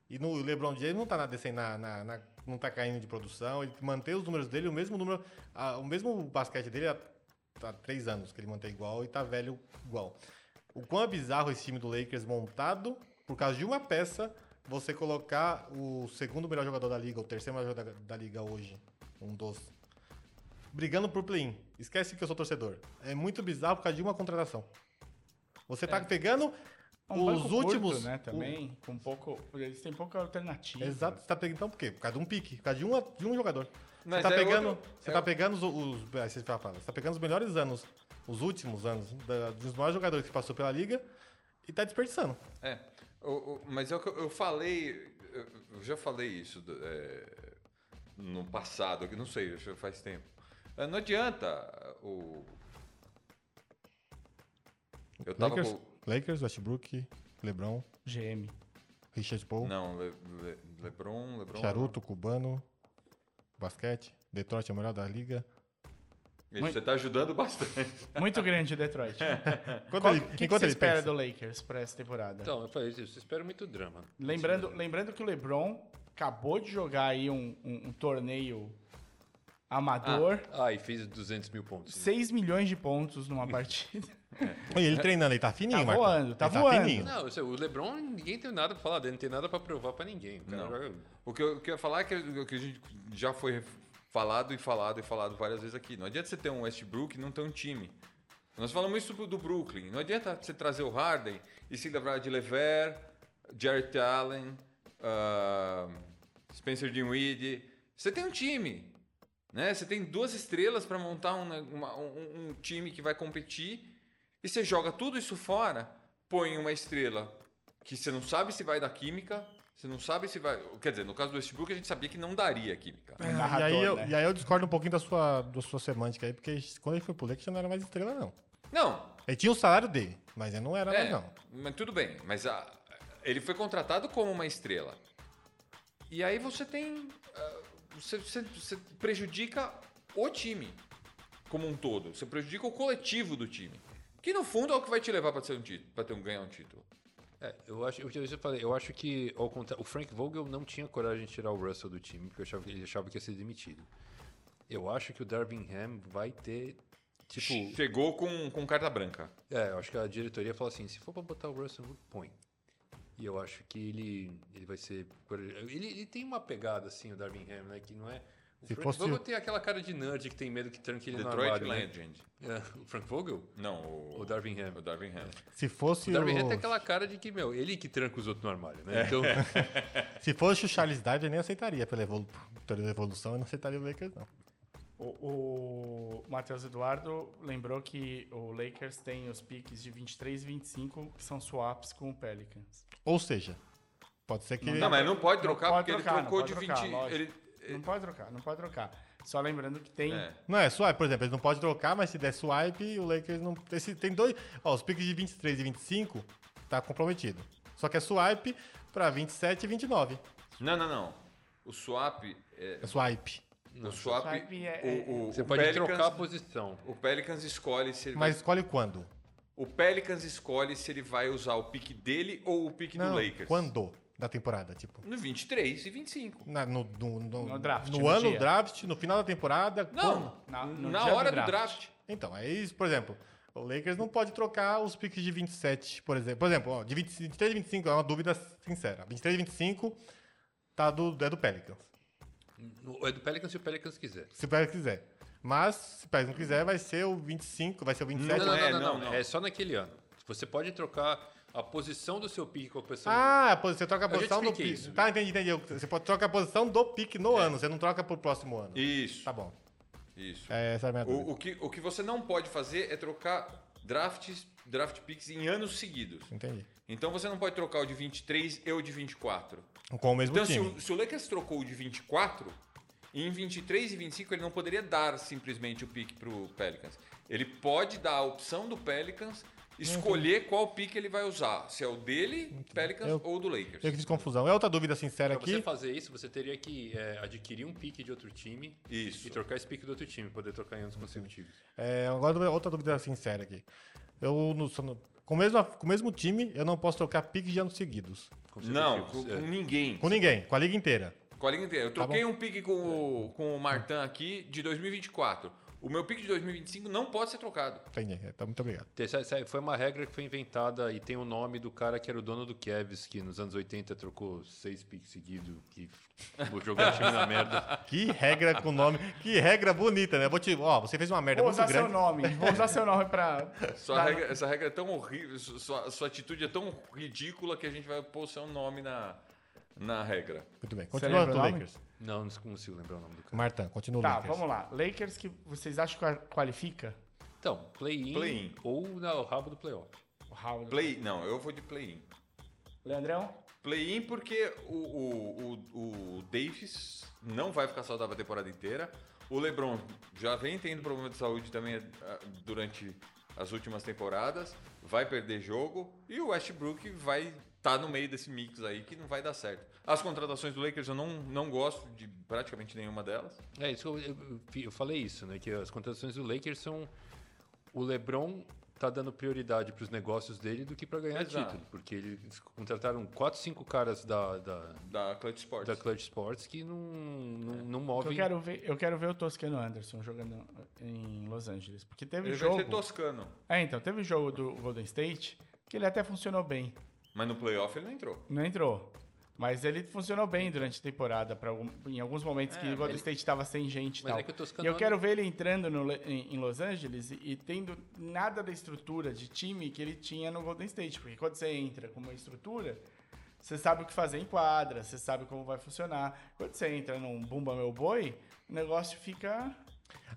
[SPEAKER 4] E no o LeBron James não tá nada descendo na, na- na- não tá caindo de produção, ele mantém os números dele, o mesmo número, a- o mesmo basquete dele há, há três anos que ele mantém igual e tá velho igual. O quão é bizarro esse time do Lakers montado por causa de uma peça, você colocar o segundo melhor jogador da liga, o terceiro melhor jogador da, da liga hoje, um dos brigando por play-in. Esquece que eu sou torcedor. É muito bizarro por causa de uma contratação. Você tá pegando
[SPEAKER 3] É um banco
[SPEAKER 4] os
[SPEAKER 3] curto,
[SPEAKER 4] últimos,
[SPEAKER 3] né,
[SPEAKER 4] o-
[SPEAKER 3] também, com pouco, eles têm pouca alternativa.
[SPEAKER 4] Exato, você tá pegando então por quê? Por causa de um pique, por causa de, uma, de um jogador.
[SPEAKER 5] Mas
[SPEAKER 4] você tá
[SPEAKER 5] é
[SPEAKER 4] pegando,
[SPEAKER 5] outro-
[SPEAKER 4] você
[SPEAKER 5] é
[SPEAKER 4] tá
[SPEAKER 5] o-
[SPEAKER 4] pegando os, os- ah, você já fala, você tá pegando os melhores anos, os últimos anos da- dos maiores jogadores que passou pela liga e tá desperdiçando.
[SPEAKER 5] É, o- o- mas é o que eu, eu falei, eu, eu já falei isso do- é, no passado, que não sei, já faz tempo. É, Não adianta o. Eu tava
[SPEAKER 4] Lakers,
[SPEAKER 5] com.
[SPEAKER 4] Lakers, Westbrook, LeBron,
[SPEAKER 3] GM.
[SPEAKER 4] Richard Paul,
[SPEAKER 5] Não, Le- Le- Lebron, Lebron.
[SPEAKER 4] Charuto, Cubano, basquete, Detroit é o melhor da liga.
[SPEAKER 5] Isso, Você tá ajudando bastante. (laughs)
[SPEAKER 3] Muito grande Detroit.
[SPEAKER 4] Enquanto
[SPEAKER 3] Qual-
[SPEAKER 4] É. ele,
[SPEAKER 3] O que, que
[SPEAKER 4] enquanto
[SPEAKER 3] você
[SPEAKER 4] ele
[SPEAKER 3] espera
[SPEAKER 4] pensa-
[SPEAKER 3] do Lakers pra essa temporada?
[SPEAKER 6] Então, eu falei isso, eu espero muito drama.
[SPEAKER 3] lembrando, lembrando que o LeBron acabou de jogar aí um, um- um torneio amador.
[SPEAKER 6] Ah, e fez 200 mil pontos.
[SPEAKER 3] 6 milhões de pontos
[SPEAKER 4] (laughs)
[SPEAKER 3] numa partida.
[SPEAKER 4] Olha, ele treinando, ele tá fininho,
[SPEAKER 3] Tá
[SPEAKER 4] Marcão.
[SPEAKER 3] voando,
[SPEAKER 4] Ele
[SPEAKER 3] tá voando.
[SPEAKER 4] fininho.
[SPEAKER 6] Não, eu sei, o LeBron, ninguém tem nada pra falar dele, não tem nada pra provar pra ninguém. O cara
[SPEAKER 5] Não.
[SPEAKER 6] joga-
[SPEAKER 5] O que, eu, o que eu ia falar é que, o que a gente já foi falado e falado e falado várias vezes aqui. Não adianta você ter um Westbrook e não ter um time. Nós falamos isso do Brooklyn. Não adianta você trazer o Harden e se livrar de Lever, Jarrett Allen, ah, Spencer Dinwiddie. Você tem um time, né? Você tem duas estrelas para montar um, ne- uma- um- um time que vai competir e você joga tudo isso fora, põe uma estrela que você não sabe se vai dar química, você não sabe se vai... Quer dizer, no caso do Westbrook a gente sabia que não daria química.
[SPEAKER 3] Um
[SPEAKER 4] E
[SPEAKER 3] narrador,
[SPEAKER 4] aí, eu,
[SPEAKER 3] né?
[SPEAKER 4] e aí eu discordo um pouquinho da sua, da sua semântica aí, porque quando ele foi pro Lakers já não era mais estrela, não.
[SPEAKER 5] Não,
[SPEAKER 4] Ele tinha o salário dele, mas ele não era
[SPEAKER 5] É.
[SPEAKER 4] mais, não.
[SPEAKER 5] Mas tudo bem, mas a- ele foi contratado como uma estrela. E aí você tem. ah, você, você- você prejudica o time como um todo. Você prejudica o coletivo do time. Que no fundo é o que vai te levar para um título, para ter um, ganhar um título.
[SPEAKER 6] É, eu acho, eu, eu falei, eu acho que ao contrário, o Frank Vogel não tinha coragem de tirar o Russell do time, porque eu achava que- ele achava que ia ser demitido. Eu acho que o Darvin Ham vai ter tipo,
[SPEAKER 5] Chegou com, com carta branca.
[SPEAKER 6] é, eu acho que a diretoria fala assim, se for pra botar o Russell, põe. E eu acho que ele ele vai ser por- ele, ele tem uma pegada assim o Darvin Ham, né, que não é o
[SPEAKER 4] Se
[SPEAKER 6] Frank
[SPEAKER 4] fosse-
[SPEAKER 6] Vogel tem aquela cara de nerd que tem medo que tranque ele no
[SPEAKER 5] Detroit
[SPEAKER 6] armário, né?
[SPEAKER 5] Legend.
[SPEAKER 6] É, o Frank Vogel?
[SPEAKER 5] Não, o,
[SPEAKER 6] O Darvin Ham.
[SPEAKER 5] o Darvin Ham.
[SPEAKER 4] Se fosse
[SPEAKER 6] O
[SPEAKER 4] o,
[SPEAKER 6] Darvin Ham tem é aquela cara de que, meu, ele que tranca os outros no armário, né? Então,
[SPEAKER 4] se fosse o Charles Dive, eu nem aceitaria pela evolu- pela evolução, eu não aceitaria o Lakers, não.
[SPEAKER 3] O, o Matheus Eduardo lembrou que o Lakers tem os piques de 23 e 25, que são swaps com o Pelicans.
[SPEAKER 4] Ou seja, pode ser que ele...
[SPEAKER 5] Não, mas não pode trocar
[SPEAKER 3] pode
[SPEAKER 5] porque
[SPEAKER 3] trocar,
[SPEAKER 5] ele
[SPEAKER 3] não
[SPEAKER 5] trocou
[SPEAKER 3] pode
[SPEAKER 5] de 20.
[SPEAKER 3] trocar, lógico.
[SPEAKER 5] ele-
[SPEAKER 3] Não pode trocar, não pode trocar. Só lembrando que tem.
[SPEAKER 5] é.
[SPEAKER 4] Não é swipe, por exemplo, ele não pode trocar, mas se der swipe, o Lakers não. Esse, tem dois. Ó, os piques de 23 e 25 tá comprometido. Só que é swipe pra 27 e 29.
[SPEAKER 5] Não, não, não. O swap. é-
[SPEAKER 4] É swipe.
[SPEAKER 5] o swap.
[SPEAKER 3] Swap é-
[SPEAKER 5] o- o-
[SPEAKER 6] você
[SPEAKER 5] o
[SPEAKER 6] pode
[SPEAKER 5] Pelicans-
[SPEAKER 6] trocar a posição.
[SPEAKER 5] O Pelicans escolhe se ele
[SPEAKER 4] Mas
[SPEAKER 5] vai,
[SPEAKER 4] escolhe quando?
[SPEAKER 5] o Pelicans escolhe se ele vai usar o pique dele ou o pique
[SPEAKER 4] Não,
[SPEAKER 5] do Lakers.
[SPEAKER 4] quando da temporada, tipo.
[SPEAKER 5] No 23 e 25.
[SPEAKER 4] Na- no, no- no-
[SPEAKER 3] No draft,
[SPEAKER 4] No,
[SPEAKER 3] no
[SPEAKER 4] ano,
[SPEAKER 3] dia.
[SPEAKER 4] draft, no final da temporada. quando?
[SPEAKER 5] Não,
[SPEAKER 3] Na-
[SPEAKER 5] na,
[SPEAKER 3] no dia do
[SPEAKER 5] hora do
[SPEAKER 3] draft.
[SPEAKER 5] draft.
[SPEAKER 4] Então, é isso, por exemplo. O Lakers não pode trocar os piques de 27, por exemplo. Por exemplo, ó, de 20 23 e 25, é uma dúvida sincera. 23 e 25 tá do, é do Pelicans.
[SPEAKER 6] No- É do Pelicans se o Pelicans quiser.
[SPEAKER 4] Se o Pérez quiser. Mas, se o Pérez não quiser, vai ser o 25, vai ser o 27.
[SPEAKER 5] Não,
[SPEAKER 6] Não, não,
[SPEAKER 5] é,
[SPEAKER 6] não, não,
[SPEAKER 5] não,
[SPEAKER 6] não.
[SPEAKER 5] não.
[SPEAKER 6] É só naquele ano. Você pode trocar a posição do seu pique com a posição.
[SPEAKER 4] Ah, pô, você troca a
[SPEAKER 6] Eu já
[SPEAKER 4] posição do
[SPEAKER 6] expliquei
[SPEAKER 4] pique.
[SPEAKER 6] isso. É.
[SPEAKER 4] Tá, entendi, entendi. Você pode trocar a posição do pique no ano, você não troca pro próximo ano.
[SPEAKER 5] Isso.
[SPEAKER 4] Tá bom.
[SPEAKER 5] Isso.
[SPEAKER 4] É, essa é a minha dúvida.
[SPEAKER 5] O, o que, o que você não pode fazer é trocar drafts, draft picks em anos seguidos.
[SPEAKER 4] Entendi.
[SPEAKER 5] Então você não pode trocar o de 23 e o de 24.
[SPEAKER 4] Com o mesmo
[SPEAKER 6] assim,
[SPEAKER 5] Então, se
[SPEAKER 4] time.
[SPEAKER 5] o, se o Lakers trocou o de 24, em 23 e 25 ele não poderia dar simplesmente o pique pro Pelicans. Ele pode dar a opção do Pelicans escolher qual pique ele vai usar. Se é o dele, Pelicans,
[SPEAKER 4] Eu-
[SPEAKER 5] ou do Lakers.
[SPEAKER 4] Eu que fiz confusão. É outra dúvida sincera
[SPEAKER 6] Pra
[SPEAKER 4] aqui.
[SPEAKER 6] você fazer isso, você teria que é, adquirir um pique de outro time
[SPEAKER 5] Isso.
[SPEAKER 6] e trocar esse pique do outro time, poder trocar em anos consecutivos.
[SPEAKER 4] É, agora dúvida- outra dúvida sincera aqui. Eu no, só no- com, o mesmo, com o mesmo time, eu não posso trocar pique de anos seguidos.
[SPEAKER 5] Não, com,
[SPEAKER 6] Consecutivos,
[SPEAKER 5] com
[SPEAKER 6] é.
[SPEAKER 5] ninguém.
[SPEAKER 4] Com ninguém, com a liga inteira.
[SPEAKER 5] Com a liga inteira. Eu troquei
[SPEAKER 4] bom. É.
[SPEAKER 5] um pique com, o- com o Martin aqui de 2024. O meu pique de 2025 não pode ser trocado.
[SPEAKER 4] Entendi. É, tá, muito obrigado.
[SPEAKER 6] Te- essa- essa Foi uma regra que foi inventada e tem o nome do cara que era o dono do Cavs, que nos anos 80 trocou seis piques seguidos, que jogou o time na merda.
[SPEAKER 4] Que regra com nome. Que regra bonita, né? Vou te, ó, você fez uma merda
[SPEAKER 3] Vou
[SPEAKER 4] muito
[SPEAKER 3] usar seu
[SPEAKER 4] grande.
[SPEAKER 3] nome. Vou usar seu nome
[SPEAKER 5] (laughs)
[SPEAKER 3] pra.
[SPEAKER 5] Sua
[SPEAKER 4] Tá.
[SPEAKER 3] pra-
[SPEAKER 5] regra- essa regra é tão horrível, su- sua, sua atitude é tão ridícula que a gente vai pôr seu nome na, na regra.
[SPEAKER 4] Muito bem.
[SPEAKER 3] Você
[SPEAKER 4] Continua
[SPEAKER 3] lembra
[SPEAKER 4] do
[SPEAKER 3] o nome?
[SPEAKER 4] Lakers.
[SPEAKER 6] Não, não consigo lembrar o nome do cara.
[SPEAKER 4] Martã, continua o
[SPEAKER 3] Tá,
[SPEAKER 4] Lakers.
[SPEAKER 3] vamos lá. Lakers que vocês acham que qualifica?
[SPEAKER 6] Então, play-in
[SPEAKER 5] Play-in.
[SPEAKER 6] ou na- o rabo do playoff.
[SPEAKER 3] O Raul.
[SPEAKER 5] Play, não, eu vou de play-in.
[SPEAKER 3] Leandrão?
[SPEAKER 5] Play-in porque o, o, o, o Davis não vai ficar saudável a temporada inteira. O LeBron já vem tendo problema de saúde também ah, durante as últimas temporadas. Vai perder jogo. E o Westbrook vai estar no meio desse mix aí que não vai dar certo. As contratações do Lakers eu não, não gosto de praticamente nenhuma delas.
[SPEAKER 6] É, isso que eu, eu- eu- eu falei isso, né? Que as contratações do Lakers são. O LeBron tá dando prioridade para os negócios dele do que para ganhar
[SPEAKER 5] Exato.
[SPEAKER 6] título. Porque eles contrataram 4, 5 caras da, da,
[SPEAKER 5] Da Clutch Sports. É.
[SPEAKER 6] da Clutch Sports que não, não, não
[SPEAKER 3] Eu
[SPEAKER 6] movem.
[SPEAKER 3] quero, ver, eu quero ver o Toscano Anderson jogando em Los Angeles. Porque teve
[SPEAKER 5] Ele vai
[SPEAKER 3] jogo.
[SPEAKER 5] ser toscano.
[SPEAKER 3] É, então, teve jogo do Golden State que ele até funcionou bem.
[SPEAKER 5] Mas no playoff ele não entrou.
[SPEAKER 3] Não entrou. Mas ele funcionou bem durante a temporada, pra, algum- em alguns momentos que o Golden State estava sem gente e
[SPEAKER 6] É, Mas
[SPEAKER 3] tal.
[SPEAKER 6] é que o
[SPEAKER 3] E
[SPEAKER 6] Toscano-
[SPEAKER 3] eu quero ver ele entrando no Le- em, em Los Angeles e, e tendo nada da estrutura de time que ele tinha no Golden State. Porque quando você entra com uma estrutura, você sabe o que fazer em quadra, você sabe como vai funcionar. Quando você entra num Bumba Meu Boi, o negócio fica...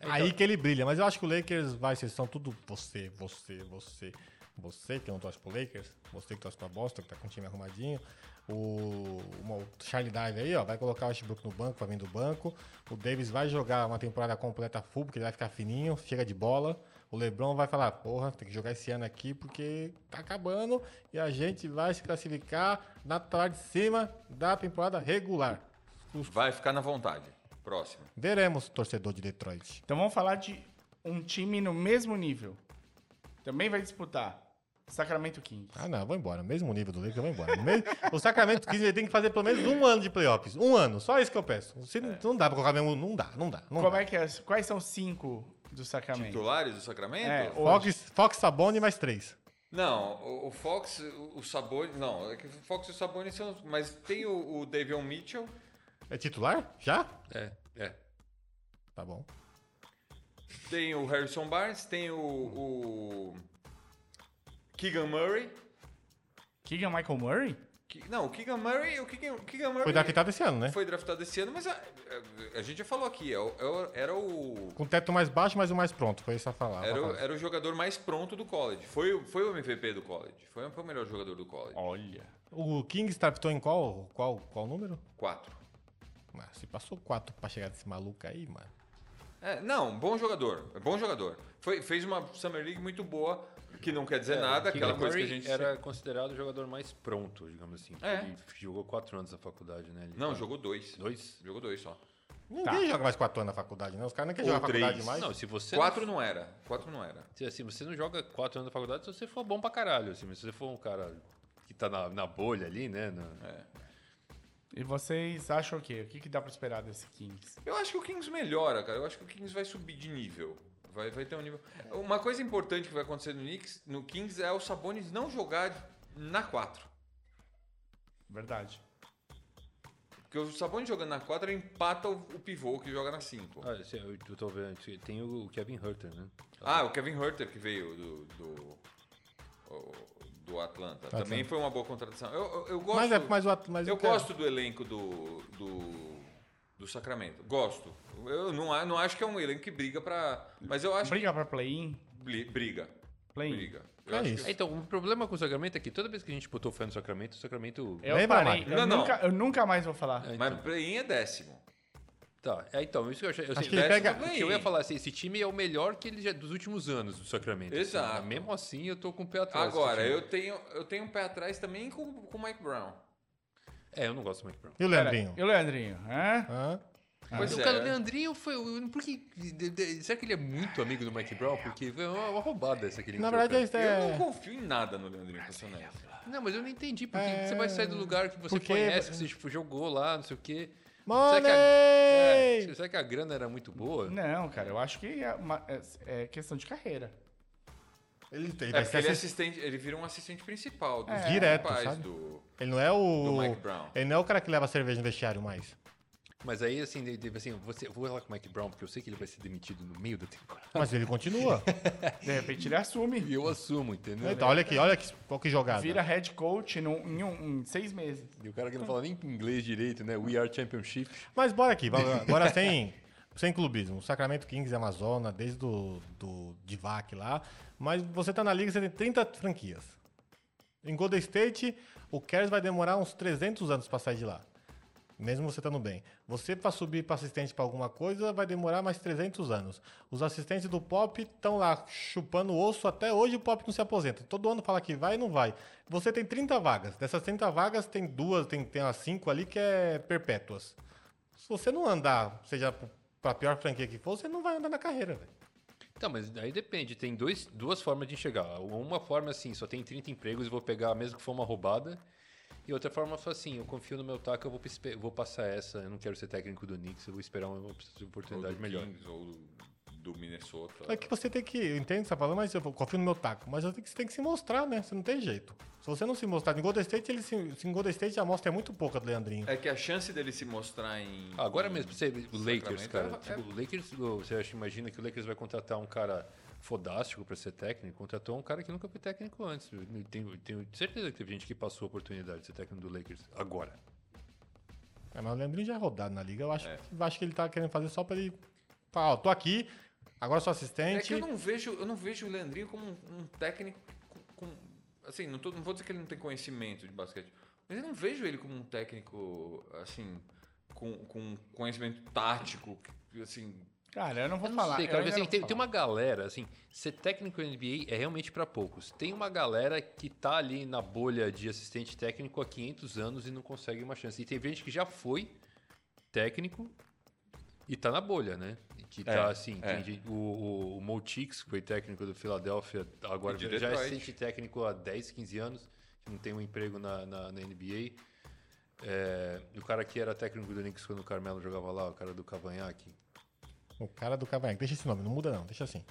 [SPEAKER 4] Aí que ele brilha, mas eu acho que o Lakers vai, vocês são tudo você, você, você, você que não torce pro Lakers, você que torce pra Boston, que tá com o time arrumadinho. O, uma- o Charlie Dive aí, ó, vai colocar o Westbrook no banco, vai vir do banco. O Davis vai jogar uma temporada completa full, porque ele vai ficar fininho, chega de bola. O LeBron vai falar, porra, tem que jogar esse ano aqui porque tá acabando e a gente vai se classificar na tarde de cima da temporada regular. Os-
[SPEAKER 5] Vai ficar na vontade. Próximo.
[SPEAKER 4] Veremos, torcedor de Detroit.
[SPEAKER 3] Então vamos falar de um time no mesmo nível. Também vai disputar. Sacramento Kings.
[SPEAKER 4] Ah, não, vou embora. Mesmo nível do Lakers, eu vou embora. Me- o Sacramento Kings ele tem que fazer pelo menos um ano de playoffs. Um ano, só isso que eu peço. Se
[SPEAKER 5] É.
[SPEAKER 4] não- Não dá pra colocar mesmo. Não dá, não dá. Não
[SPEAKER 3] Como
[SPEAKER 4] dá.
[SPEAKER 3] é que é? Quais são os cinco do Sacramento?
[SPEAKER 5] Titulares do Sacramento?
[SPEAKER 3] É, o-
[SPEAKER 4] Fox, Fox Sabone mais três.
[SPEAKER 5] Não, o- o Fox, o, o Sabonis. Não, é que o Fox e o Sabonis são. Mas tem o, o Davion Mitchell.
[SPEAKER 4] É titular? Já?
[SPEAKER 6] É, é.
[SPEAKER 4] Tá bom.
[SPEAKER 5] Tem o Harrison Barnes, tem o, o Keegan Murray.
[SPEAKER 3] Keegan é Michael Murray?
[SPEAKER 5] Que- não, o Keegan Murray, o Keegan, o Keegan Murray
[SPEAKER 4] Foi draftado esse ano, né?
[SPEAKER 5] foi draftado esse ano, mas a, a- a gente já falou aqui, é o- é o- era o
[SPEAKER 4] Com o teto mais baixo, mas o mais pronto. Foi isso a falar.
[SPEAKER 5] era,
[SPEAKER 4] a
[SPEAKER 5] o,
[SPEAKER 4] falar.
[SPEAKER 5] era o jogador mais pronto do college. Foi, o- foi o MVP do college. Foi, o- foi o melhor jogador do college.
[SPEAKER 3] Olha.
[SPEAKER 4] O Kings draftou em qual, qual, qual número?
[SPEAKER 5] Quatro.
[SPEAKER 4] Mas se passou quatro pra chegar desse maluco aí, mano.
[SPEAKER 5] É, não, bom jogador. é Bom jogador. Foi, fez uma Summer League muito boa, que não quer
[SPEAKER 6] É,
[SPEAKER 5] dizer nada,
[SPEAKER 6] Keegan
[SPEAKER 5] aquela coisa que a
[SPEAKER 6] Murray
[SPEAKER 5] gente.
[SPEAKER 6] era considerado o jogador mais pronto, digamos assim.
[SPEAKER 5] É.
[SPEAKER 6] Ele jogou quatro anos na faculdade, né? Ele
[SPEAKER 5] Não,
[SPEAKER 6] tá-
[SPEAKER 5] jogou dois.
[SPEAKER 6] Dois?
[SPEAKER 5] Jogou dois só.
[SPEAKER 4] Ninguém joga mais quatro anos na faculdade, né? Os caras não querem
[SPEAKER 5] Tá. Ou
[SPEAKER 4] jogar
[SPEAKER 5] três.
[SPEAKER 4] faculdade mais.
[SPEAKER 6] Não, se você
[SPEAKER 5] Quatro não era. Quatro não era.
[SPEAKER 6] Se, assim, você não joga quatro anos na faculdade se você for bom pra caralho. Assim, mas se você for um cara que tá na, na bolha ali, né? na-
[SPEAKER 3] E vocês acham o quê? O que, que dá pra esperar desse Kings?
[SPEAKER 5] Eu acho que o Kings melhora, cara. Eu acho que o Kings vai subir de nível. Vai, vai ter um nível. Uma coisa importante que vai acontecer no Knicks, no Kings é o Sabonis não jogar na 4.
[SPEAKER 3] Verdade.
[SPEAKER 5] Porque o Sabonis jogando na 4 empata o, o pivô que joga na 5.
[SPEAKER 6] Ah, esse- eu, eu tô vendo. esse- Tem o Kevin Herter, né?
[SPEAKER 5] Ah, o Kevin Herter que veio do. do, o- do Atlanta. Também foi uma boa contratação. Eu, eu, eu gosto.
[SPEAKER 4] mas é mais o at- mas
[SPEAKER 5] Eu
[SPEAKER 4] o cara-
[SPEAKER 5] gosto do elenco do, do, do Sacramento. Gosto. Eu não, a- não acho que é um elenco que briga pra. Mas eu acho
[SPEAKER 3] Briga pra play-in?
[SPEAKER 5] que bli- briga.
[SPEAKER 3] Play-in.
[SPEAKER 5] briga. Eu
[SPEAKER 4] É
[SPEAKER 5] acho que
[SPEAKER 4] isso.
[SPEAKER 6] É, Então, o problema com o Sacramento é que toda vez que a gente botou fé no Sacramento, o Sacramento.
[SPEAKER 3] Eu
[SPEAKER 4] Vem,
[SPEAKER 3] parei.
[SPEAKER 4] Mamãe.
[SPEAKER 3] Eu,
[SPEAKER 5] Não,
[SPEAKER 3] nunca, eu nunca mais vou falar.
[SPEAKER 6] É,
[SPEAKER 5] Mas play-in é décimo.
[SPEAKER 6] Tá, é, então, isso que eu achei. Eu,
[SPEAKER 4] Acho
[SPEAKER 6] sei-
[SPEAKER 4] que ele
[SPEAKER 6] décimo
[SPEAKER 4] pega-
[SPEAKER 6] play-in. eu ia falar assim: esse time é o melhor que ele já, dos últimos anos do Sacramento. assim.
[SPEAKER 5] Exato.
[SPEAKER 6] Mas mesmo assim, eu tô com o pé atrás. desse
[SPEAKER 5] Agora,
[SPEAKER 6] time.
[SPEAKER 5] eu tenho, eu tenho um pé atrás também com com o Mike Brown.
[SPEAKER 6] É, eu não gosto muito do Brown.
[SPEAKER 4] E o
[SPEAKER 3] Pera,
[SPEAKER 4] Leandrinho?
[SPEAKER 3] E o Leandrinho? Hã?
[SPEAKER 4] Hã? Ah,
[SPEAKER 5] Pois
[SPEAKER 6] o
[SPEAKER 5] é.
[SPEAKER 6] cara, o Leandrinho foi. o- Por que, de- de- será que ele é muito amigo do Mike Brown? Porque foi uma, uma roubada essa que ele
[SPEAKER 4] Na
[SPEAKER 6] entrou,
[SPEAKER 4] verdade,
[SPEAKER 5] Eu
[SPEAKER 4] é...
[SPEAKER 5] não confio em nada no Leandrinho Passanelli.
[SPEAKER 6] cara. Não, mas eu não entendi. Porque
[SPEAKER 4] É,
[SPEAKER 6] você vai sair do lugar que você
[SPEAKER 4] porque- é,
[SPEAKER 6] conhece, que você tipo, jogou lá, não sei o quê.
[SPEAKER 4] Money!
[SPEAKER 6] Será que, a, é, será que a grana era muito boa?
[SPEAKER 5] É,
[SPEAKER 3] Não, cara, eu acho que é, uma- é- é questão de carreira.
[SPEAKER 4] Ele, ele
[SPEAKER 5] É
[SPEAKER 4] vai
[SPEAKER 5] porque
[SPEAKER 4] ser
[SPEAKER 5] ele, é
[SPEAKER 4] assist-
[SPEAKER 5] assistente, ele vira um assistente principal dos
[SPEAKER 3] É.
[SPEAKER 4] Direto,
[SPEAKER 5] principais
[SPEAKER 4] sabe?
[SPEAKER 5] do.
[SPEAKER 4] ele não é
[SPEAKER 5] do
[SPEAKER 4] o...
[SPEAKER 5] Mike Brown.
[SPEAKER 4] Ele não é o cara que leva cerveja no vestiário mais.
[SPEAKER 6] Mas aí, assim, de- de- assim você, eu vou lá com o Mike Brown, porque eu sei que ele vai ser demitido no meio da temporada. (laughs)
[SPEAKER 4] Mas ele continua.
[SPEAKER 5] (laughs)
[SPEAKER 3] De repente ele assume.
[SPEAKER 6] E eu assumo, entendeu?
[SPEAKER 4] então, olha aqui, olha que, qual que jogada.
[SPEAKER 3] Vira head coach num- em, um- em seis meses.
[SPEAKER 6] E o cara que não fala nem inglês direito, né? We are championship.
[SPEAKER 4] Mas bora aqui, bora bora sem, sem clubismo. Sacramento Kings, Amazona, desde o do Divac lá. Mas você tá na liga, você tem 30 franquias. Em Golden State, o Cavs vai demorar uns 300 anos pra sair de lá. Mesmo você estando bem. Você pra subir pra assistente pra alguma coisa vai demorar mais 300 anos. Os assistentes do Pop estão lá chupando osso até hoje o Pop não se aposenta. Todo ano fala que vai e não vai. Você tem 30 vagas. Dessas 30 vagas tem duas, tem, tem umas 5 ali que é perpétuas. Se você não andar, seja pro- pra pior franquia que for, você não vai andar na carreira, velho.
[SPEAKER 6] Tá, mas aí depende. Tem dois, duas formas de enxergar. Uma forma, assim, só tem 30 empregos e vou pegar, mesmo que for uma roubada. E outra forma, só assim, eu confio no meu taco, eu vou, pispe- vou passar essa. Eu não quero ser técnico do Knicks, eu vou esperar uma
[SPEAKER 5] Ou
[SPEAKER 6] oportunidade
[SPEAKER 5] do
[SPEAKER 6] melhor.
[SPEAKER 5] Kings, ou do, do Minnesota.
[SPEAKER 4] É que você tem que. Eu entendo o que você tá falando, mas eu confio no meu taco. Mas eu tenho que- você tem que se mostrar, né? Você não tem jeito. Se você não se mostrar. Em Golden State, ele se, em Golden State a amostra é muito pouca do Leandrinho.
[SPEAKER 5] É que a chance dele se mostrar em.
[SPEAKER 6] Ah, Agora é
[SPEAKER 5] em
[SPEAKER 6] mesmo, você, o Lakers,
[SPEAKER 5] Sacramento
[SPEAKER 6] cara.
[SPEAKER 5] é-
[SPEAKER 6] Tipo, o Lakers, você acha, imagina que o Lakers vai contratar um cara fodástico pra ser técnico? Contratou um cara que nunca foi técnico antes. Eu Tenho, tenho certeza que teve gente que passou a oportunidade de ser técnico do Lakers agora.
[SPEAKER 4] É, mas o Leandrinho já é rodado na liga. Eu acho, eu acho que ele tá querendo fazer só pra ele. Falar, ó, tô aqui, agora sou
[SPEAKER 5] É
[SPEAKER 4] assistente.
[SPEAKER 5] que eu não vejo, eu não vejo o Leandrinho como um, um técnico com, com- assim, não, tô- não vou dizer que ele não tem conhecimento de basquete, mas eu não vejo ele como um técnico assim com, com conhecimento tático, que, assim,
[SPEAKER 3] Cara, eu não vou
[SPEAKER 6] Eu não
[SPEAKER 3] falar.
[SPEAKER 6] sei,
[SPEAKER 3] eu
[SPEAKER 6] cara. mas,
[SPEAKER 3] ainda
[SPEAKER 6] assim,
[SPEAKER 3] não
[SPEAKER 6] tem,
[SPEAKER 3] vou
[SPEAKER 6] tem
[SPEAKER 3] falar.
[SPEAKER 6] uma galera, assim, ser técnico em NBA é realmente pra poucos. Tem uma galera que tá ali na bolha de assistente técnico há 500 anos e não consegue uma chance. E tem gente que já foi técnico e tá na bolha, né? Que tá assim,
[SPEAKER 5] é.
[SPEAKER 6] tem gente- o, o, o Mo Tix, que foi técnico do Philadelphia, agora
[SPEAKER 5] E de
[SPEAKER 6] já é
[SPEAKER 5] Detroit.
[SPEAKER 6] assistente técnico há 10, 15 anos, que não tem um emprego na, na, na NBA. É, o cara que era técnico do Knicks quando o Carmelo jogava lá, o cara do Cavanhaque.
[SPEAKER 4] O cara do Cavanhaque. Deixa esse nome, não muda não, deixa assim.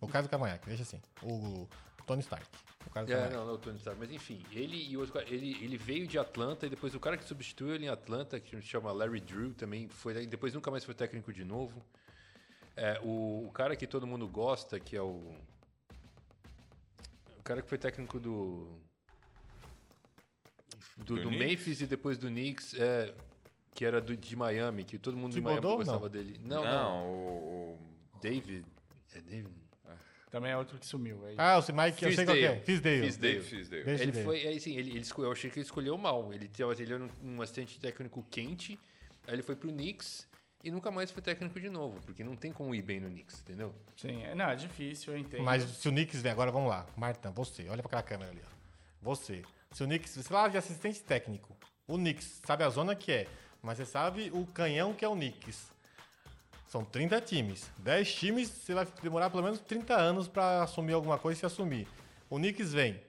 [SPEAKER 4] O cara do Cavanhaque, deixa assim. O Tony Stark. O cara do
[SPEAKER 6] É,
[SPEAKER 4] Cavanhaque.
[SPEAKER 6] não, não, o Tony Stark. Mas enfim, ele e o outro cara, ele, ele veio de Atlanta e depois o cara que substituiu ele em Atlanta, que se chama Larry Drew, também foi. Depois nunca mais foi técnico de novo. É, o, o cara que todo mundo gosta, que é o. O cara que foi técnico do. Do,
[SPEAKER 5] Do
[SPEAKER 6] do
[SPEAKER 5] Knicks?
[SPEAKER 6] Memphis e depois do Knicks, é, que era do, de Miami, que todo mundo
[SPEAKER 4] Se
[SPEAKER 6] de Miami
[SPEAKER 4] mudou ou
[SPEAKER 6] gostava
[SPEAKER 4] não?
[SPEAKER 6] dele. Não,
[SPEAKER 5] não,
[SPEAKER 6] não,
[SPEAKER 5] o, o-
[SPEAKER 6] David. É David?
[SPEAKER 3] Também é outro que sumiu. aí.
[SPEAKER 4] Ah, o Mike, eu sei qual que é. Fizdale.
[SPEAKER 6] Fizdale.
[SPEAKER 5] Dave Fisdale.
[SPEAKER 4] Deixa
[SPEAKER 6] Ele
[SPEAKER 4] dele.
[SPEAKER 6] foi, é assim, ele, ele escolheu- eu achei que ele escolheu mal. Ele, tava- ele era um, um assistente técnico quente, aí ele foi pro Knicks e nunca mais foi técnico de novo, porque não tem como ir bem no Knicks, entendeu?
[SPEAKER 3] Sim, é- não, é difícil, eu entendo.
[SPEAKER 4] Mas se o Knicks vem agora, vamos lá. Marta, você. Olha pra aquela câmera ali, ó. Você. Se o Knicks, você lá de assistente técnico. O Knicks sabe a zona que é, mas você sabe o canhão que é o Knicks. São 30 times. 10 times, você vai demorar pelo menos 30 anos pra assumir alguma coisa e se assumir. O Knicks vem.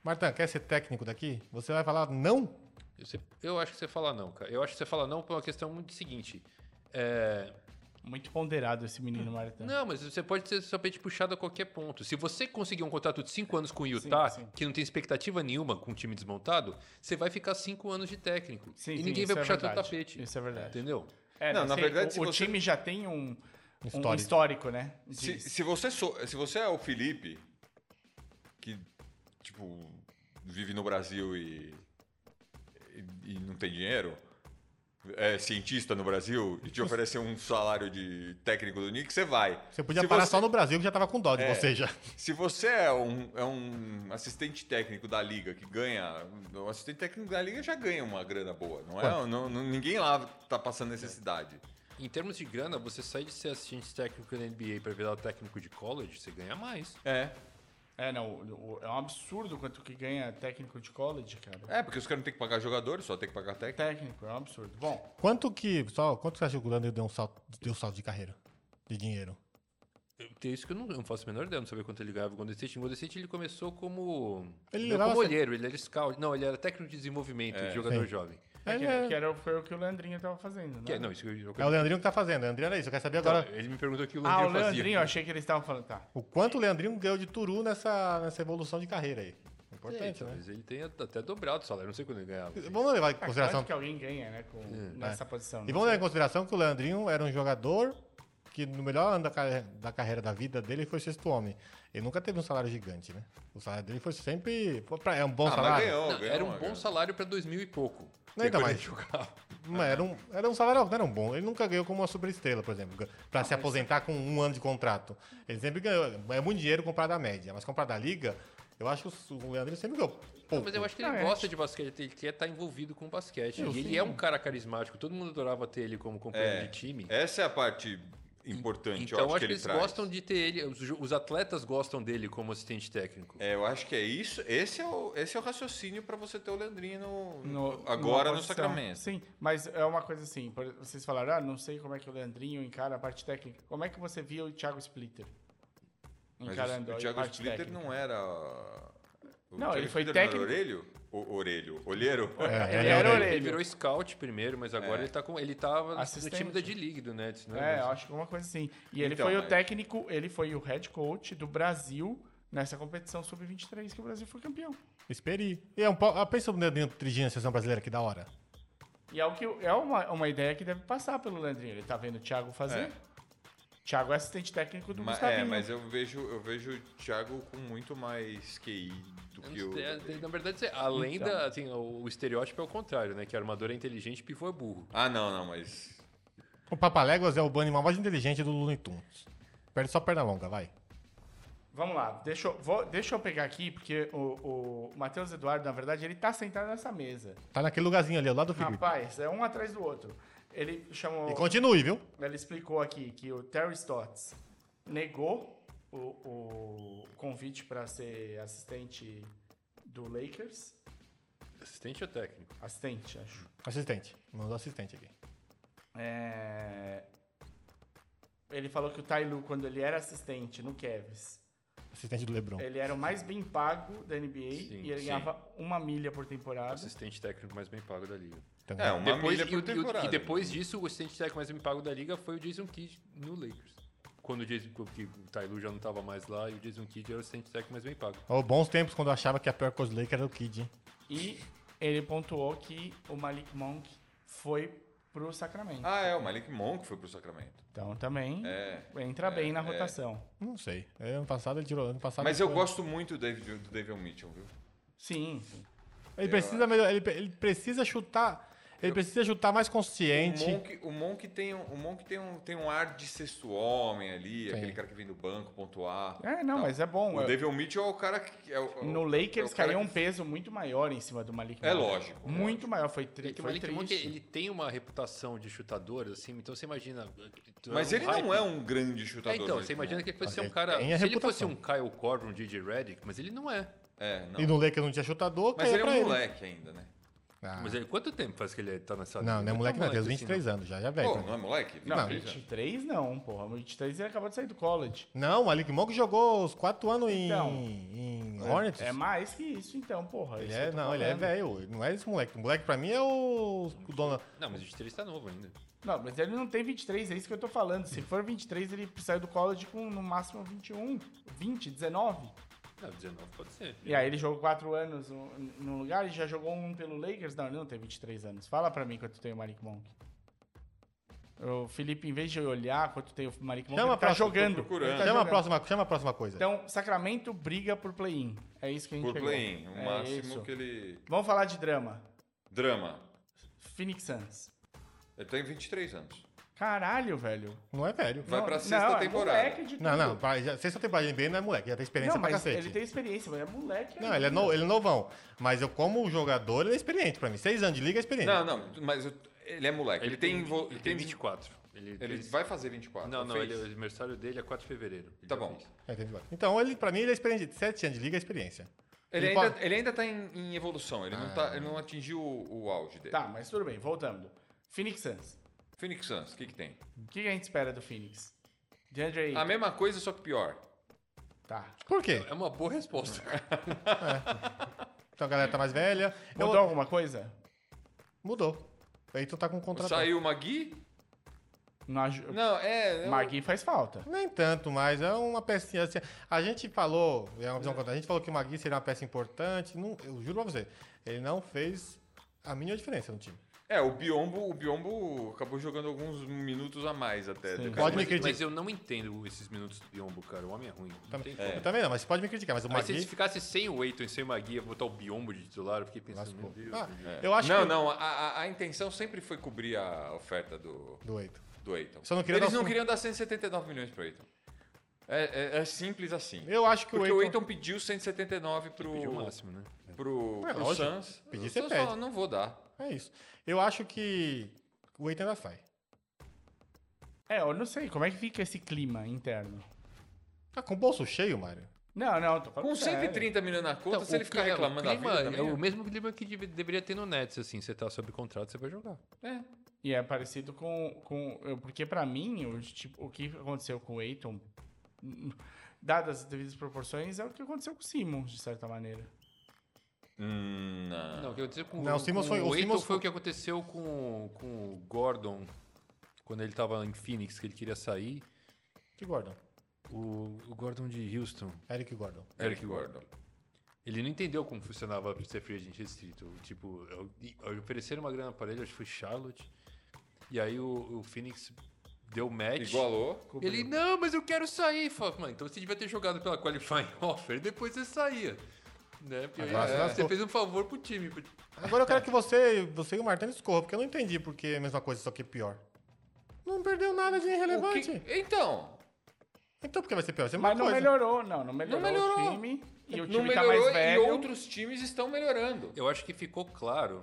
[SPEAKER 4] Marta, quer ser técnico daqui? Você vai falar não?
[SPEAKER 6] Eu, sei- eu acho que você fala não, cara. Eu acho que você fala não por uma questão muito seguinte. É,
[SPEAKER 3] Muito ponderado esse
[SPEAKER 6] (laughs)
[SPEAKER 3] menino Maritano.
[SPEAKER 6] não, mas você pode ser somente puxado a qualquer ponto. Se você conseguir um contrato de 5 anos com o Utah,
[SPEAKER 3] sim.
[SPEAKER 6] que não tem expectativa nenhuma com o time desmontado, você vai ficar 5 anos de técnico.
[SPEAKER 3] Sim,
[SPEAKER 6] e
[SPEAKER 3] sim,
[SPEAKER 6] ninguém
[SPEAKER 3] isso
[SPEAKER 6] vai
[SPEAKER 3] é
[SPEAKER 6] puxar teu
[SPEAKER 3] verdade.
[SPEAKER 6] tapete.
[SPEAKER 3] Isso é verdade.
[SPEAKER 6] Entendeu?
[SPEAKER 3] É,
[SPEAKER 5] Não,
[SPEAKER 3] não,
[SPEAKER 5] na
[SPEAKER 3] sei,
[SPEAKER 5] verdade,
[SPEAKER 3] o,
[SPEAKER 5] se
[SPEAKER 3] o
[SPEAKER 5] você-
[SPEAKER 3] time já tem um um histórico,
[SPEAKER 4] Histórico.
[SPEAKER 3] né? De-
[SPEAKER 5] Se, se você sou- se você é o Felipe que tipo vive no Brasil e e, e não tem dinheiro, é, cientista no Brasil e te oferecer um salário de técnico do Knicks, você vai.
[SPEAKER 4] Você podia
[SPEAKER 5] Se
[SPEAKER 4] parar
[SPEAKER 5] você-
[SPEAKER 4] só no Brasil, que já tava com dó de
[SPEAKER 5] É.
[SPEAKER 4] você já.
[SPEAKER 5] Se você é um, é um assistente técnico da liga que ganha. O assistente técnico da liga já ganha uma grana boa. Não é, não, não- ninguém lá tá passando necessidade.
[SPEAKER 6] Em termos de grana, você sai de ser assistente técnico na NBA para virar técnico de college, você ganha mais.
[SPEAKER 5] É.
[SPEAKER 3] É, não, o- o- é um absurdo quanto que ganha técnico de college, cara.
[SPEAKER 5] É, porque os caras não têm que pagar jogadores, só tem que pagar técnico.
[SPEAKER 3] Técnico, é um absurdo. Bom,
[SPEAKER 4] Quanto que. Só, quanto você acha que o Landry deu um salto, deu um salto de carreira? De dinheiro?
[SPEAKER 6] Tem isso que eu não, eu não faço a menor ideia, não sabia quanto ele ganhava com o Golden State. O Golden State ele começou como.
[SPEAKER 4] Ele
[SPEAKER 6] não,
[SPEAKER 4] levava
[SPEAKER 6] como
[SPEAKER 4] essa-
[SPEAKER 6] olheiro, ele era scout. Não, ele era técnico de desenvolvimento de jogador jovem.
[SPEAKER 4] É,
[SPEAKER 3] que,
[SPEAKER 4] é,
[SPEAKER 3] que era, foi o que o Leandrinho tava fazendo, né?
[SPEAKER 6] Que é, não, isso que eu- eu-
[SPEAKER 4] é o Leandrinho que tá fazendo. O Leandrinho era isso. Eu quero saber agora
[SPEAKER 6] Ele me perguntou o que
[SPEAKER 3] ah,
[SPEAKER 6] o Leandrinho
[SPEAKER 3] o
[SPEAKER 6] fazia. É,
[SPEAKER 3] Leandrinho, eu achei que eles estavam falando, tá.
[SPEAKER 4] o quanto o Leandrinho deu de turu nessa, nessa evolução de carreira aí.
[SPEAKER 6] É,
[SPEAKER 4] Importante, né?
[SPEAKER 6] talvez ele tenha até dobrado o salário, não sei quando ele ganhava.
[SPEAKER 4] Vamos levar
[SPEAKER 3] Ah,
[SPEAKER 4] em consideração. é.
[SPEAKER 3] quanto que alguém ganha, né,
[SPEAKER 5] É,
[SPEAKER 3] com, nessa posição.
[SPEAKER 4] E
[SPEAKER 3] né?
[SPEAKER 4] vamos levar em consideração que o Leandrinho era um jogador que no melhor ano da carre- da carreira da vida dele foi sexto homem. Ele nunca teve um salário gigante, né? O salário dele foi sempre. foi pra- É um bom
[SPEAKER 5] Ah, mas
[SPEAKER 4] salário.
[SPEAKER 5] ganhou,
[SPEAKER 6] Não,
[SPEAKER 5] ganhou
[SPEAKER 6] era um
[SPEAKER 5] uma
[SPEAKER 6] bom
[SPEAKER 5] grana.
[SPEAKER 6] salário para dois mil e pouco. é
[SPEAKER 4] Não, então,
[SPEAKER 6] Quando
[SPEAKER 4] mas-
[SPEAKER 6] ele jogava.
[SPEAKER 4] Mas era um, era um salário alto, não era um bom. Ele nunca ganhou como uma superestrela, por exemplo, para se aposentar com um ano de contrato. Ele sempre ganhou. É muito dinheiro comprado à média, mas comprado à liga, eu acho que o Leandrinho sempre ganhou.
[SPEAKER 6] Não,
[SPEAKER 4] pouco.
[SPEAKER 6] mas eu acho que ele
[SPEAKER 3] Não, é.
[SPEAKER 6] gosta de basquete, ele quer estar envolvido com basquete. e ele é um cara carismático, todo mundo adorava ter ele como
[SPEAKER 5] É.
[SPEAKER 6] companheiro de time.
[SPEAKER 5] Essa é a parte importante,
[SPEAKER 6] Então
[SPEAKER 5] eu
[SPEAKER 6] acho que,
[SPEAKER 5] ele
[SPEAKER 6] eles
[SPEAKER 5] traz.
[SPEAKER 6] gostam de ter ele, os, jo- os atletas gostam dele como assistente técnico.
[SPEAKER 5] É, eu acho que é isso. Esse é o, esse é o raciocínio pra você ter o Leandrinho no-
[SPEAKER 3] Assim, No-
[SPEAKER 5] agora
[SPEAKER 3] numa
[SPEAKER 5] no
[SPEAKER 3] posição.
[SPEAKER 5] Sacramento.
[SPEAKER 3] Sim, mas é uma coisa assim, por- vocês falaram, ah, não sei como é que o Leandrinho encara a parte técnica. Como é que você via o Thiago Splitter
[SPEAKER 5] Mas
[SPEAKER 3] encarando
[SPEAKER 5] o, o
[SPEAKER 3] a
[SPEAKER 5] Thiago
[SPEAKER 3] parte
[SPEAKER 5] Splitter
[SPEAKER 3] técnica?
[SPEAKER 5] não era. o
[SPEAKER 3] é Não,
[SPEAKER 5] Thiago
[SPEAKER 3] ele foi
[SPEAKER 5] Splitter não era
[SPEAKER 3] técnico.
[SPEAKER 5] Orelho? O, orelho. Olheiro? (laughs)
[SPEAKER 4] É,
[SPEAKER 3] Ele
[SPEAKER 4] é
[SPEAKER 3] era
[SPEAKER 4] o
[SPEAKER 6] Ele
[SPEAKER 3] orelho.
[SPEAKER 6] virou scout primeiro, mas agora
[SPEAKER 5] É.
[SPEAKER 6] ele tá com ele tava
[SPEAKER 3] Assistente.
[SPEAKER 6] no time da D-League do Nets, né?
[SPEAKER 3] É, eu acho que alguma coisa assim. E ele
[SPEAKER 5] Então,
[SPEAKER 3] foi o
[SPEAKER 5] mas-
[SPEAKER 3] técnico, ele foi o head coach do Brasil nessa competição sub-23 que o Brasil foi campeão.
[SPEAKER 4] Esperi. E é um, pau- ah, pensa o Leandrinho Trigina na seleção brasileira, que da hora.
[SPEAKER 3] E é, o que, é uma, uma ideia que deve passar pelo Leandrinho. Ele tá vendo o Thiago fazer.
[SPEAKER 5] É.
[SPEAKER 3] Thiago é assistente técnico do
[SPEAKER 5] Ma-
[SPEAKER 3] Gustavinho.
[SPEAKER 5] é, mas eu vejo, eu vejo o Thiago com muito mais QI do que o.
[SPEAKER 6] É, Na verdade, além
[SPEAKER 3] Então.
[SPEAKER 6] da. Assim, o o estereótipo é o contrário, né? Que armador é inteligente e pivô é burro.
[SPEAKER 5] Ah, não, não, mas.
[SPEAKER 4] O Papaléguas é o animal mais inteligente do Looney Tunes. Perde só perna longa, vai.
[SPEAKER 3] Vamos lá, deixa eu, vou- deixa eu pegar aqui, porque o, o Matheus Eduardo, na verdade, ele tá sentado nessa mesa.
[SPEAKER 4] Tá naquele lugarzinho ali, ao lado do Felipe.
[SPEAKER 3] Rapaz, é um atrás do outro. Ele chamou.
[SPEAKER 4] E continue, viu?
[SPEAKER 3] Ele explicou aqui que o Terry Stotts negou o, o convite para ser assistente do Lakers.
[SPEAKER 6] Assistente ou técnico?
[SPEAKER 3] Assistente, acho.
[SPEAKER 4] Assistente. Mandou assistente aqui.
[SPEAKER 3] É, Ele falou que o Ty Lue, quando ele era assistente no Cavs,
[SPEAKER 4] Assistente do Lebron.
[SPEAKER 3] ele era o mais bem pago da NBA
[SPEAKER 6] Sim,
[SPEAKER 3] e ele
[SPEAKER 6] sim.
[SPEAKER 3] ganhava uma milha por temporada.
[SPEAKER 6] Assistente técnico mais bem pago da liga.
[SPEAKER 4] Entendeu?
[SPEAKER 5] É, uma
[SPEAKER 6] Depois,
[SPEAKER 5] milha
[SPEAKER 6] e,
[SPEAKER 5] por
[SPEAKER 6] o- e o-
[SPEAKER 5] temporada.
[SPEAKER 6] e depois disso, o assistente técnico mais bem pago da liga foi o Jason Kidd no Lakers. Quando o Jason porque o Tailu já não tava mais lá e o Jason Kidd era o assistente técnico mais bem pago.
[SPEAKER 4] Ó, bons tempos quando eu achava que a pior coisa do Lakers era o Kid, hein?
[SPEAKER 3] E ele pontuou que o Malik Monk foi pro Sacramento.
[SPEAKER 5] Ah, é, o Malik Monk foi pro Sacramento.
[SPEAKER 3] Então também
[SPEAKER 5] É,
[SPEAKER 3] entra bem na rotação.
[SPEAKER 4] Não sei. É, Ano passado ele tirou. Ano
[SPEAKER 3] Tá
[SPEAKER 4] passado
[SPEAKER 5] Mas
[SPEAKER 4] ele
[SPEAKER 5] eu
[SPEAKER 4] foi-
[SPEAKER 5] gosto muito do David, do David Mitchell, viu?
[SPEAKER 3] Sim, sim.
[SPEAKER 4] Ele precisa melhor. Ele, ele precisa chutar. Ele precisa chutar mais consciente.
[SPEAKER 5] O Monk, o Monk, tem, um, o Monk tem, um, tem um ar de sexto homem ali,
[SPEAKER 4] Tem.
[SPEAKER 5] aquele cara que vem do banco pontuar.
[SPEAKER 3] É, não, mas é bom.
[SPEAKER 5] Então, O
[SPEAKER 3] Eu-
[SPEAKER 5] David Mitchell é o cara que. É o, é
[SPEAKER 3] no
[SPEAKER 5] o-
[SPEAKER 3] Lakers
[SPEAKER 5] é o cara
[SPEAKER 3] caiu um
[SPEAKER 5] que-
[SPEAKER 3] peso muito maior em cima do Malik
[SPEAKER 5] É
[SPEAKER 3] Monk.
[SPEAKER 5] lógico,
[SPEAKER 3] Muito
[SPEAKER 5] lógico.
[SPEAKER 3] maior, foi, tri
[SPEAKER 6] É que o
[SPEAKER 3] foi
[SPEAKER 6] Malik Monk,
[SPEAKER 3] triste.
[SPEAKER 6] ele tem uma reputação de chutador, assim, então você imagina.
[SPEAKER 5] Mas
[SPEAKER 6] um
[SPEAKER 5] ele
[SPEAKER 6] hype.
[SPEAKER 5] não é um grande chutador. né?
[SPEAKER 6] É, então,
[SPEAKER 5] Malik
[SPEAKER 6] você imagina
[SPEAKER 5] Monk.
[SPEAKER 6] que ele fosse ser
[SPEAKER 4] Mas
[SPEAKER 6] um
[SPEAKER 4] ele
[SPEAKER 6] cara. Se
[SPEAKER 4] tem a
[SPEAKER 6] ele fosse
[SPEAKER 4] reputação.
[SPEAKER 6] um Kyle Korver, um DJ Redick, mas ele não é.
[SPEAKER 5] É, não.
[SPEAKER 4] E no Lakers não tinha chutador,
[SPEAKER 5] Mas
[SPEAKER 4] caiu
[SPEAKER 5] ele é
[SPEAKER 4] pra
[SPEAKER 5] um
[SPEAKER 4] ele.
[SPEAKER 5] moleque ainda, né?
[SPEAKER 4] Ah.
[SPEAKER 6] Mas ele, quanto tempo faz que ele tá nessa
[SPEAKER 4] Não, não é moleque, não. Ele tem uns
[SPEAKER 6] assim,
[SPEAKER 4] 23 anos já, já velho.
[SPEAKER 5] Pô, um não é moleque?
[SPEAKER 3] Não,
[SPEAKER 4] então. Não,
[SPEAKER 3] 23 não, porra. 23 ele acabou de sair do college.
[SPEAKER 4] Não, o Malik Monk jogou os 4 anos em,
[SPEAKER 3] Então.
[SPEAKER 4] em Hornets.
[SPEAKER 3] É mais que isso, então, porra.
[SPEAKER 4] Ele
[SPEAKER 3] isso que
[SPEAKER 4] é,
[SPEAKER 3] eu tô
[SPEAKER 4] não, ele é
[SPEAKER 3] falando.
[SPEAKER 4] velho. Ele Não é esse moleque. O moleque pra mim é o, o Dona.
[SPEAKER 6] Não, mas o 23 tá novo ainda.
[SPEAKER 3] Não, mas ele não tem 23, é isso que eu tô falando. Se for 23, ele saiu do college com no máximo 21, 20, 19.
[SPEAKER 6] Não, 19 pode ser.
[SPEAKER 3] E aí ele jogou 4 anos no, no lugar e já jogou um pelo Lakers? Não, ele não tem 23 anos. Fala pra mim quanto tem o Malik Monk. O Felipe, em vez de olhar quanto tem o Malik Monk,
[SPEAKER 4] Chama
[SPEAKER 3] ele tá
[SPEAKER 4] pra-
[SPEAKER 3] jogando.
[SPEAKER 5] procurando.
[SPEAKER 3] Ele tá
[SPEAKER 4] chama, a
[SPEAKER 3] jogando.
[SPEAKER 4] próxima, chama a próxima coisa.
[SPEAKER 3] Então, Sacramento briga por play-in. É isso que a gente
[SPEAKER 5] Por
[SPEAKER 3] pegou.
[SPEAKER 5] play-in. O
[SPEAKER 3] É
[SPEAKER 5] máximo
[SPEAKER 3] isso.
[SPEAKER 5] que ele.
[SPEAKER 3] Vamos falar de drama.
[SPEAKER 5] Drama.
[SPEAKER 3] Phoenix Suns.
[SPEAKER 5] Ele tem 23 anos.
[SPEAKER 3] Caralho, velho.
[SPEAKER 4] Não é velho.
[SPEAKER 5] Vai
[SPEAKER 3] Não,
[SPEAKER 5] pra sexta
[SPEAKER 3] não, é
[SPEAKER 5] temporada.
[SPEAKER 3] moleque de
[SPEAKER 4] Não, não.
[SPEAKER 3] tudo.
[SPEAKER 4] pra- já- Sexta temporada de NBA não é moleque, já tem experiência
[SPEAKER 3] Não,
[SPEAKER 4] pra
[SPEAKER 3] mas
[SPEAKER 4] cacete.
[SPEAKER 3] ele tem experiência, mas é moleque.
[SPEAKER 4] Não,
[SPEAKER 3] ainda.
[SPEAKER 4] ele é, no, ele é novão. Mas eu, como jogador, ele é experiente pra mim. Seis anos de liga é experiente.
[SPEAKER 5] Não, não, mas eu- ele é moleque. Ele, tem, envol-
[SPEAKER 6] ele tem 24. Ele,
[SPEAKER 5] Ele
[SPEAKER 6] fez-
[SPEAKER 5] vai fazer 24.
[SPEAKER 6] Não, não,
[SPEAKER 5] é fez.
[SPEAKER 6] ele, o aniversário dele é 4 de fevereiro. Ele
[SPEAKER 5] Tá
[SPEAKER 6] já
[SPEAKER 5] bom.
[SPEAKER 6] fez.
[SPEAKER 4] É, tem igual. Então, ele, pra mim, ele é experiente. Sete anos de liga é experiência. Ele
[SPEAKER 5] Ele, ainda,
[SPEAKER 4] pode-
[SPEAKER 5] ele ainda tá em, em evolução. Ele, não tá, ele não atingiu o, o auge dele.
[SPEAKER 3] Tá, mas tudo bem, voltando. Phoenix Suns.
[SPEAKER 5] Phoenix Suns, o que, que tem?
[SPEAKER 3] O que que a gente espera do Phoenix? DeAndre Ayton.
[SPEAKER 5] A mesma coisa, só que pior.
[SPEAKER 3] Tá.
[SPEAKER 4] Por quê?
[SPEAKER 6] É uma boa resposta.
[SPEAKER 4] Então a galera tá mais velha. Eu-
[SPEAKER 3] Mudou alguma coisa?
[SPEAKER 4] Mudou. O Eiton tá com um contrato.
[SPEAKER 5] Saiu o Magui?
[SPEAKER 3] Não, aju-
[SPEAKER 5] Não, é. eu-
[SPEAKER 3] Magui faz falta.
[SPEAKER 4] Nem tanto, mas é uma pecinha. assim, a gente falou, é uma visão contra, a gente falou que o Magui seria uma peça importante. não- eu juro pra você, ele não fez a mínima diferença no time.
[SPEAKER 5] É, o Biombo, o Biombo acabou jogando alguns minutos a mais até.
[SPEAKER 3] Sim.
[SPEAKER 5] Deu-
[SPEAKER 4] Pode me
[SPEAKER 6] mas,
[SPEAKER 4] criticar.
[SPEAKER 6] mas eu não entendo esses minutos do Biombo, cara. O homem é ruim. Não tem
[SPEAKER 4] Também,
[SPEAKER 6] como.
[SPEAKER 4] Eu também não, mas você pode me criticar, mas o
[SPEAKER 6] Mas se
[SPEAKER 4] Tá Magui.
[SPEAKER 6] eles ficassem sem o Eiton e sem o Magui, ia botar o Biombo de titular, eu fiquei pensando,
[SPEAKER 4] lascou.
[SPEAKER 6] meu Deus.
[SPEAKER 4] Ah,
[SPEAKER 6] meu Deus.
[SPEAKER 4] Eu acho
[SPEAKER 5] não,
[SPEAKER 4] que
[SPEAKER 5] não, a, a- a intenção sempre foi cobrir a oferta do,
[SPEAKER 4] do Eiton.
[SPEAKER 5] do Eiton.
[SPEAKER 4] Só não queria
[SPEAKER 5] Eles
[SPEAKER 4] dar
[SPEAKER 5] não
[SPEAKER 4] um-
[SPEAKER 5] queriam dar 179 milhões pro Eiton. É, é- é simples assim.
[SPEAKER 4] Eu acho que
[SPEAKER 5] Porque
[SPEAKER 4] o
[SPEAKER 5] o
[SPEAKER 4] Eiton.
[SPEAKER 5] Eiton pediu 179 pro,
[SPEAKER 6] Pediu o máximo, né?
[SPEAKER 5] pro,
[SPEAKER 4] É,
[SPEAKER 5] pro
[SPEAKER 4] lógico.
[SPEAKER 5] Suns.
[SPEAKER 4] Pedir,
[SPEAKER 5] O
[SPEAKER 4] você
[SPEAKER 5] Suns
[SPEAKER 4] pede.
[SPEAKER 5] falou, não vou dar.
[SPEAKER 4] É isso. Eu acho que o Eiton ainda sai.
[SPEAKER 3] É, eu não sei, como é que fica esse clima interno?
[SPEAKER 4] Tá com o bolso cheio, Mário.
[SPEAKER 3] Não, não, tô falando
[SPEAKER 4] É.
[SPEAKER 5] Com
[SPEAKER 3] sério.
[SPEAKER 5] 130 milhões na conta,
[SPEAKER 6] Então,
[SPEAKER 5] se ele
[SPEAKER 6] o
[SPEAKER 5] ficar
[SPEAKER 6] clima-
[SPEAKER 5] reclamando da
[SPEAKER 6] clima
[SPEAKER 5] vida
[SPEAKER 6] É
[SPEAKER 5] também,
[SPEAKER 6] o
[SPEAKER 5] é.
[SPEAKER 6] mesmo clima que deve- deveria ter no Nets, assim. Você tá sob contrato, você vai jogar.
[SPEAKER 5] É.
[SPEAKER 3] E é parecido com. com eu- porque pra mim, o, tipo, o que aconteceu com o Eiton, hum, dadas as devidas proporções, é o que aconteceu com o Simmons, de certa maneira.
[SPEAKER 5] Hum, não.
[SPEAKER 6] Não, o que aconteceu com
[SPEAKER 4] Não, o
[SPEAKER 6] o
[SPEAKER 4] Simmons
[SPEAKER 6] com
[SPEAKER 4] foi- o
[SPEAKER 6] Aiton
[SPEAKER 4] Simmons
[SPEAKER 6] foi o que aconteceu com, com o Gordon quando ele tava em Phoenix, que ele queria sair.
[SPEAKER 4] Que Gordon.
[SPEAKER 6] O, o Gordon de Houston.
[SPEAKER 4] Eric Gordon.
[SPEAKER 5] Eric Gordon.
[SPEAKER 6] Ele não entendeu como funcionava ser free agent restrito. Tipo, eu- e- eu ofereceram uma grana para ele, acho que foi Charlotte. E aí o, o Phoenix deu match.
[SPEAKER 5] Igualou.
[SPEAKER 6] Ele, não, mas eu quero sair. Fala, mano, então você devia ter jogado pela qualifying (laughs) offer e depois você saía. Né?
[SPEAKER 5] Ah,
[SPEAKER 6] Porque
[SPEAKER 4] Agora
[SPEAKER 6] aí
[SPEAKER 4] você
[SPEAKER 6] você
[SPEAKER 4] lascou.
[SPEAKER 6] fez um favor pro time. pro-
[SPEAKER 4] Agora eu quero que você, você e o Martins corram, porque eu não entendi porque é a mesma coisa, só que pior. Não perdeu nada de
[SPEAKER 5] O
[SPEAKER 4] irrelevante.
[SPEAKER 5] que- Então,
[SPEAKER 4] Então por que vai ser pior? Vai ser a
[SPEAKER 3] Mas
[SPEAKER 4] mesma
[SPEAKER 3] não
[SPEAKER 4] coisa.
[SPEAKER 3] melhorou, não. Não melhorou,
[SPEAKER 5] melhorou.
[SPEAKER 3] o time. E o
[SPEAKER 5] não
[SPEAKER 3] time tá
[SPEAKER 5] melhorou
[SPEAKER 3] mais velho.
[SPEAKER 5] e outros times estão melhorando.
[SPEAKER 6] Eu acho que ficou claro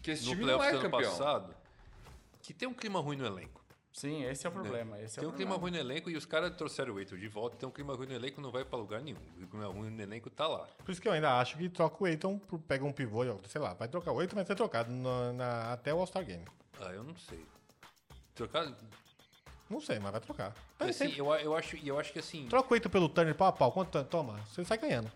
[SPEAKER 5] Que esse
[SPEAKER 6] no
[SPEAKER 5] time não
[SPEAKER 6] playoffs
[SPEAKER 5] é
[SPEAKER 6] do ano
[SPEAKER 5] campeão.
[SPEAKER 6] passado que tem um clima ruim no elenco.
[SPEAKER 3] Sim, esse é o problema. Esse é
[SPEAKER 6] tem
[SPEAKER 3] o
[SPEAKER 6] um clima
[SPEAKER 3] problema.
[SPEAKER 6] ruim no elenco e os caras trouxeram o Eitor de volta. Tem um clima ruim no elenco, não vai pra lugar nenhum. O clima ruim no elenco tá lá.
[SPEAKER 4] Por isso que eu ainda acho que troca o Eiton, por- pega um pivô, e, sei lá, vai trocar o Eiton, vai ser trocado na- na- até o All-Star Game.
[SPEAKER 6] Ah, eu não sei. Trocar.
[SPEAKER 4] Não sei, mas vai trocar.
[SPEAKER 5] Ah,
[SPEAKER 4] Tá
[SPEAKER 6] Assim,
[SPEAKER 4] sempre-
[SPEAKER 6] eu, a- eu, acho, e eu acho que assim.
[SPEAKER 4] Troca o Eiton pelo Turner pau a pau, quanto tanto? Toma, você sai ganhando.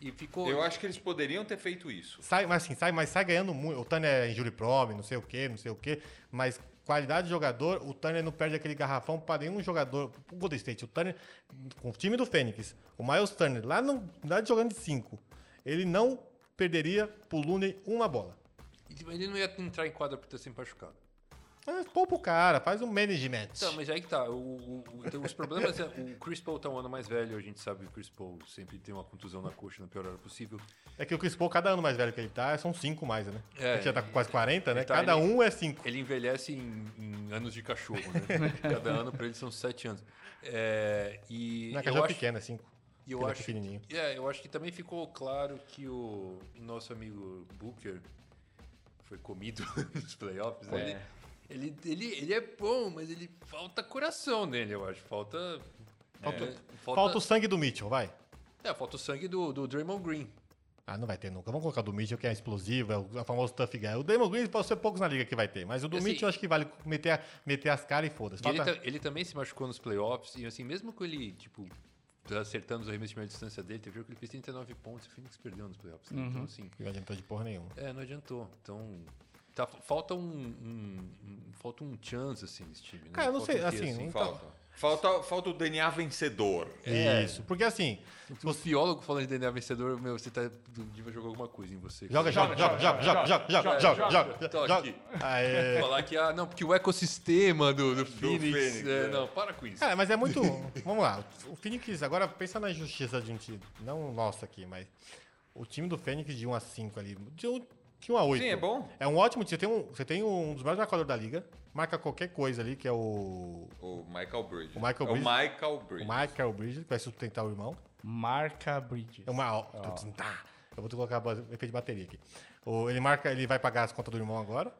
[SPEAKER 6] E ficou.
[SPEAKER 5] Eu acho que eles poderiam ter feito isso.
[SPEAKER 4] Sai, mas assim, sai, mas sai ganhando muito. O Turner é injury prome, não sei o quê, não sei o quê. Mas qualidade de jogador, o Turner não perde aquele garrafão pra nenhum jogador. O Golden State, o Turner, com o time do Fênix, o Miles Turner, lá, no, lá jogando de 5, ele não perderia pro Looney uma bola.
[SPEAKER 6] Ele não ia entrar em quadra por ter se machucado.
[SPEAKER 4] Mas poupa o cara, faz um management.
[SPEAKER 6] Então, mas aí que tá. O, o- o- então, os problemas é. O Chris Paul tá um ano mais velho, a gente sabe que o Chris Paul sempre tem uma contusão na coxa na pior hora possível.
[SPEAKER 4] É que o Chris Paul, cada ano mais velho que ele tá, são cinco mais, né?
[SPEAKER 6] É,
[SPEAKER 4] ele já tá com quase 40, né?
[SPEAKER 6] tá
[SPEAKER 4] cada
[SPEAKER 6] ali-
[SPEAKER 4] um é cinco.
[SPEAKER 6] Ele envelhece em, em anos de cachorro, né?
[SPEAKER 4] (laughs)
[SPEAKER 6] Cada ano pra ele são sete anos. É, e
[SPEAKER 4] Na
[SPEAKER 6] eu
[SPEAKER 4] cachorro
[SPEAKER 6] acho-
[SPEAKER 4] pequena, é cinco.
[SPEAKER 6] E eu
[SPEAKER 4] Ele é
[SPEAKER 6] acho,
[SPEAKER 4] pequenininho.
[SPEAKER 6] É, eu acho que também ficou claro que o nosso amigo Booker foi comido (laughs) nos playoffs. né? Ele, ele, ele, ele é bom, mas ele falta coração nele, eu acho. Falta. Falta, falta,
[SPEAKER 4] Falta o sangue do Mitchell, vai.
[SPEAKER 6] é, falta o sangue do, do Draymond Green.
[SPEAKER 4] Ah, não vai ter nunca. Vamos colocar o do Mitchell, que é explosivo, é o o famoso tough guy. O Damon Green pode ser poucos na liga que vai ter, mas o do
[SPEAKER 6] Assim- é
[SPEAKER 4] Mitchell eu acho que vale meter, a- meter as caras e foda-se.
[SPEAKER 6] E ele,
[SPEAKER 4] Falta-
[SPEAKER 6] ta- ele também se machucou nos playoffs. E assim, mesmo com ele, tipo, acertando os arremessimentos de distância dele, teve jogo que ele fez 39 pontos e o Phoenix perdeu nos playoffs. né? Então, assim.
[SPEAKER 4] Não adiantou de porra nenhuma.
[SPEAKER 6] É, não adiantou. Então, tá, falta um, um- um- Falta um chance, assim, nesse time. Né?
[SPEAKER 4] Cara, eu não
[SPEAKER 6] Falta
[SPEAKER 4] sei,
[SPEAKER 6] um quê,
[SPEAKER 4] assim, não- Então-
[SPEAKER 5] Falta. Falta, falta o DNA vencedor.
[SPEAKER 6] É.
[SPEAKER 4] Isso, porque assim,
[SPEAKER 6] Se o biólogo falando de DNA vencedor, meu, você tá. Devia jogar alguma coisa em você.
[SPEAKER 4] joga, joga, joga, joga, joga, joga, joga, joga, joga,
[SPEAKER 6] Tô
[SPEAKER 4] joga.
[SPEAKER 6] aqui.
[SPEAKER 4] Aê.
[SPEAKER 6] Falar que, ah, não, porque o ecossistema do, do Phoenix.
[SPEAKER 5] Phoenix,
[SPEAKER 6] é,
[SPEAKER 5] é.
[SPEAKER 6] Não, para com isso.
[SPEAKER 4] Cara, mas é muito. (laughs) Vamos lá. O Phoenix, agora pensa na injustiça de um time. Não o nosso aqui, mas. O time do Fênix de 1 a 5 ali. De 1, de 1 a 8.
[SPEAKER 5] Sim, é bom.
[SPEAKER 4] um, É um ótimo time. Você tem um, você tem um dos melhores marcadores da liga. marca qualquer coisa ali, que é o,
[SPEAKER 5] O Michael Bridges.
[SPEAKER 4] O Michael
[SPEAKER 5] É o
[SPEAKER 4] Bridges.
[SPEAKER 5] Michael
[SPEAKER 4] o
[SPEAKER 5] Bridges.
[SPEAKER 4] Michael Bridges, que vai sustentar o irmão.
[SPEAKER 3] Marca Bridges.
[SPEAKER 4] É uma. ó, tum, tá. Eu vou colocar ba- efeito de bateria aqui. O- ele marca, ele vai pagar as contas do irmão agora.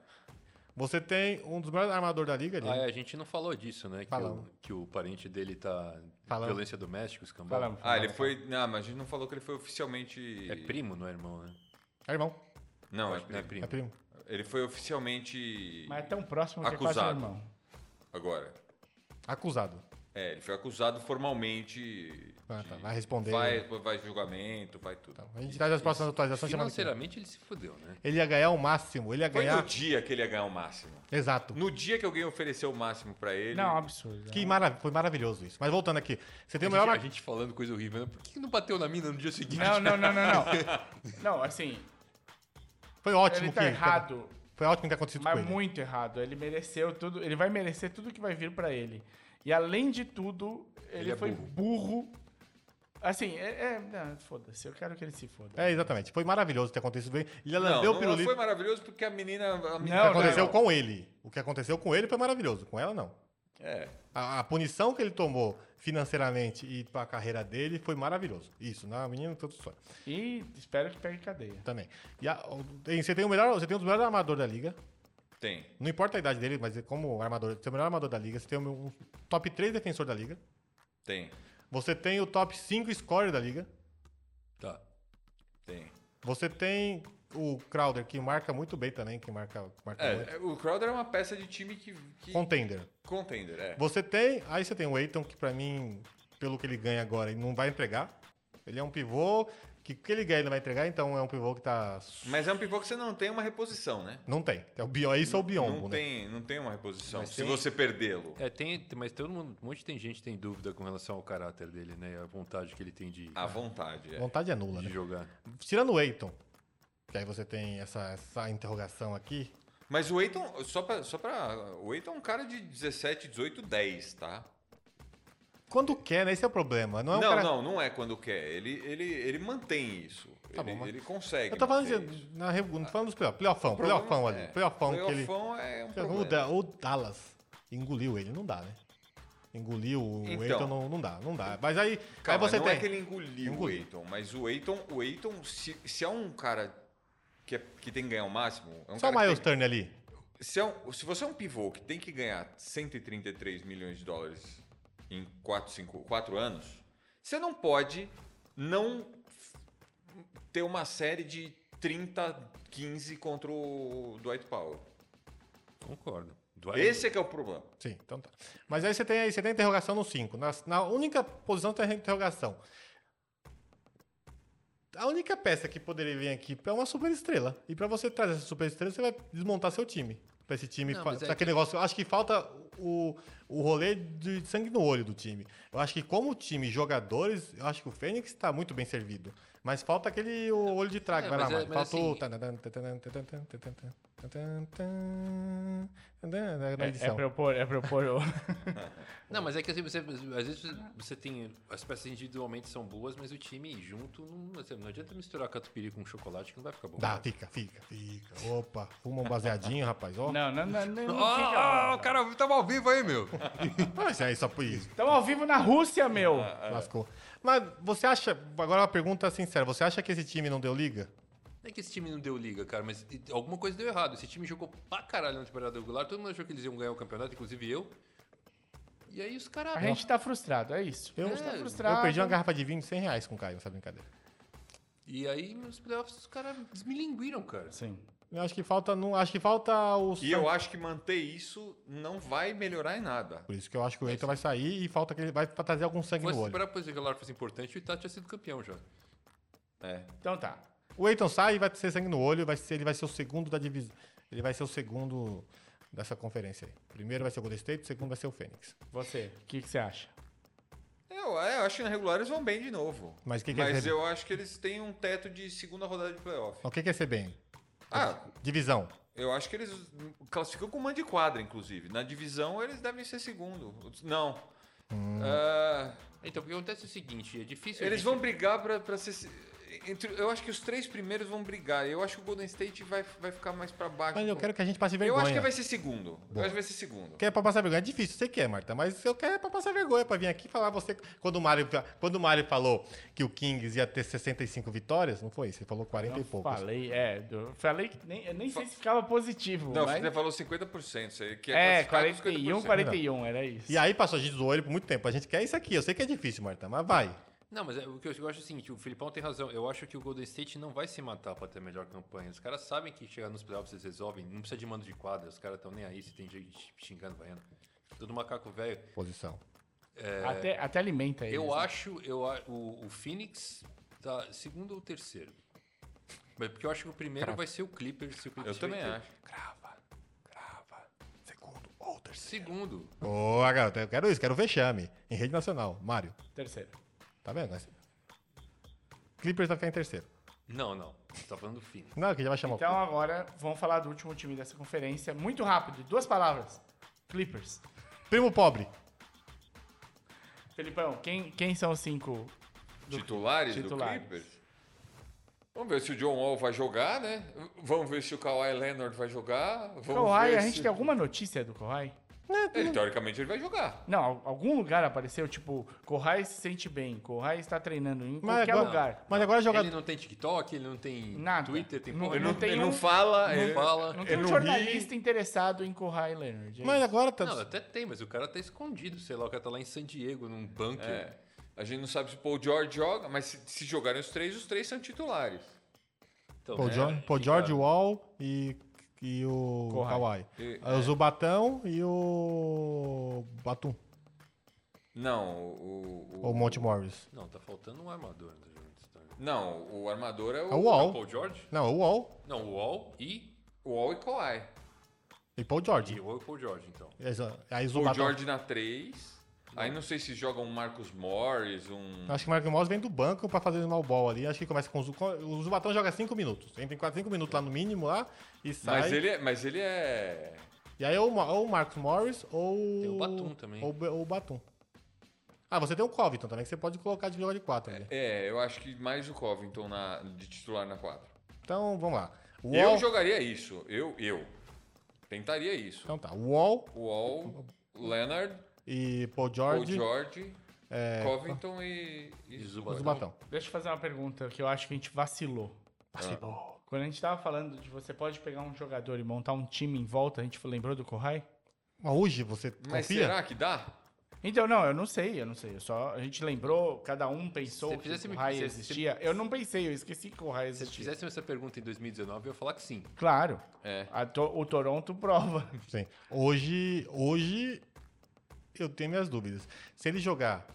[SPEAKER 4] Você tem um dos melhores armadores da liga ali.
[SPEAKER 6] Ah, é, a gente não falou disso, né? Que, o,
[SPEAKER 4] Falamos.
[SPEAKER 6] que o parente dele tá.
[SPEAKER 4] Falamos.
[SPEAKER 6] Violência doméstica, escambau.
[SPEAKER 3] Falamos.
[SPEAKER 5] Ah, ele foi. Não, mas a gente não falou que ele foi oficialmente.
[SPEAKER 6] É primo, não é irmão, né?
[SPEAKER 4] É irmão,
[SPEAKER 5] Não, é
[SPEAKER 6] Não é
[SPEAKER 5] primo.
[SPEAKER 6] primo.
[SPEAKER 4] é primo.
[SPEAKER 5] Ele foi oficialmente.
[SPEAKER 3] Mas é tão próximo que é quase
[SPEAKER 5] Acusado.
[SPEAKER 3] irmão.
[SPEAKER 5] Agora.
[SPEAKER 4] Acusado.
[SPEAKER 5] É, ele foi acusado formalmente.
[SPEAKER 4] Ah,
[SPEAKER 5] de-
[SPEAKER 4] tá. Vai responder. Tá
[SPEAKER 5] Vai, vai julgamento, vai tudo.
[SPEAKER 4] A gente traz as próximas atualizações. semana que vem.
[SPEAKER 6] Financeiramente ele se fudeu, né?
[SPEAKER 4] Ele ia ganhar o máximo. Ele ia
[SPEAKER 5] Foi no
[SPEAKER 4] ganhar.
[SPEAKER 5] dia que ele ia ganhar o máximo.
[SPEAKER 4] Exato.
[SPEAKER 5] No dia que alguém ofereceu o máximo pra ele.
[SPEAKER 3] Não, é um absurdo.
[SPEAKER 4] Que marav foi maravilhoso isso. Mas voltando aqui. Você tem o melhor.
[SPEAKER 6] a
[SPEAKER 3] tá
[SPEAKER 6] gente falando coisa horrível, né? Por que que não bateu na mina no dia seguinte?
[SPEAKER 3] Não, não, não, não,
[SPEAKER 4] (laughs)
[SPEAKER 3] não. Não, assim,
[SPEAKER 4] Foi ótimo
[SPEAKER 3] ele tá
[SPEAKER 4] que.
[SPEAKER 3] errado,
[SPEAKER 4] Foi ótimo ter acontecido com
[SPEAKER 3] mas
[SPEAKER 4] ele.
[SPEAKER 3] muito errado. Ele mereceu tudo, ele vai merecer tudo que vai vir pra ele. E além de tudo, ele,
[SPEAKER 6] Ele é
[SPEAKER 3] foi burro.
[SPEAKER 6] burro.
[SPEAKER 3] Assim, é, é- não, foda-se, eu quero que ele se foda.
[SPEAKER 4] É, exatamente. Foi maravilhoso ter acontecido bem. Ele
[SPEAKER 5] Não,
[SPEAKER 4] lambeu o
[SPEAKER 5] não,
[SPEAKER 4] pirulito.
[SPEAKER 5] foi maravilhoso porque a menina. A menina
[SPEAKER 3] Não,
[SPEAKER 4] O que aconteceu
[SPEAKER 3] não.
[SPEAKER 4] com ele. O que aconteceu com ele foi maravilhoso. Com ela, não.
[SPEAKER 5] É.
[SPEAKER 4] A, a punição que ele tomou financeiramente e pra carreira dele foi maravilhoso. Isso, na menina todo sonho
[SPEAKER 3] E espero que pegue cadeia.
[SPEAKER 4] também. E a- o- tem- você tem o melhor, você tem um dos melhores armadores da liga.
[SPEAKER 5] Tem.
[SPEAKER 4] Não importa a idade dele, mas como armador, você é o melhor armador da liga, você tem o um top 3 defensor da liga.
[SPEAKER 5] Tem.
[SPEAKER 4] Você tem o top 5 scorer da liga.
[SPEAKER 6] Tá.
[SPEAKER 5] Tem.
[SPEAKER 4] Você tem o Crowder, que marca muito bem também, que marca, marca muito.
[SPEAKER 5] É, o Crowder é uma peça de time que. que...
[SPEAKER 4] Contender.
[SPEAKER 5] Contender, é.
[SPEAKER 4] Você tem. Aí você tem o Eiton, que pra mim, pelo que ele ganha agora, ele não vai entregar. Ele é um pivô que o que ele ganha ele não vai entregar, então é um pivô que tá.
[SPEAKER 5] Mas é um pivô que você não tem uma reposição, né?
[SPEAKER 4] Não tem. É o Bion, isso é o Biombo,
[SPEAKER 5] não,
[SPEAKER 4] né? um-
[SPEAKER 5] tem, não tem uma reposição.
[SPEAKER 6] Mas
[SPEAKER 5] se
[SPEAKER 6] tem-
[SPEAKER 5] você perdê-lo.
[SPEAKER 6] É, tem, mas todo mundo, um monte de tem gente que tem dúvida com relação ao caráter dele, né? A vontade que ele tem de,
[SPEAKER 5] À vontade, é.
[SPEAKER 4] Vontade é nula,
[SPEAKER 6] de
[SPEAKER 4] né?
[SPEAKER 6] jogar.
[SPEAKER 4] Tirando o Eiton, que aí você tem essa, essa interrogação aqui.
[SPEAKER 5] Mas o Eiton, só pra, só pra. O Eiton é um cara de 17, 18, 10, tá?
[SPEAKER 4] Quando quer, né? Esse é o problema. Não é um
[SPEAKER 5] não,
[SPEAKER 4] cara.
[SPEAKER 5] não, não é quando quer. Ele, ele, ele mantém isso.
[SPEAKER 4] Tá
[SPEAKER 5] ele,
[SPEAKER 4] bom, mas-
[SPEAKER 5] ele consegue.
[SPEAKER 4] Eu tô falando,
[SPEAKER 5] manter isso.
[SPEAKER 4] de, na, re- não tô falando dos playoffs. Playoffão,
[SPEAKER 5] Ah. O problema
[SPEAKER 4] playoffão ali.
[SPEAKER 5] é-
[SPEAKER 4] Playoffão que ele.
[SPEAKER 5] playoffão é um
[SPEAKER 4] O,
[SPEAKER 5] problema.
[SPEAKER 4] Da- o Dallas engoliu ele, não dá, né? Engoliu o
[SPEAKER 5] Então.
[SPEAKER 4] Eiton, não, não dá, não dá. Mas aí,
[SPEAKER 5] Calma,
[SPEAKER 4] aí você
[SPEAKER 5] não
[SPEAKER 4] tem.
[SPEAKER 5] é que ele engoliu o
[SPEAKER 4] Engoliu.
[SPEAKER 5] Eiton, mas o Eiton, o Eiton se, se é um cara que, é- que tem que ganhar o máximo... É um
[SPEAKER 4] Só o
[SPEAKER 5] cara que
[SPEAKER 4] Miles
[SPEAKER 5] tem-
[SPEAKER 4] Turner ali.
[SPEAKER 5] se, é um- se você é um pivô que tem que ganhar 133 milhões de dólares em 4, 5, 4 anos, você não pode não f- ter uma série de 30, 15 contra o Dwight Powell.
[SPEAKER 6] Concordo. Dwight-
[SPEAKER 5] Esse é que é o problema.
[SPEAKER 4] Sim, então tá. Mas aí você tem, aí você tem interrogação no 5. Na, na única posição tem interrogação. A única peça que poderia vir aqui é uma superestrela E pra você trazer essa superestrela você vai desmontar seu time. Pra esse time.
[SPEAKER 6] Não,
[SPEAKER 4] fa-
[SPEAKER 6] mas é
[SPEAKER 4] pra aquele negócio. Eu acho que falta o, o rolê de sangue no olho do time. Eu acho que, como time, jogadores, eu acho que o Fênix tá muito bem servido. Mas falta aquele o olho de trago,
[SPEAKER 6] É,
[SPEAKER 4] vai lá,
[SPEAKER 6] mas é-
[SPEAKER 4] mano.
[SPEAKER 6] mas
[SPEAKER 4] Faltou.
[SPEAKER 6] assim-
[SPEAKER 4] Na
[SPEAKER 3] É, é
[SPEAKER 4] edição.
[SPEAKER 3] pra eu pôr, é pra eu
[SPEAKER 4] (laughs)
[SPEAKER 3] pôr o...
[SPEAKER 6] Não, mas é que assim, você, às vezes você- você tem. As peças individualmente são boas, mas o time junto. Não, assim, não adianta misturar catupiry com chocolate que não vai ficar bom.
[SPEAKER 4] Dá, fica, fica, fica. Opa, fuma um baseadinho, rapaz. (laughs) Ó.
[SPEAKER 3] Não, não, não, não,
[SPEAKER 6] Ó,
[SPEAKER 3] não
[SPEAKER 4] Oh,
[SPEAKER 6] ó, ó, Ah, o cara tava ao vivo aí, meu.
[SPEAKER 4] Mas aí é, só por isso.
[SPEAKER 3] Estamos ao vivo na Rússia, meu.
[SPEAKER 5] É.
[SPEAKER 4] Lascou. Mas você acha. Agora é uma pergunta sincera. Você acha que esse time não deu liga?
[SPEAKER 6] Não é que esse time não deu liga, cara, mas e- alguma coisa deu errado. Esse time jogou pra caralho na temporada regular, todo mundo achou que eles iam ganhar o campeonato, inclusive eu. E aí os caras.
[SPEAKER 3] A gente tá frustrado, é isso.
[SPEAKER 4] ah, Eu,
[SPEAKER 3] a gente tá
[SPEAKER 6] eu
[SPEAKER 3] frustrado.
[SPEAKER 4] Eu perdi uma garrafa de vinho de 100 reais com o Caio nessa brincadeira.
[SPEAKER 6] E aí nos playoffs os caras desmilinguiram, cara.
[SPEAKER 3] Sim.
[SPEAKER 4] Eu acho que falta. Não, acho que falta o.
[SPEAKER 5] E eu acho que manter isso não vai melhorar em nada.
[SPEAKER 4] Por isso que eu acho que o
[SPEAKER 5] É
[SPEAKER 4] Eita vai sair e falta que ele vai trazer algum sangue
[SPEAKER 6] Mas
[SPEAKER 4] no
[SPEAKER 6] se
[SPEAKER 4] olho.
[SPEAKER 6] esperar depois regular fosse importante, o Itá tinha sido campeão já.
[SPEAKER 5] É.
[SPEAKER 3] Então tá.
[SPEAKER 4] O Eiton sai e vai ter sangue no olho, vai ser, ele vai ser o segundo da divisão. Ele vai ser o segundo dessa conferência aí. Primeiro vai ser o Golden State, o segundo vai ser o Fênix.
[SPEAKER 3] Você, o que, que você acha?
[SPEAKER 5] Eu, é, eu acho que na regular eles vão bem de novo.
[SPEAKER 4] Mas quem que
[SPEAKER 5] Mas
[SPEAKER 4] é-
[SPEAKER 5] eu acho que eles têm um teto de segunda rodada de playoff.
[SPEAKER 4] O que que é ser bem?
[SPEAKER 5] Ah,
[SPEAKER 4] Divisão.
[SPEAKER 5] eu acho que eles classificam com mando de quadra, inclusive. Na divisão eles devem ser segundo. Não.
[SPEAKER 4] Hum.
[SPEAKER 5] Ah,
[SPEAKER 6] Então o que acontece é o seguinte: é difícil. a
[SPEAKER 5] eles
[SPEAKER 6] gente-
[SPEAKER 5] vão brigar pra, pra ser. se- entre- eu acho que os três primeiros vão brigar. Eu acho que o Golden State vai, vai ficar mais pra baixo.
[SPEAKER 4] Mas eu
[SPEAKER 5] pô.
[SPEAKER 4] quero que a gente passe
[SPEAKER 5] Eu
[SPEAKER 4] vergonha.
[SPEAKER 5] acho que vai ser segundo. Eu acho que vai ser segundo.
[SPEAKER 4] Quer pra passar vergonha? É difícil, você quer, Marta, mas eu quero é pra passar vergonha, pra vir aqui falar você. Quando o Mário, quando o Mário falou que o Kings ia ter 65 vitórias, não foi isso? Ele falou 40 e
[SPEAKER 3] Não,
[SPEAKER 4] poucos.
[SPEAKER 3] Falei, é. do- falei que nem, eu nem sei se ficava positivo.
[SPEAKER 5] Não,
[SPEAKER 3] mas...
[SPEAKER 5] você falou 50%. Você quer
[SPEAKER 3] É,
[SPEAKER 5] classificar com
[SPEAKER 3] 41,
[SPEAKER 5] 50%.
[SPEAKER 3] 41, era isso.
[SPEAKER 4] E aí passou, a gente zoou ele por muito tempo. A gente quer isso aqui, eu sei que é difícil, Marta, mas vai.
[SPEAKER 6] Não, mas é- o que eu eu acho é o seguinte, o Filipão tem razão. Eu acho que o Golden State não vai se matar pra ter a melhor campanha. Os caras sabem que chegar nos playoffs eles resolvem, não precisa de mando de quadra, os caras estão nem aí se tem gente xingando, vaiando. Todo macaco velho.
[SPEAKER 4] Posição.
[SPEAKER 3] Até, até alimenta ele.
[SPEAKER 4] né?
[SPEAKER 6] Eu acho, eu, a- o, o Phoenix tá segundo ou terceiro. Mas porque eu acho que o primeiro vai ser o Clippers. Se o Clippers
[SPEAKER 5] Eu também
[SPEAKER 6] vai ter-
[SPEAKER 5] acho.
[SPEAKER 6] Crava, crava. Segundo ou terceiro? Segundo.
[SPEAKER 4] Boa, garota, eu quero isso, quero vexame. Em rede nacional. Mário,
[SPEAKER 3] Terceiro.
[SPEAKER 4] tá vendo? Mas- Clippers vai ficar em terceiro.
[SPEAKER 6] Não, não. Você tá falando do Phoenix.
[SPEAKER 4] Não, que já vai chamar
[SPEAKER 3] Então
[SPEAKER 4] o.
[SPEAKER 3] agora vamos falar do último time dessa conferência. Muito rápido, duas palavras. Clippers.
[SPEAKER 4] Primo pobre.
[SPEAKER 3] Felipão, quem, quem são os cinco?
[SPEAKER 5] Titulares,
[SPEAKER 3] Titulares.
[SPEAKER 5] do Clippers? Vamos ver se o John Wall vai jogar, né? Vamos ver se o Kawhi Leonard vai jogar. Vamos
[SPEAKER 3] Kawhi,
[SPEAKER 5] ver
[SPEAKER 3] a gente
[SPEAKER 5] se-
[SPEAKER 3] tem alguma notícia do Kawhi?
[SPEAKER 5] Ele, teoricamente ele vai jogar.
[SPEAKER 3] Não, al- algum lugar apareceu, tipo, Kawhi se sente bem, Kawhi está treinando em
[SPEAKER 4] Mas
[SPEAKER 3] qualquer
[SPEAKER 4] agora,
[SPEAKER 3] lugar.
[SPEAKER 4] mas agora jogador.
[SPEAKER 6] Ele não tem TikTok, ele não tem
[SPEAKER 3] Nada.
[SPEAKER 6] Twitter, tem
[SPEAKER 3] Não-
[SPEAKER 6] porra
[SPEAKER 5] Ele
[SPEAKER 3] não
[SPEAKER 5] não,
[SPEAKER 3] tem
[SPEAKER 5] ele
[SPEAKER 3] um-
[SPEAKER 5] não fala, é. ele
[SPEAKER 6] fala.
[SPEAKER 3] Não tem um
[SPEAKER 4] ele não
[SPEAKER 3] jornalista interessado em Kawhi Leonard. é
[SPEAKER 4] Mas
[SPEAKER 3] isso.
[SPEAKER 4] agora tá.
[SPEAKER 6] Não, até tem, mas o cara tá escondido, sei lá, o cara tá lá em San Diego, num bunker.
[SPEAKER 5] É. A gente não sabe se o Paul George joga, mas se, se jogarem os três, os três são titulares.
[SPEAKER 6] Então,
[SPEAKER 4] Pô,
[SPEAKER 6] né,
[SPEAKER 4] George, pô,
[SPEAKER 6] fica-
[SPEAKER 4] George Wall e, e o
[SPEAKER 3] Kawhi.
[SPEAKER 4] Kawhi.
[SPEAKER 5] E- é.
[SPEAKER 4] Ah, O Zubatão e o Batum.
[SPEAKER 5] Não, o. o-
[SPEAKER 4] Ou o Monte Morris.
[SPEAKER 6] Não, tá faltando um armador. né, gente?
[SPEAKER 5] Não, o armador é
[SPEAKER 4] É o
[SPEAKER 5] o,
[SPEAKER 6] Tá- O
[SPEAKER 4] Wall.
[SPEAKER 6] Paul George?
[SPEAKER 4] Não, é o Wall
[SPEAKER 6] Não, o Wall e,
[SPEAKER 5] o Wall e Kawhi.
[SPEAKER 4] e Paul
[SPEAKER 6] e
[SPEAKER 4] George. É,
[SPEAKER 6] o Paul George, então.
[SPEAKER 4] Aí
[SPEAKER 5] Paul
[SPEAKER 4] Zubatão.
[SPEAKER 5] George na 3. Aí não sei se joga um Marcus Morris, um.
[SPEAKER 4] Acho que o Marco Morris vem do banco pra fazer o small ball ali. Acho que começa com o Zu- o Zubatão joga 5 minutos. Entra em 4, 5 minutos lá no mínimo lá e sai.
[SPEAKER 5] Mas ele, é- mas ele é.
[SPEAKER 4] E aí ou, o Ma- ou o Marcos Morris ou.
[SPEAKER 6] Tem o Batum também.
[SPEAKER 4] Ou, ou o Batum. Ah, você tem o Covington também, que você pode colocar de jogo de 4 ali.
[SPEAKER 5] É, eu acho que mais o Covington na, de titular na 4.
[SPEAKER 4] Então, vamos lá.
[SPEAKER 5] Eu
[SPEAKER 4] Wall.
[SPEAKER 5] jogaria isso. Eu, eu. Tentaria isso.
[SPEAKER 4] Então tá. Wall
[SPEAKER 5] Wall, Leonard,
[SPEAKER 4] e Paul
[SPEAKER 5] Paul
[SPEAKER 4] George.
[SPEAKER 5] George,
[SPEAKER 4] É,
[SPEAKER 5] Covington e, e
[SPEAKER 6] E
[SPEAKER 4] O
[SPEAKER 6] Zubatão.
[SPEAKER 4] Zubatão.
[SPEAKER 3] Deixa eu fazer uma pergunta que eu acho que a gente vacilou. Vacilou. Quando a gente tava falando de você pode pegar um jogador e montar um time em volta, a gente lembrou do Kohai?
[SPEAKER 4] Mas hoje você
[SPEAKER 5] Mas
[SPEAKER 4] confia?
[SPEAKER 5] será que dá?
[SPEAKER 3] Então, não, eu não sei, eu não sei. Eu só, a gente lembrou, cada um pensou
[SPEAKER 6] Se
[SPEAKER 3] que
[SPEAKER 6] fizesse
[SPEAKER 3] o
[SPEAKER 6] me-
[SPEAKER 3] Kohai
[SPEAKER 6] se-
[SPEAKER 3] existia. Eu não pensei, eu esqueci que o Kohai
[SPEAKER 6] Se eles
[SPEAKER 3] existia.
[SPEAKER 6] fizessem essa pergunta em 2019, eu ia falar que sim.
[SPEAKER 3] Claro,
[SPEAKER 5] É.
[SPEAKER 3] a to- o Toronto
[SPEAKER 6] (laughs)
[SPEAKER 3] prova.
[SPEAKER 4] Sim. Hoje, hoje eu tenho minhas dúvidas. Se ele jogar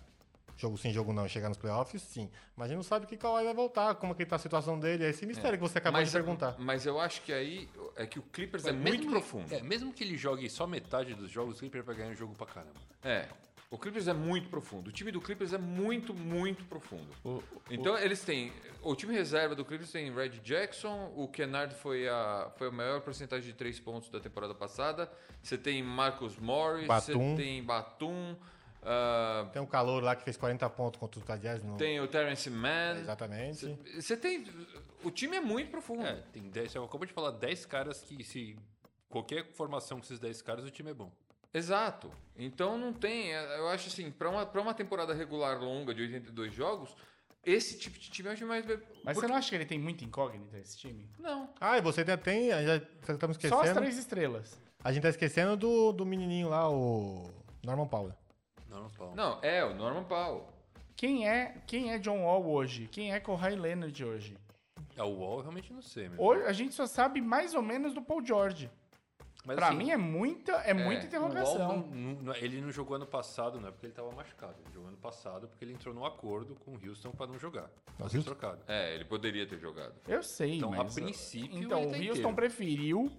[SPEAKER 4] jogo sim, jogo não, e chegar nos playoffs, sim. Mas a gente não sabe que Kawhi vai voltar, como é que tá a situação dele, é esse mistério que você acabou
[SPEAKER 5] mas,
[SPEAKER 4] de perguntar.
[SPEAKER 5] mas eu acho que aí é que o Clippers é
[SPEAKER 6] Mas
[SPEAKER 5] muito
[SPEAKER 6] mesmo-
[SPEAKER 5] profundo.
[SPEAKER 6] É, mesmo que ele jogue só metade dos jogos, o Clipper vai ganhar um jogo pra caramba.
[SPEAKER 5] É. O Clippers é muito profundo. O time do Clippers é muito, muito profundo.
[SPEAKER 3] O-
[SPEAKER 5] Então eles têm. O time reserva do Clippers tem Red Jackson, o Kennard foi a, foi a maior porcentagem de três pontos da temporada passada. Você tem Marcus Morris, você
[SPEAKER 4] Batum.
[SPEAKER 5] tem Batum, ah,
[SPEAKER 4] Tem um calor lá que fez 40 pontos contra o Tadias no.
[SPEAKER 5] tem o Terrence Mann.
[SPEAKER 4] É, Exatamente.
[SPEAKER 5] Você tem. O time é muito profundo.
[SPEAKER 6] É, tem 10. Eu acabo de falar 10 caras que, se qualquer formação com esses 10 caras, o time é bom.
[SPEAKER 5] Exato. Então não tem. é, Eu acho assim, para uma, pra uma temporada regular longa de 82 jogos, esse tipo de time é o time mais.
[SPEAKER 3] Mas
[SPEAKER 5] Porque-
[SPEAKER 3] você não acha que ele tem muita incógnita, esse time?
[SPEAKER 5] Não.
[SPEAKER 4] Ah, e você ainda tem. Já, já estamos
[SPEAKER 3] Só as
[SPEAKER 4] esquecendo.
[SPEAKER 3] três estrelas.
[SPEAKER 4] A gente tá esquecendo do, do menininho lá, o Norman Powell.
[SPEAKER 6] Não, não, Paulo.
[SPEAKER 5] Não, é o Norman Powell.
[SPEAKER 3] Quem é, quem é John Wall hoje? Quem é Kohai Leonard hoje?
[SPEAKER 6] É, o Wall eu realmente não sei mesmo.
[SPEAKER 3] Hoje a gente só sabe mais ou menos do Paul George.
[SPEAKER 6] Mas,
[SPEAKER 3] pra
[SPEAKER 6] assim,
[SPEAKER 3] mim é muita, é muita
[SPEAKER 6] o Wall
[SPEAKER 3] interrogação.
[SPEAKER 6] não- não- não- ele não jogou ano passado, não é porque ele tava machucado. Ele jogou ano passado porque ele entrou num acordo com o Houston pra não jogar. Pra ser
[SPEAKER 4] Houston?
[SPEAKER 6] trocado.
[SPEAKER 5] É, ele poderia ter jogado.
[SPEAKER 3] Eu sei,
[SPEAKER 6] Então, a
[SPEAKER 3] mas...
[SPEAKER 6] princípio,
[SPEAKER 3] Então,
[SPEAKER 6] ele
[SPEAKER 3] o
[SPEAKER 6] tá
[SPEAKER 3] Houston
[SPEAKER 6] inteiro.
[SPEAKER 3] preferiu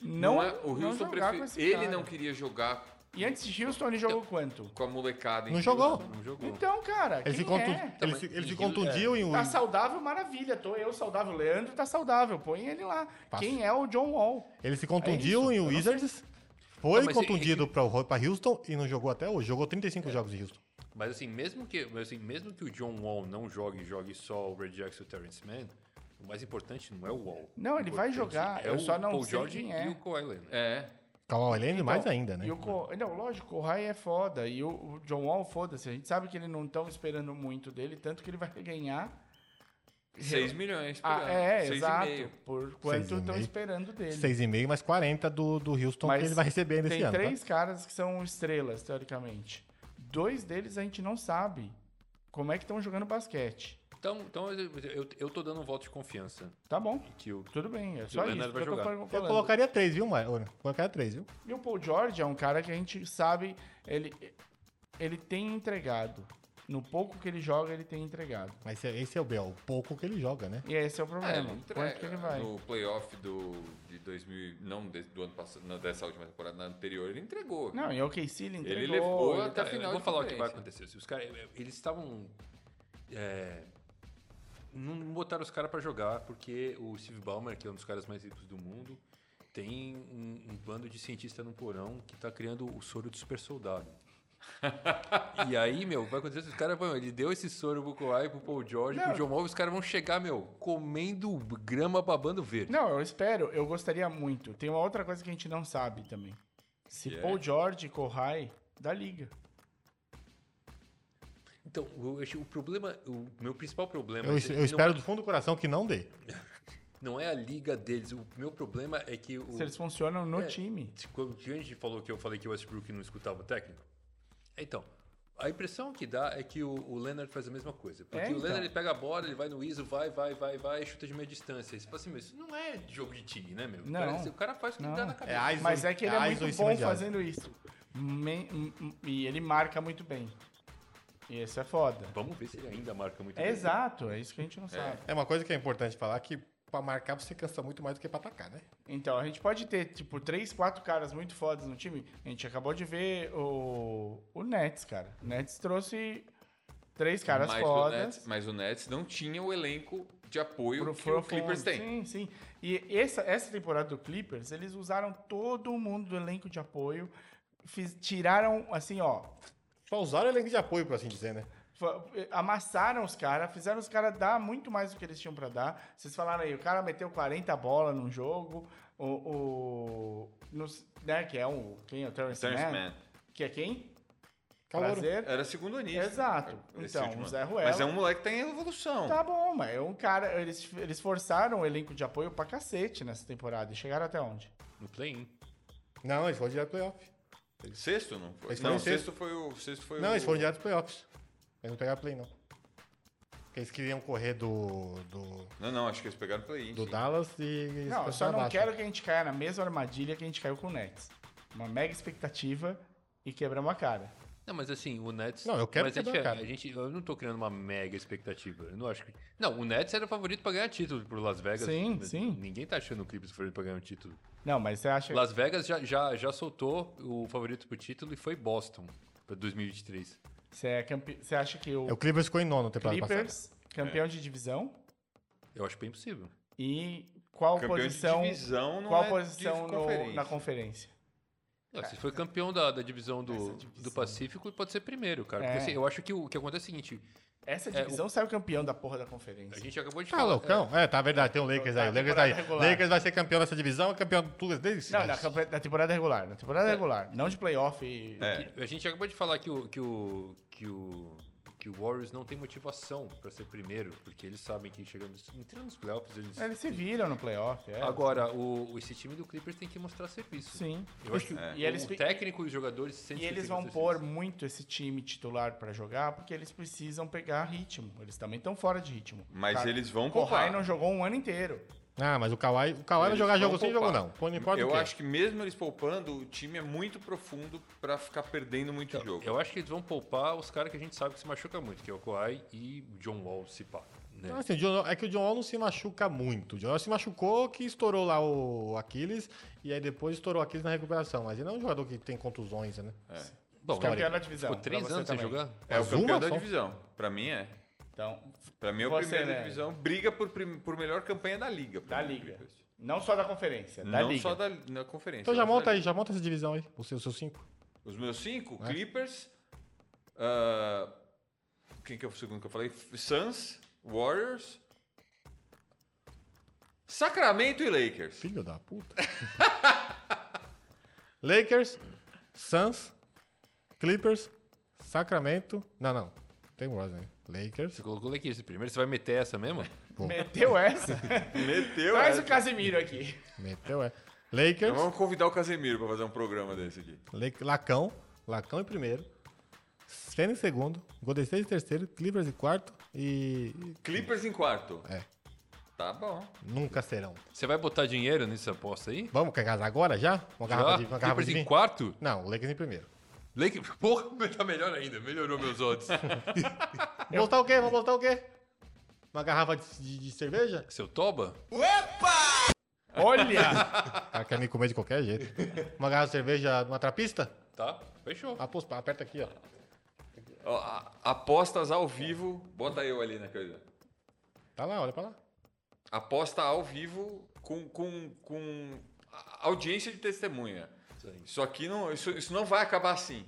[SPEAKER 3] não,
[SPEAKER 5] é- o
[SPEAKER 3] não
[SPEAKER 5] Houston
[SPEAKER 3] jogar
[SPEAKER 5] prefere-
[SPEAKER 3] com esse
[SPEAKER 5] Ele
[SPEAKER 3] cara.
[SPEAKER 5] não queria jogar
[SPEAKER 3] E antes de Houston, ele jogou quanto?
[SPEAKER 5] com a molecada. em
[SPEAKER 4] Não
[SPEAKER 5] Houston.
[SPEAKER 4] jogou.
[SPEAKER 6] Não jogou.
[SPEAKER 3] Então, cara,
[SPEAKER 4] Ele se,
[SPEAKER 3] quem
[SPEAKER 4] contu...
[SPEAKER 3] é?
[SPEAKER 4] ele
[SPEAKER 6] mas-
[SPEAKER 4] se, ele se
[SPEAKER 6] é.
[SPEAKER 4] contundiu em um.
[SPEAKER 3] Tá saudável, maravilha. Tô eu saudável, o Leandro tá saudável. Põe ele lá. Quem é o John Wall?
[SPEAKER 4] Ele se
[SPEAKER 3] É isso,
[SPEAKER 4] contundiu em Wizards, foi
[SPEAKER 6] Não, mas é- é
[SPEAKER 3] É.
[SPEAKER 4] contundido para Houston e não jogou até hoje. Jogou 35 jogos em Houston.
[SPEAKER 6] Mas assim, mesmo que, mas, assim, mesmo que o John Wall não jogue e jogue só o Red Jackson e o Terrence Mann, o mais importante não é o Wall.
[SPEAKER 3] Não, ele
[SPEAKER 6] O
[SPEAKER 3] vai
[SPEAKER 6] importante é
[SPEAKER 3] jogar, eu
[SPEAKER 6] o
[SPEAKER 3] só não
[SPEAKER 6] Paul
[SPEAKER 3] sei
[SPEAKER 6] George
[SPEAKER 3] quem é.
[SPEAKER 6] e o Kawhi Leonard.
[SPEAKER 5] É.
[SPEAKER 4] Kawhi Leonard mais ainda, né?
[SPEAKER 3] Então, E o Co- Não, lógico, o Rai é foda. E o, o John Wall, foda-se. A gente sabe que eles não estão esperando muito dele, tanto que ele vai ganhar.
[SPEAKER 5] 6 milhões por
[SPEAKER 3] Ah,
[SPEAKER 5] ano.
[SPEAKER 3] é,
[SPEAKER 5] 6,5.
[SPEAKER 3] exato. Por
[SPEAKER 4] Seis e
[SPEAKER 3] quanto estão
[SPEAKER 4] meio.
[SPEAKER 3] esperando dele.
[SPEAKER 4] 6,5 mais 40 do, do Houston
[SPEAKER 3] Mas
[SPEAKER 4] que ele vai receber ainda
[SPEAKER 3] Tem
[SPEAKER 4] esse ano. tá?
[SPEAKER 3] três caras que são estrelas, teoricamente. Dois deles a gente não sabe como é que estão jogando basquete.
[SPEAKER 6] Então, então eu, eu, eu tô dando um voto de confiança.
[SPEAKER 3] Tá bom,
[SPEAKER 6] Que o,
[SPEAKER 3] tudo bem. É só
[SPEAKER 6] Leonard
[SPEAKER 3] isso que
[SPEAKER 6] vai
[SPEAKER 3] eu tô
[SPEAKER 6] jogar.
[SPEAKER 3] falando.
[SPEAKER 4] Eu colocaria 3, viu, Mauro? Colocaria 3, viu?
[SPEAKER 3] E o Paul George é um cara que a gente sabe, ele, ele tem entregado. No pouco que ele joga, ele tem entregado.
[SPEAKER 4] Mas esse, esse é o Bel, o pouco que ele joga, né?
[SPEAKER 3] E esse é o
[SPEAKER 5] É,
[SPEAKER 3] problema.
[SPEAKER 5] ele
[SPEAKER 3] Quanto que
[SPEAKER 5] entrega.
[SPEAKER 3] ele vai?
[SPEAKER 5] No playoff do, de 2000, não de- do ano passado, não, dessa última temporada, na anterior, ele entregou.
[SPEAKER 3] Não, e o OKC ele entregou.
[SPEAKER 5] levou né?
[SPEAKER 3] ele tá-
[SPEAKER 5] até a final
[SPEAKER 6] eu vou
[SPEAKER 5] de
[SPEAKER 6] falar o que vai
[SPEAKER 5] conferência.
[SPEAKER 6] acontecer. Se Os caras, eles estavam. é, não botaram os caras pra jogar, porque o Steve Ballmer, que é um dos caras mais ricos do mundo, tem um, um bando de cientistas no porão que tá criando o soro do
[SPEAKER 5] (laughs)
[SPEAKER 6] super soldado. e aí, meu, vai acontecer isso. Os caras, meu, ele deu esse soro pro Kawhi, pro Paul George, pro John Wall, os caras vão chegar, meu, comendo grama babando verde.
[SPEAKER 3] Não, eu espero, eu gostaria muito. Tem uma outra coisa que a gente não sabe também. Se
[SPEAKER 5] Que é?
[SPEAKER 3] Paul George e Kohai da liga.
[SPEAKER 6] Então, eu acho- o problema, o meu principal problema...
[SPEAKER 4] Eu,
[SPEAKER 6] é
[SPEAKER 4] es-
[SPEAKER 6] que
[SPEAKER 4] eu
[SPEAKER 6] não-
[SPEAKER 4] espero do fundo do coração que não dê.
[SPEAKER 6] Não é a liga deles. O meu problema é que o.
[SPEAKER 3] Se eles funcionam no
[SPEAKER 6] É.
[SPEAKER 3] time.
[SPEAKER 6] Quando a gente falou que eu falei que o Westbrook não escutava o técnico. Então, a impressão que dá é que o, o Leonard faz a mesma coisa. Porque
[SPEAKER 3] É,
[SPEAKER 6] o
[SPEAKER 3] então.
[SPEAKER 6] Leonard ele pega a bola, ele vai no ISO, vai, vai, vai, vai, chuta de meia distância. E Você fala assim, meu, isso não é jogo de time, né, meu? O
[SPEAKER 3] Não.
[SPEAKER 6] cara- O cara faz o que
[SPEAKER 3] Não.
[SPEAKER 6] dá na cabeça.
[SPEAKER 4] a ISO-
[SPEAKER 3] Mas é que ele é
[SPEAKER 4] a ISO em
[SPEAKER 3] muito
[SPEAKER 4] cima
[SPEAKER 3] bom
[SPEAKER 4] de asa.
[SPEAKER 3] fazendo isso. Me- m- m- E ele marca muito bem. E isso é foda.
[SPEAKER 6] Vamos ver se ele ainda marca muito
[SPEAKER 3] É
[SPEAKER 6] bem.
[SPEAKER 3] exato, é isso que a gente não sabe.
[SPEAKER 4] É uma coisa que é importante falar que pra marcar você cansa muito mais do que pra atacar, né?
[SPEAKER 3] Então, a gente pode ter, tipo, três, quatro caras muito fodas no time. A gente acabou de ver o, o Nets, cara. O Nets trouxe três caras
[SPEAKER 5] mas, o
[SPEAKER 3] fodas.
[SPEAKER 5] Nets, mas o Nets não tinha o elenco de apoio
[SPEAKER 3] Pro-
[SPEAKER 5] que
[SPEAKER 3] pro
[SPEAKER 5] o Clippers
[SPEAKER 3] fundo. Sim,
[SPEAKER 5] tem.
[SPEAKER 3] sim. E essa, essa temporada do Clippers, eles usaram todo mundo do elenco de apoio, fiz- tiraram, assim, ó,
[SPEAKER 4] Só usaram o elenco de apoio, por assim dizer, né?
[SPEAKER 3] fa- eh, amassaram os caras, fizeram os caras dar muito mais do que eles tinham pra dar. Vocês falaram aí, o cara meteu 40 bolas num jogo, o... o no- né, que é um... Quem é o Terrence,
[SPEAKER 5] Terrence
[SPEAKER 3] Mann?
[SPEAKER 5] Mann.
[SPEAKER 3] Que é quem?
[SPEAKER 4] Calor.
[SPEAKER 3] Prazer.
[SPEAKER 5] Era segundo anista.
[SPEAKER 3] Exato.
[SPEAKER 5] esse
[SPEAKER 3] Então,
[SPEAKER 5] último
[SPEAKER 3] o
[SPEAKER 5] ano.
[SPEAKER 3] Zé Ruela.
[SPEAKER 5] Mas é um moleque que tá em evolução.
[SPEAKER 3] Tá bom, mas é um cara... Eles, eles forçaram o elenco de apoio pra cacete nessa temporada. E chegaram até onde?
[SPEAKER 6] No play-in.
[SPEAKER 4] Não, eles foram direto pro playoff.
[SPEAKER 5] Sexto, não foi?
[SPEAKER 4] Eles
[SPEAKER 5] Não,
[SPEAKER 4] foram em
[SPEAKER 5] sexto foi o. Sexto foi
[SPEAKER 4] Não,
[SPEAKER 5] o...
[SPEAKER 4] eles foram direto pro playoffs. Eles não pegaram play, não. Porque eles queriam correr do, do,
[SPEAKER 5] Não, não, acho que eles pegaram play.
[SPEAKER 4] do Dallas e. e
[SPEAKER 3] Não, eu só
[SPEAKER 4] passaram
[SPEAKER 3] não
[SPEAKER 4] abaixo.
[SPEAKER 3] quero que a gente caia na mesma armadilha que a gente caiu com o Nets. Uma mega expectativa e quebramos a cara.
[SPEAKER 6] Não, mas assim, o Nets.
[SPEAKER 4] Não, eu quero
[SPEAKER 6] mas a
[SPEAKER 4] quebrar
[SPEAKER 6] gente,
[SPEAKER 4] a cara.
[SPEAKER 6] a gente- Eu não tô criando uma mega expectativa. Eu não acho que. Não, o Nets era o favorito pra ganhar título pro Las Vegas.
[SPEAKER 3] Sim,
[SPEAKER 6] N-
[SPEAKER 3] sim.
[SPEAKER 6] Ninguém tá achando o Clippers favorito pra ganhar um título.
[SPEAKER 3] Não, mas você acha
[SPEAKER 6] Las Vegas já, já, já soltou o favorito pro título e foi Boston pra 2023.
[SPEAKER 3] você, é campe... você acha que o
[SPEAKER 4] É, o Clippers ficou em nono temporada passada.
[SPEAKER 3] Clippers, campeão de divisão,
[SPEAKER 6] Eu acho bem possível.
[SPEAKER 3] e qual
[SPEAKER 5] Campeão
[SPEAKER 3] posição,
[SPEAKER 5] de divisão não
[SPEAKER 3] qual
[SPEAKER 5] é
[SPEAKER 3] posição
[SPEAKER 5] de
[SPEAKER 3] no-
[SPEAKER 5] conferência.
[SPEAKER 3] na conferência?
[SPEAKER 6] Ah, se foi campeão da, da divisão
[SPEAKER 3] Essa é
[SPEAKER 6] do,
[SPEAKER 3] divisão.
[SPEAKER 6] do Pacífico, pode ser primeiro, cara. Porque
[SPEAKER 3] É.
[SPEAKER 6] assim, eu acho que o que acontece é o seguinte:
[SPEAKER 3] Essa divisão saiu campeão da porra da
[SPEAKER 6] É, a
[SPEAKER 3] conferência.
[SPEAKER 6] gente acabou de
[SPEAKER 4] Tá
[SPEAKER 6] falar.
[SPEAKER 4] loucão? É, tá verdade. Tem o Lakers
[SPEAKER 3] Tá,
[SPEAKER 4] aí. O Lakers tá
[SPEAKER 3] temporada
[SPEAKER 4] aí.
[SPEAKER 3] regular.
[SPEAKER 4] Lakers vai ser campeão dessa divisão, campeão de tudo. desde-
[SPEAKER 3] Não, na, campe- na temporada regular, na
[SPEAKER 6] É.
[SPEAKER 3] temporada regular, não de playoff. E...
[SPEAKER 5] É.
[SPEAKER 6] A gente acabou de falar que o, que o, que o, que o Warriors não tem motivação pra ser primeiro, porque eles sabem que chegando, entrando nos playoffs, eles...
[SPEAKER 3] Eles se viram no playoff, é.
[SPEAKER 6] Agora, o, o- esse time do Clippers tem que mostrar serviço.
[SPEAKER 3] Sim.
[SPEAKER 6] Eu acho que
[SPEAKER 5] É.
[SPEAKER 3] E eles
[SPEAKER 6] o
[SPEAKER 3] fi-
[SPEAKER 6] técnico e os jogadores sentem
[SPEAKER 3] E
[SPEAKER 6] que
[SPEAKER 3] eles
[SPEAKER 6] tem que
[SPEAKER 3] vão
[SPEAKER 6] mostrar
[SPEAKER 3] pôr
[SPEAKER 6] serviço. assim.
[SPEAKER 3] muito esse time titular pra jogar, porque eles precisam pegar ritmo. Eles também estão fora de ritmo.
[SPEAKER 5] Mas
[SPEAKER 3] Cara,
[SPEAKER 5] eles vão
[SPEAKER 3] O Kohai
[SPEAKER 5] poupar.
[SPEAKER 3] não jogou um ano inteiro.
[SPEAKER 4] Ah, mas o Kawhi, o Kawhi não
[SPEAKER 5] Eles
[SPEAKER 4] jogar
[SPEAKER 5] vão
[SPEAKER 4] jogo sim, jogo
[SPEAKER 5] poupar.
[SPEAKER 4] não. Pô, não importa
[SPEAKER 5] eu
[SPEAKER 4] o quê.
[SPEAKER 5] acho que mesmo eles poupando, o time é muito profundo pra ficar perdendo muito jogo.
[SPEAKER 6] Eu acho que eles vão poupar os caras que a gente sabe que se machuca muito, que é o Kawhi e o John Wall, se pá. né?
[SPEAKER 4] Então, assim, o John- é que o John Wall não se machuca muito. O John Wall se machucou que estourou lá o Aquiles e aí depois estourou o Aquiles na recuperação. Mas ele não é um jogador que tem contusões, né?
[SPEAKER 3] É
[SPEAKER 6] Bom,
[SPEAKER 4] Campeão
[SPEAKER 6] olha,
[SPEAKER 3] da divisão,
[SPEAKER 6] Ficou três
[SPEAKER 3] pra você
[SPEAKER 6] anos sem
[SPEAKER 3] também.
[SPEAKER 6] jogar?
[SPEAKER 5] É o
[SPEAKER 4] Mas uma
[SPEAKER 5] campeão da
[SPEAKER 4] só?
[SPEAKER 5] divisão. Pra mim é.
[SPEAKER 3] Então,
[SPEAKER 5] Pra mim é o
[SPEAKER 3] Você,
[SPEAKER 5] primeiro
[SPEAKER 3] né?
[SPEAKER 5] da divisão. Briga por, prim- por melhor campanha da liga. pra
[SPEAKER 3] Da
[SPEAKER 5] mim,
[SPEAKER 3] liga.
[SPEAKER 5] Clippers.
[SPEAKER 3] não só da conferência, da
[SPEAKER 5] Não
[SPEAKER 3] liga.
[SPEAKER 5] só da na conferência.
[SPEAKER 4] Então já
[SPEAKER 5] mas da
[SPEAKER 4] monta aí,
[SPEAKER 5] liga.
[SPEAKER 4] já monta essa divisão aí. Os seus, os seus cinco.
[SPEAKER 5] Os meus cinco, Clippers, Ah, quem que é o segundo que eu falei? Suns, Warriors, Sacramento e Lakers.
[SPEAKER 4] Filho da puta. (laughs) Lakers, Suns, Clippers, Sacramento. Não, não. Tem Warriors, né? Lakers.
[SPEAKER 6] Você colocou o Lakers em primeiro, você vai meter essa mesmo?
[SPEAKER 3] Meteu essa?
[SPEAKER 5] Meteu
[SPEAKER 3] Traz
[SPEAKER 5] essa.
[SPEAKER 3] o Casimiro aqui.
[SPEAKER 4] Meteu é.
[SPEAKER 5] Então
[SPEAKER 4] Lakers,
[SPEAKER 5] Vamos convidar o Casemiro pra fazer um programa desse aqui.
[SPEAKER 4] Lake- Lacão. Lacão em primeiro. Senna em segundo. Golden State em terceiro. Clippers em quarto. E.
[SPEAKER 5] Clippers em quarto.
[SPEAKER 4] É.
[SPEAKER 5] Tá bom.
[SPEAKER 4] Nunca serão.
[SPEAKER 6] Você vai botar dinheiro nessa aposta aí?
[SPEAKER 4] Vamos casar agora já? Uma garrafa
[SPEAKER 6] Já?
[SPEAKER 4] de, uma garrafa
[SPEAKER 6] Clippers
[SPEAKER 4] de
[SPEAKER 6] em
[SPEAKER 4] vinho?
[SPEAKER 6] quarto?
[SPEAKER 4] Não, o Lakers em
[SPEAKER 6] (laughs)
[SPEAKER 4] primeiro.
[SPEAKER 6] Lakers, porra, (laughs) tá melhor ainda, melhorou meus odds.
[SPEAKER 4] Vamos botar o quê? Vamos botar o quê? Uma garrafa de, de- de cerveja?
[SPEAKER 6] Seu Toba?
[SPEAKER 3] (laughs) Olha!
[SPEAKER 4] O cara Ah, quer me comer de qualquer jeito. Uma garrafa de cerveja numa trapista?
[SPEAKER 6] Tá, fechou.
[SPEAKER 4] Aposto, aperta aqui, ó.
[SPEAKER 5] Ó, a- apostas ao vivo. Bota eu ali na coisa.
[SPEAKER 4] Tá lá, olha pra lá.
[SPEAKER 5] Aposta ao vivo com, com, com a- audiência de testemunha. Isso aqui não, isso, isso não vai acabar assim.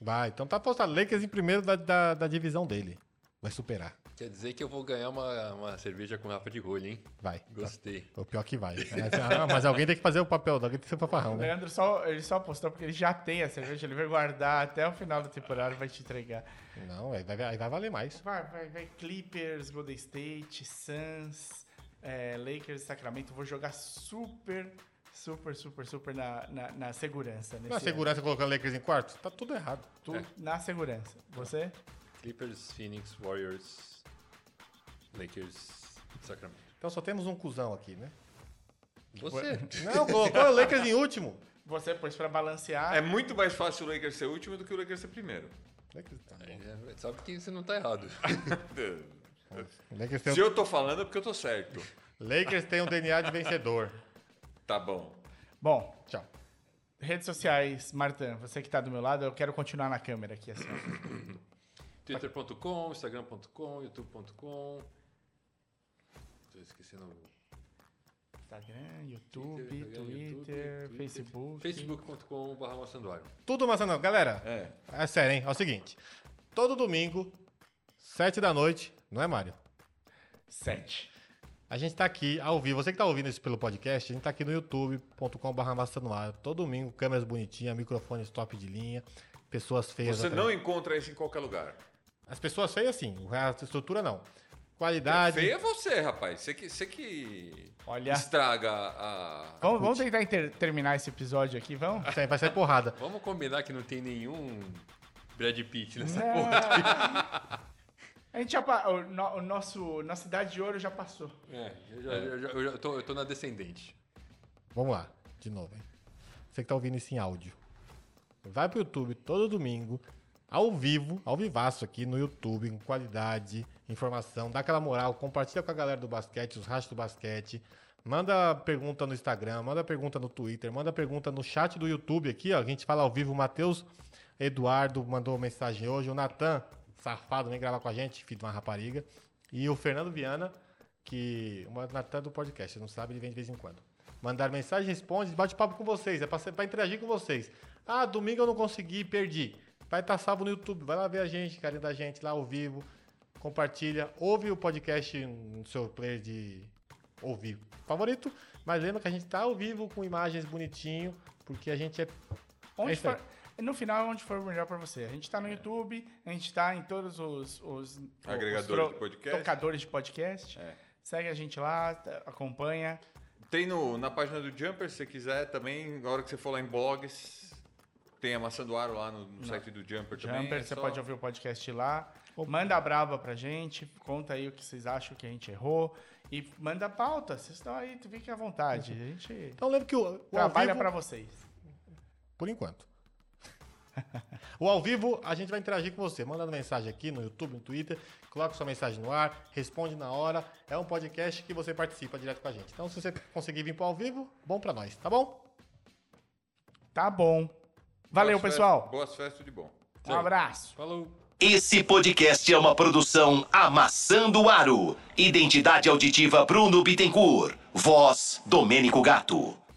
[SPEAKER 4] Vai, então tá apostado. Lakers em primeiro da, da, da divisão dele. Vai superar.
[SPEAKER 6] Quer dizer que eu vou ganhar uma, uma cerveja com rafa de rolha, hein?
[SPEAKER 4] Vai. Tá.
[SPEAKER 6] Gostei.
[SPEAKER 3] Tá.
[SPEAKER 4] O pior que vai. Ah, mas alguém tem que fazer o papel, alguém tem que ser o paparrão,
[SPEAKER 3] O
[SPEAKER 4] né?
[SPEAKER 3] Leandro só, ele só apostou porque ele já tem a cerveja, ele vai guardar até o final da temporada e vai te entregar.
[SPEAKER 4] Não, aí vai, aí vai valer mais.
[SPEAKER 3] Vai, vai, vai. Clippers, Golden State, Suns, é, Lakers, Sacramento. Vou jogar super, super, super, super na, na, na segurança. Nesse
[SPEAKER 4] Na
[SPEAKER 5] é.
[SPEAKER 4] segurança colocando Lakers em quarto, tá tudo errado.
[SPEAKER 3] ano. Tu- Na segurança. Você?
[SPEAKER 6] Clippers, Phoenix, Warriors, Lakers, Sacramento.
[SPEAKER 4] Então só temos um cuzão aqui, né?
[SPEAKER 6] Você?
[SPEAKER 4] Não, colocou o Lakers em último.
[SPEAKER 3] Você pôs pra balancear.
[SPEAKER 5] É muito mais fácil o Lakers ser último do que o Lakers ser primeiro.
[SPEAKER 4] Lakers, tá bom.
[SPEAKER 6] É, Sabe que você não
[SPEAKER 3] (laughs)
[SPEAKER 6] tá errado.
[SPEAKER 4] Lakers, tem
[SPEAKER 5] É. Se
[SPEAKER 4] um,
[SPEAKER 5] eu tô falando é porque eu tô certo.
[SPEAKER 4] Lakers tem um DNA de vencedor.
[SPEAKER 5] Tá bom.
[SPEAKER 3] Bom,
[SPEAKER 4] Tchau.
[SPEAKER 3] redes sociais, Martã, você que tá do meu lado, eu quero continuar na câmera aqui assim.
[SPEAKER 6] Twitter.com, Instagram.com, YouTube.com. Tô esquecendo. o-
[SPEAKER 3] Instagram, YouTube,
[SPEAKER 6] Instagram,
[SPEAKER 3] Twitter,
[SPEAKER 6] YouTube, Twitter.
[SPEAKER 3] Facebook.
[SPEAKER 6] Facebook.com.br Massanduário.
[SPEAKER 4] Tudo maçã não. Galera,
[SPEAKER 5] É.
[SPEAKER 4] é sério, hein? É o seguinte. Todo domingo, sete da noite, não é, Mário?
[SPEAKER 3] 7.
[SPEAKER 4] A gente tá aqui ao vivo. Você que tá ouvindo isso pelo podcast, a gente tá aqui no youtube.com.br Massa no Ar. Todo domingo, câmeras bonitinhas, microfones top de linha, pessoas feias.
[SPEAKER 5] Você
[SPEAKER 4] atrás.
[SPEAKER 5] não encontra isso em qualquer lugar.
[SPEAKER 4] As pessoas feias, sim. O resto, A estrutura, não. Qualidade.
[SPEAKER 5] Feio é você, rapaz. Você que, você que
[SPEAKER 3] Olha.
[SPEAKER 5] estraga a.
[SPEAKER 3] Vamos, vamos tentar inter- terminar esse episódio aqui,
[SPEAKER 4] (laughs)
[SPEAKER 3] vamos?
[SPEAKER 4] Isso aí Vai sair porrada.
[SPEAKER 6] Vamos combinar que não tem nenhum Brad Pitt nessa porra.
[SPEAKER 3] Não. A gente já pa- o, no- o nosso nossa idade de ouro já passou.
[SPEAKER 6] É, eu já, eu já- eu já tô, eu tô na descendente.
[SPEAKER 4] Vamos lá, de novo, hein? Você que tá ouvindo isso em áudio. Vai pro YouTube todo domingo, ao vivo, ao vivaço aqui no YouTube, com qualidade, informação, dá aquela moral, compartilha com a galera do basquete, os rachos do basquete. Manda pergunta no Instagram, manda pergunta no Twitter, manda pergunta no chat do YouTube aqui, ó. A gente fala ao vivo, o Matheus Eduardo mandou mensagem hoje, o Natan, safado, vem gravar com a gente, filho de uma rapariga. E o Fernando Viana, que. O Natan do podcast, você não sabe, ele vem de vez em quando. Mandar mensagem, responde, bate papo com vocês, é pra, ser- pra interagir com vocês. Ah, domingo eu não consegui, perdi. Vai estar salvo no YouTube, vai lá ver a gente, carinho da gente, lá ao vivo. Compartilha, ouve o podcast no seu player de ouvir favorito. Mas lembra que a gente tá ao vivo com imagens bonitinho, porque a gente é. É
[SPEAKER 3] Onde
[SPEAKER 4] isso aí. É.
[SPEAKER 3] for- no final, é onde for melhor pra você. A gente tá no YouTube, a gente tá em todos os, os-
[SPEAKER 5] Agregadores
[SPEAKER 3] tro-
[SPEAKER 5] de podcast.
[SPEAKER 3] tocadores de podcast.
[SPEAKER 5] É.
[SPEAKER 3] Segue a gente lá, t- acompanha.
[SPEAKER 5] Tem no, na página do Jumper, se você quiser também, na hora que você for lá em blogs, tem a maçã do aro lá no, no site do Jumper, também.
[SPEAKER 3] Jumper,
[SPEAKER 5] é
[SPEAKER 3] você
[SPEAKER 5] só-
[SPEAKER 3] pode ouvir o podcast lá. Manda a braba pra gente, conta aí o que vocês acham que a gente errou. E manda pauta, vocês estão aí, fiquem à vontade. A gente
[SPEAKER 4] Então lembra que o, o ao
[SPEAKER 3] trabalha
[SPEAKER 4] vivo,
[SPEAKER 3] pra vocês.
[SPEAKER 4] por enquanto. o ao vivo, a gente vai interagir com você. Manda mensagem aqui no YouTube, no Twitter, coloca sua mensagem no ar, responde na hora. É um podcast que você participa direto com a gente. Então, se você conseguir vir pro ao vivo, bom pra nós, tá bom?
[SPEAKER 3] Tá bom. Valeu,
[SPEAKER 5] Boas
[SPEAKER 3] pessoal.
[SPEAKER 5] festas- Boas festas de é bom.
[SPEAKER 3] Um abraço.
[SPEAKER 6] Falou!
[SPEAKER 2] Esse podcast é uma produção Amassando o Aro. Identidade auditiva Bruno Bittencourt. Voz Domênico Gato.